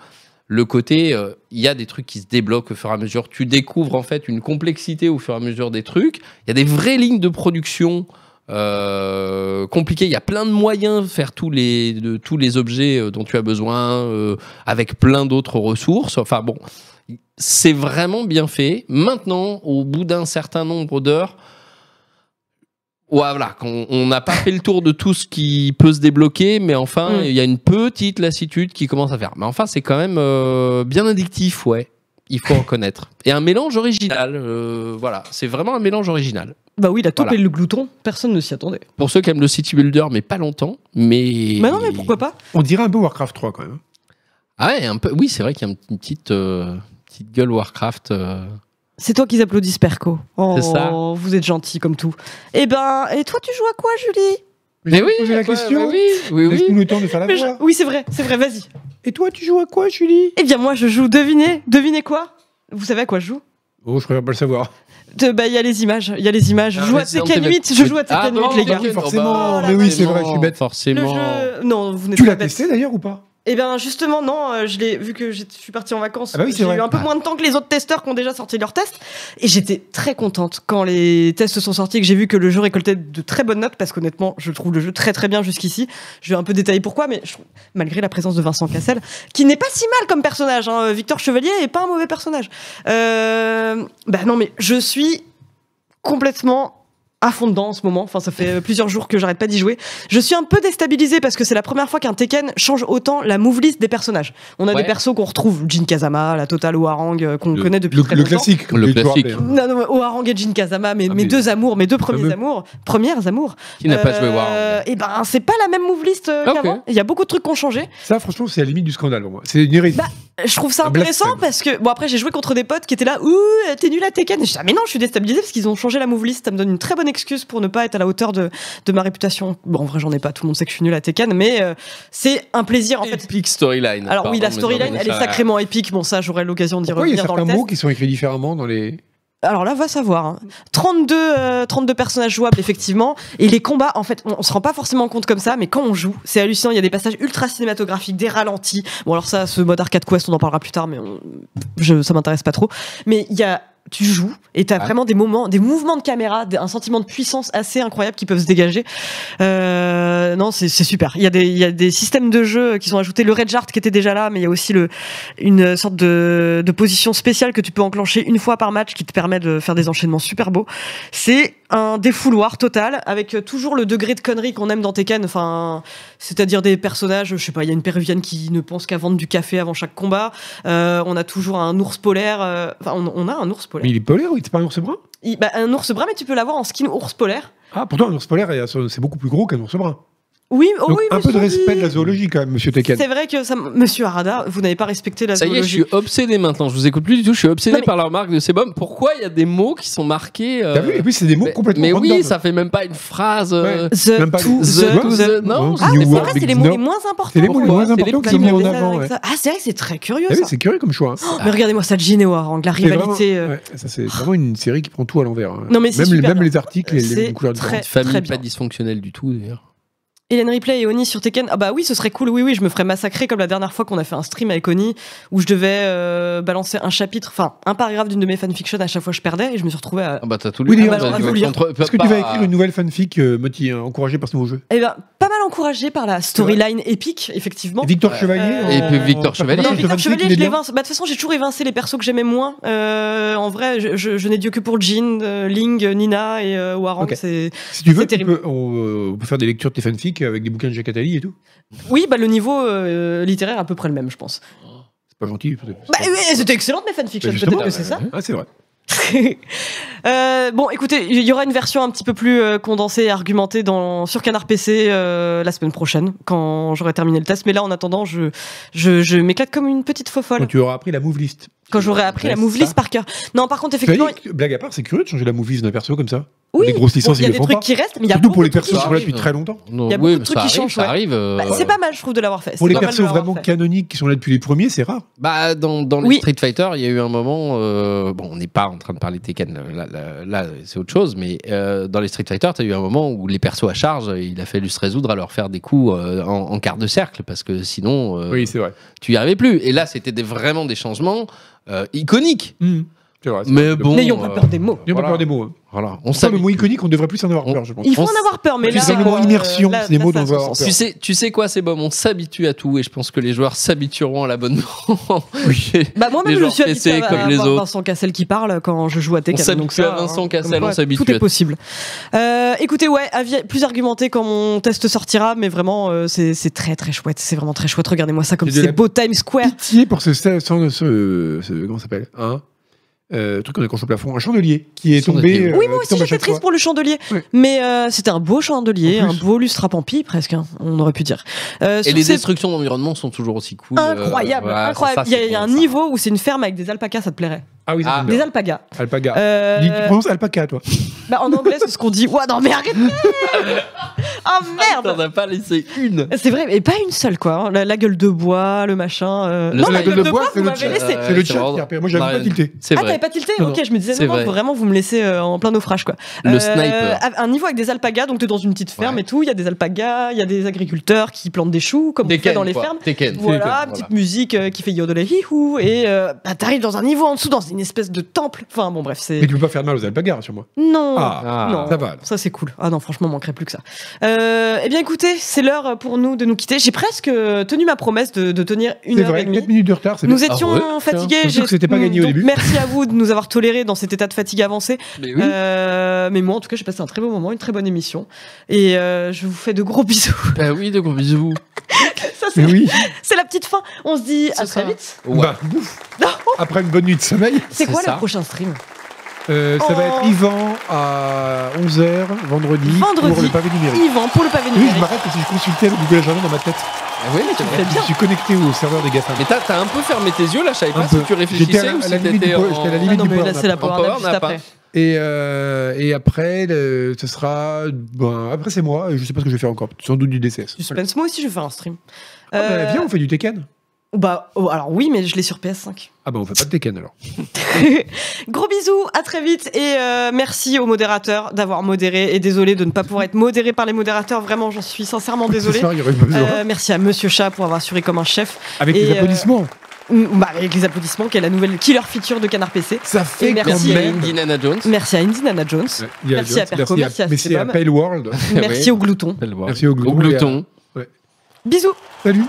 Le côté, euh, il y a des trucs qui se débloquent au fur et à mesure. Tu découvres en fait une complexité au fur et à mesure des trucs. Il y a des vraies lignes de production euh, compliquées. Il y a plein de moyens de faire tous les, de, tous les objets euh, dont tu as besoin, euh, avec plein d'autres ressources. Enfin bon, c'est vraiment bien fait. Maintenant, au bout d'un certain nombre d'heures, voilà, qu'on- on n'a pas fait le tour de tout ce qui peut se débloquer, mais enfin,
Mm.
il y a une petite lassitude qui commence à faire. Mais enfin, c'est quand même euh, bien addictif, ouais. Il faut reconnaître. Et un mélange original, euh, voilà. C'est vraiment un mélange original.
Bah oui, la taupe
Voilà.
et le glouton, personne ne s'y attendait.
Pour ceux qui aiment le city builder, mais pas longtemps, mais.
Bah non, mais pourquoi pas
On dirait un peu Warcraft 3 quand même.
Ah ouais, un peu. Oui, c'est vrai qu'il y a une petite, euh, petite gueule Warcraft. euh.
C'est toi qui applaudis Perco. Oh,
C'est ça.
vous êtes gentil comme tout. Eh ben, et toi, tu joues à quoi, Julie
j'ai posé la
ouais,
question.
bah oui, oui, oui.
Laisse-nous le temps de faire la
Mais je-
voix.
Oui, c'est vrai, c'est vrai, vas-y.
Et toi, tu joues à quoi, Julie
Eh bien, moi, je joue, devinez, devinez quoi Vous savez à quoi je joue
Oh, je préfère pas le savoir.
De- Bah, il y a les images, il y a les images. Je
Ah,
joue à
Resident
Tekken
Evil.
8, je joue à
Ah,
Tekken
non,
8, les gars.
Tekken.
ok,
forcément,
oh, bah,
mais oui,
c'est vrai, je suis bête.
Le
Forcément.
jeu... Non, vous n'êtes
Tu
pas
l'as
bête.
testé d'ailleurs ou pas
Eh bien, justement, non, euh, je l'ai vu que j'ai- je suis partie en vacances.
Ah bah oui, c'est
j'ai
vrai.
eu un peu
Ah.
moins de temps que les autres testeurs qui ont déjà sorti leurs tests. Et j'étais très contente quand les tests sont sortis, que j'ai vu que le jeu récoltait de très bonnes notes, parce qu'honnêtement, je trouve le jeu très très bien jusqu'ici. Je vais un peu détailler pourquoi, mais je trouve- malgré la présence de Vincent Cassel, qui n'est pas si mal comme personnage, hein, Victor Chevalier est pas un mauvais personnage. Euh, bah non, mais je suis complètement à fond dedans en ce moment. Enfin, ça fait euh, plusieurs jours que j'arrête pas d'y jouer. Je suis un peu déstabilisée parce que c'est la première fois qu'un Tekken change autant la move list des personnages. On a
Ouais.
des persos qu'on retrouve, Jin Kazama, la Total ou Harang, euh, qu'on
Le-
connaît depuis
Le,
très
le
longtemps.
classique. comme
Le
les joueurs,
classique.
mais-
Non, non, Oharang et Jin Kazama, mes,
Ah,
mes
mais-
deux amours, mes deux premiers
Fameux.
amours, premières amours.
Qui n'a pas joué
Euh,
Warhammer
Eh ben, c'est pas la même move list euh,
Ok.
qu'avant. Il y a beaucoup de trucs qui ont changé.
Ça, franchement, c'est la limite du scandale pour moi. C'est une hérésie.
Bah, je trouve ça
Un
intéressant
blasphème.
parce que bon après j'ai joué contre des potes qui étaient là ouh euh, t'es nul à Tekken et je dis, ah, mais non je suis déstabilisé parce qu'ils ont changé la move list ça me donne une très bonne excuse pour ne pas être à la hauteur de, de ma réputation bon en vrai j'en ai pas tout le monde sait que je suis nul à Tekken mais euh, c'est un plaisir en fait
Epic storyline.
alors oui
Pardon,
la
mais
storyline
non,
elle est
ça-
sacrément épique bon ça j'aurai l'occasion d'y
Pourquoi il y a
revenir dans
certains
le
mots
test
qui sont écrits différemment dans les.
alors là va savoir hein. 32 euh, 32 personnages jouables effectivement et les combats en fait on, on se rend pas forcément compte comme ça mais quand on joue c'est hallucinant il y a des passages ultra cinématographiques des ralentis bon alors ça ce mode arcade quest on en parlera plus tard mais on- je, ça m'intéresse pas trop mais il y a tu joues et t'as
Ah.
vraiment des moments des mouvements de caméra des- un sentiment de puissance assez incroyable qui peuvent se dégager euh, non c'est c'est super il y a des il y a des systèmes de jeu qui sont ajoutés le red qui était déjà là mais il y a aussi le une sorte de, de position spéciale que tu peux enclencher une fois par match qui te permet de faire des enchaînements super beaux. C'est un défouloir total avec euh, toujours le degré de connerie qu'on aime dans Tekken. Enfin, c'est-à-dire des personnages, je sais pas, il y a une péruvienne qui ne pense qu'à vendre du café avant chaque combat. Euh, on a toujours un ours polaire. euh, Enfin, on, on a un ours
Mais
polaire.
il est polaire, oui, c'est pas un ours brun
Il- bah, un ours brun, mais tu peux l'avoir en skin ours polaire.
Ah, pourtant, un ours polaire, il y a- c'est beaucoup plus gros qu'un ours brun.
Oui, oh
Donc,
oui,
un
monsieur
peu de respect
Lee.
de la zoologie quand même, monsieur Tekken.
C'est vrai que ça, m- Monsieur Arada, vous n'avez pas respecté la
Ça y est, je
zoologie.
suis obsédé maintenant. Je vous écoute plus du tout. Je suis obsédé
Non, mais-
par la remarque de Sebum. Pourquoi il y a des mots qui sont marqués euh,
T'as vu Et puis, c'est des mots
mais-
complètement.
Mais oui,
random.
ça fait même pas une phrase.
Ouais.
euh,
The,
Même pas
to,
les-
the,
The-
to, the-
the-
Ah,
non, c'est
mais
You
c'est
are
vrai, c'est les mots
big
les
no.
moins importants.
C'est les mots les
Pourquoi
moins
C'est les
importants qui
Ils
sont
plus
mis
ont
en
fait ça
avant.
avec
ouais.
ça. Ah, c'est vrai que c'est très curieux
Ah oui,
ça.
c'est curieux comme choix. hein.
Mais regardez-moi ça, Jin et Warang, la
C'est vraiment,
rivalité. euh,
ouais, ça, c'est vraiment une série qui prend tout à l'envers. hein.
Non, mais c'est
même, les-
super
même
bien.
les articles, les, les
C'est
couleurs
très-
différentes.
Famille
bien.
pas dysfonctionnelle du tout, d'ailleurs.
Hélène Ripley et Oni sur Tekken. Ah bah oui, ce serait cool. Oui, oui, je me ferais massacrer comme la dernière fois qu'on a fait un stream avec Oni où je devais euh, balancer un chapitre, enfin un paragraphe d'une de mes fanfictions à chaque fois je perdais et je me suis retrouvé à.
Ah bah t'as tout
Oui,
lu.
d'ailleurs,
Ah bah,
on
tu
va
vas
tout lire.
contre-
Est-ce que
pas-
tu vas écrire une nouvelle fanfic, euh, Moti, euh, encouragée par ce nouveau jeu
Eh ben, pas mal encouragé par la storyline épique, effectivement.
Victor
Euh,
Chevalier
et puis
Victor
Non,
personnage de
Chevalier.
Oh. Victor
fanfic,
Chevalier,
il est
je l'ai
bien.
vincé. Bah, de toute façon, j'ai toujours évincé les persos que j'aimais moins. Euh, en vrai, je, je- je n'ai Dieu que pour Jean, euh, Ling, euh, Nina et euh, Warren.
Ok.
c'est-
Si tu
C'est
veux, tu
terrible.
peux- on, euh, on peut faire des lectures de tes fanfics avec des bouquins de Jacques Attali et tout.
Oui, bah, le niveau euh, littéraire est à peu près le même, je pense.
C'est pas gentil. peut-être.
Bah, oui, c'était excellente mes fanfictions,
Bah,
peut-être
justement.
que c'est ça.
Ah, c'est vrai.
Euh, bon, écoutez, il y aura une version un petit peu plus euh, condensée et argumentée dans, sur Canard PC euh, la semaine prochaine, quand j'aurai terminé le test. Mais là, en attendant, je, je, je m'éclate comme une petite faux folle
Quand tu auras appris la move list.
quand j'aurai appris la
Ouais,
move
ça.
list par cœur. Non, par contre,
Tu as dit
effectivement,
que- Blague à part, c'est curieux de changer la move list d'un perso comme ça.
oui,
les grosses
bon,
licences,
il y a
ils
des
le font
trucs
pas.
qui restent, mais il y a
Surtout pour
beaucoup
les
de trucs
persos
qui
qui sont là
changent.
depuis très longtemps.
Non,
Il y a
oui,
beaucoup de
mais
trucs
ça
qui
arrive,
changent,
ça
ouais.
arrive. euh,
Bah, c'est pas mal, je trouve, de l'avoir fait.
Pour
C'est
les
pas mal de
persos
l'avoir
vraiment
fait.
canoniques qui sont là depuis les premiers, c'est rare.
Bah, dans, dans
Oui.
les Street Fighter, il y a eu un moment. euh, bon, on n'est pas en train de parler de Tekken, là, là, là, c'est autre chose, mais euh, dans les Street Fighter, tu as eu un moment où les persos à charge, il a fallu se résoudre à leur faire des coups euh, en, en quart de cercle, parce que sinon, euh,
c'est vrai.
tu y arrivais plus. Et là, c'était des- vraiment des changements euh, iconiques.
Mmh. C'est vrai.
Mais bon.
N'ayons pas peur des mots.
Il n'y a pas
voilà.
peur des mots. hein.
Voilà, on
Ça, le
s'habitue.
mot iconique, on devrait plus en avoir
On-
peur, je pense.
Il faut
On
en
s-
avoir peur, mais
Tu
là.
sais, le mot
euh,
immersion,
là-
c'est des
là,
mots
ça
dont on
se
va
ressent.
avoir peur.
Tu sais, tu sais quoi, c'est bon, on s'habitue à tout et je pense que les joueurs s'habitueront à l'abonnement.
Bah moi-même
Les
je
gens
suis
PC
habitué à,
comme
à
les
voir
autres.
Vincent Cassel qui parle quand je joue à Tekken.
On s'habitue
donc ça,
à Vincent
hein,
Cassel,
comme quoi,
on s'habitue
Tout
à
est
tout.
possible. Euh, écoutez, ouais, avis plus argumenté quand mon test sortira, mais vraiment euh, c'est c'est très très chouette. C'est vraiment très chouette. Regardez-moi ça comme
C'est de
c'est
la-
beau Times Square.
Pitié pour ce. ce, ce, ce- ce- comment ça s'appelle Un euh, truc qu'on a contre le plafond. Un chandelier qui est
Chandelier.
tombé.
Oui,
euh,
moi
qui
aussi
tombe à
j'étais
chaque
triste
fois.
pour le chandelier,
Ouais.
mais euh, c'était un beau chandelier,
En
un
plus.
beau lustre à pampi presque, hein, on aurait pu dire. Euh,
Et
sur
les
ces-
destructions d'environnement sont toujours aussi cool. euh,
Incroyable,
voilà, ça,
incroyable.
ça,
Il y a,
c'est
il y a
bon,
un
ça.
niveau où c'est une ferme avec des alpacas, ça te plairait.
Ah oui,
Ah.
c'est
Des
bien.
alpagas.
alpaga.
Euh,
Dis- Tu prononces alpaca, toi.
Bah, en anglais, c'est ce qu'on dit. Ouah, non, mais arrêtez Oh
T'en
merde
as pas laissé une.
C'est vrai, mais pas une seule, quoi. hein. La, la gueule de bois, le machin. euh,
La
Non, la
seule
gueule de bois,
c'est
vous
le
m'avez
chat.
laissé.
Euh,
C'est le
c'est
chat
vraiment-
qui a repéré. Moi, j'avais pas
Marianne.
tilté.
C'est
Ah,
vrai.
t'avais pas tilté
Non,
Ok,
non.
je me disais,
C'est
non, non,
vrai.
vraiment, vous me laissez euh, en plein naufrage, quoi.
Le
Euh,
sniper.
à- Un niveau avec des alpagas, donc t'es dans une petite ferme
Ouais.
et tout. Il y a des alpagas, il y a des agriculteurs qui plantent des choux, comme on fait
Tekken,
dans les
quoi.
fermes.
Tekken.
Voilà, petite musique euh, qui fait yodeler hihou, et euh, bah, t'arrives dans un niveau en dessous, dans une espèce de temple. Enfin, bon, bref,
Mais
c'est.
tu peux pas faire de mal aux alpagas, hein, sur moi.
Non
Ah,
Ah.
Non.
ça va.
Ça c'est cool. Ah non, franchement, manquerait plus que ça. Euh, eh bien, écoutez, c'est l'heure pour nous de nous quitter. J'ai presque euh, tenu ma promesse de, de tenir une
C'est
heure et
vrai, 4
demie.
minutes de retard, c'est bien.
Nous étions euh,
Ah ouais,
fatigués.
tiens. Surtout
j'ai-
que c'était pas gagné au
Donc,
début. Eh
Merci à vous de nous avoir tolérés dans cet état de fatigue avancée.
Mais oui.
Euh, mais moi, en tout cas, j'ai passé un très beau moment, une très bonne émission, et euh, je vous fais de gros bisous.
Bah oui, de gros bisous.
Ça, c'est
Mais Eh oui,
c'est la petite fin. On se dit à
C'est ça.
très vite.
Ouais.
Bah, bouf. après une bonne nuit de sommeil,
C'est
C'est
quoi
ça.
le prochain stream
euh, ça va
Oh.
être Yvan à 11h vendredi, pour
Vendredi.
le pavé numérique.
Yvan pour le pavé
Oui,
numérique.
je m'arrête parce que je consultais le Google Agenda dans ma tête.
Ah oui, c'est vrai.
fais bien.
Je suis connecté au serveur des GAFAM.
Mais t'as t'as un peu fermé tes yeux là, je savais
Un
pas
peu.
si tu
J'étais à
réfléchissais
la-
ou
à
si
la limite
t'étais
du po- j'étais à la
en.
Ah
limite
non,
du
mais là,
power
c'est la
nap.
power
En
nap
power
juste
nap,
après.
hein.
Et, euh, et après, le- ce sera. ben, après, c'est moi. Je sais pas ce que je vais faire encore. Sans doute du DCS.
Suspense, moi aussi je vais faire un stream.
Ah, bah,
Euh,
viens, on fait du Tekken.
Bah, oh, alors oui, mais je l'ai sur PS5.
Ah, bah, on fait pas de Tekken alors.
Gros bisous, à très vite et euh, merci aux modérateurs d'avoir modéré et désolé de ne pas pouvoir être modéré par les modérateurs. Vraiment, j'en suis sincèrement
Ce
désolé.
soir, il y aurait besoin.
Euh, merci à Monsieur Chat pour avoir assuré comme un chef.
Avec
et,
des
euh,
applaudissements.
Mm, Bah, avec les applaudissements, qui est la nouvelle killer feature de Canard PC.
Ça fait
merci
quand
Merci à
même.
Indy Nana Jones.
Merci à Indy Nana Jones.
Ouais, il y a
Merci
Jones,
à Perco, merci à
merci à
Sebum.
Pale World.
Merci
Oui.
au glouton.
Merci au
Au
glouton.
glouton.
Bisous.
Salut.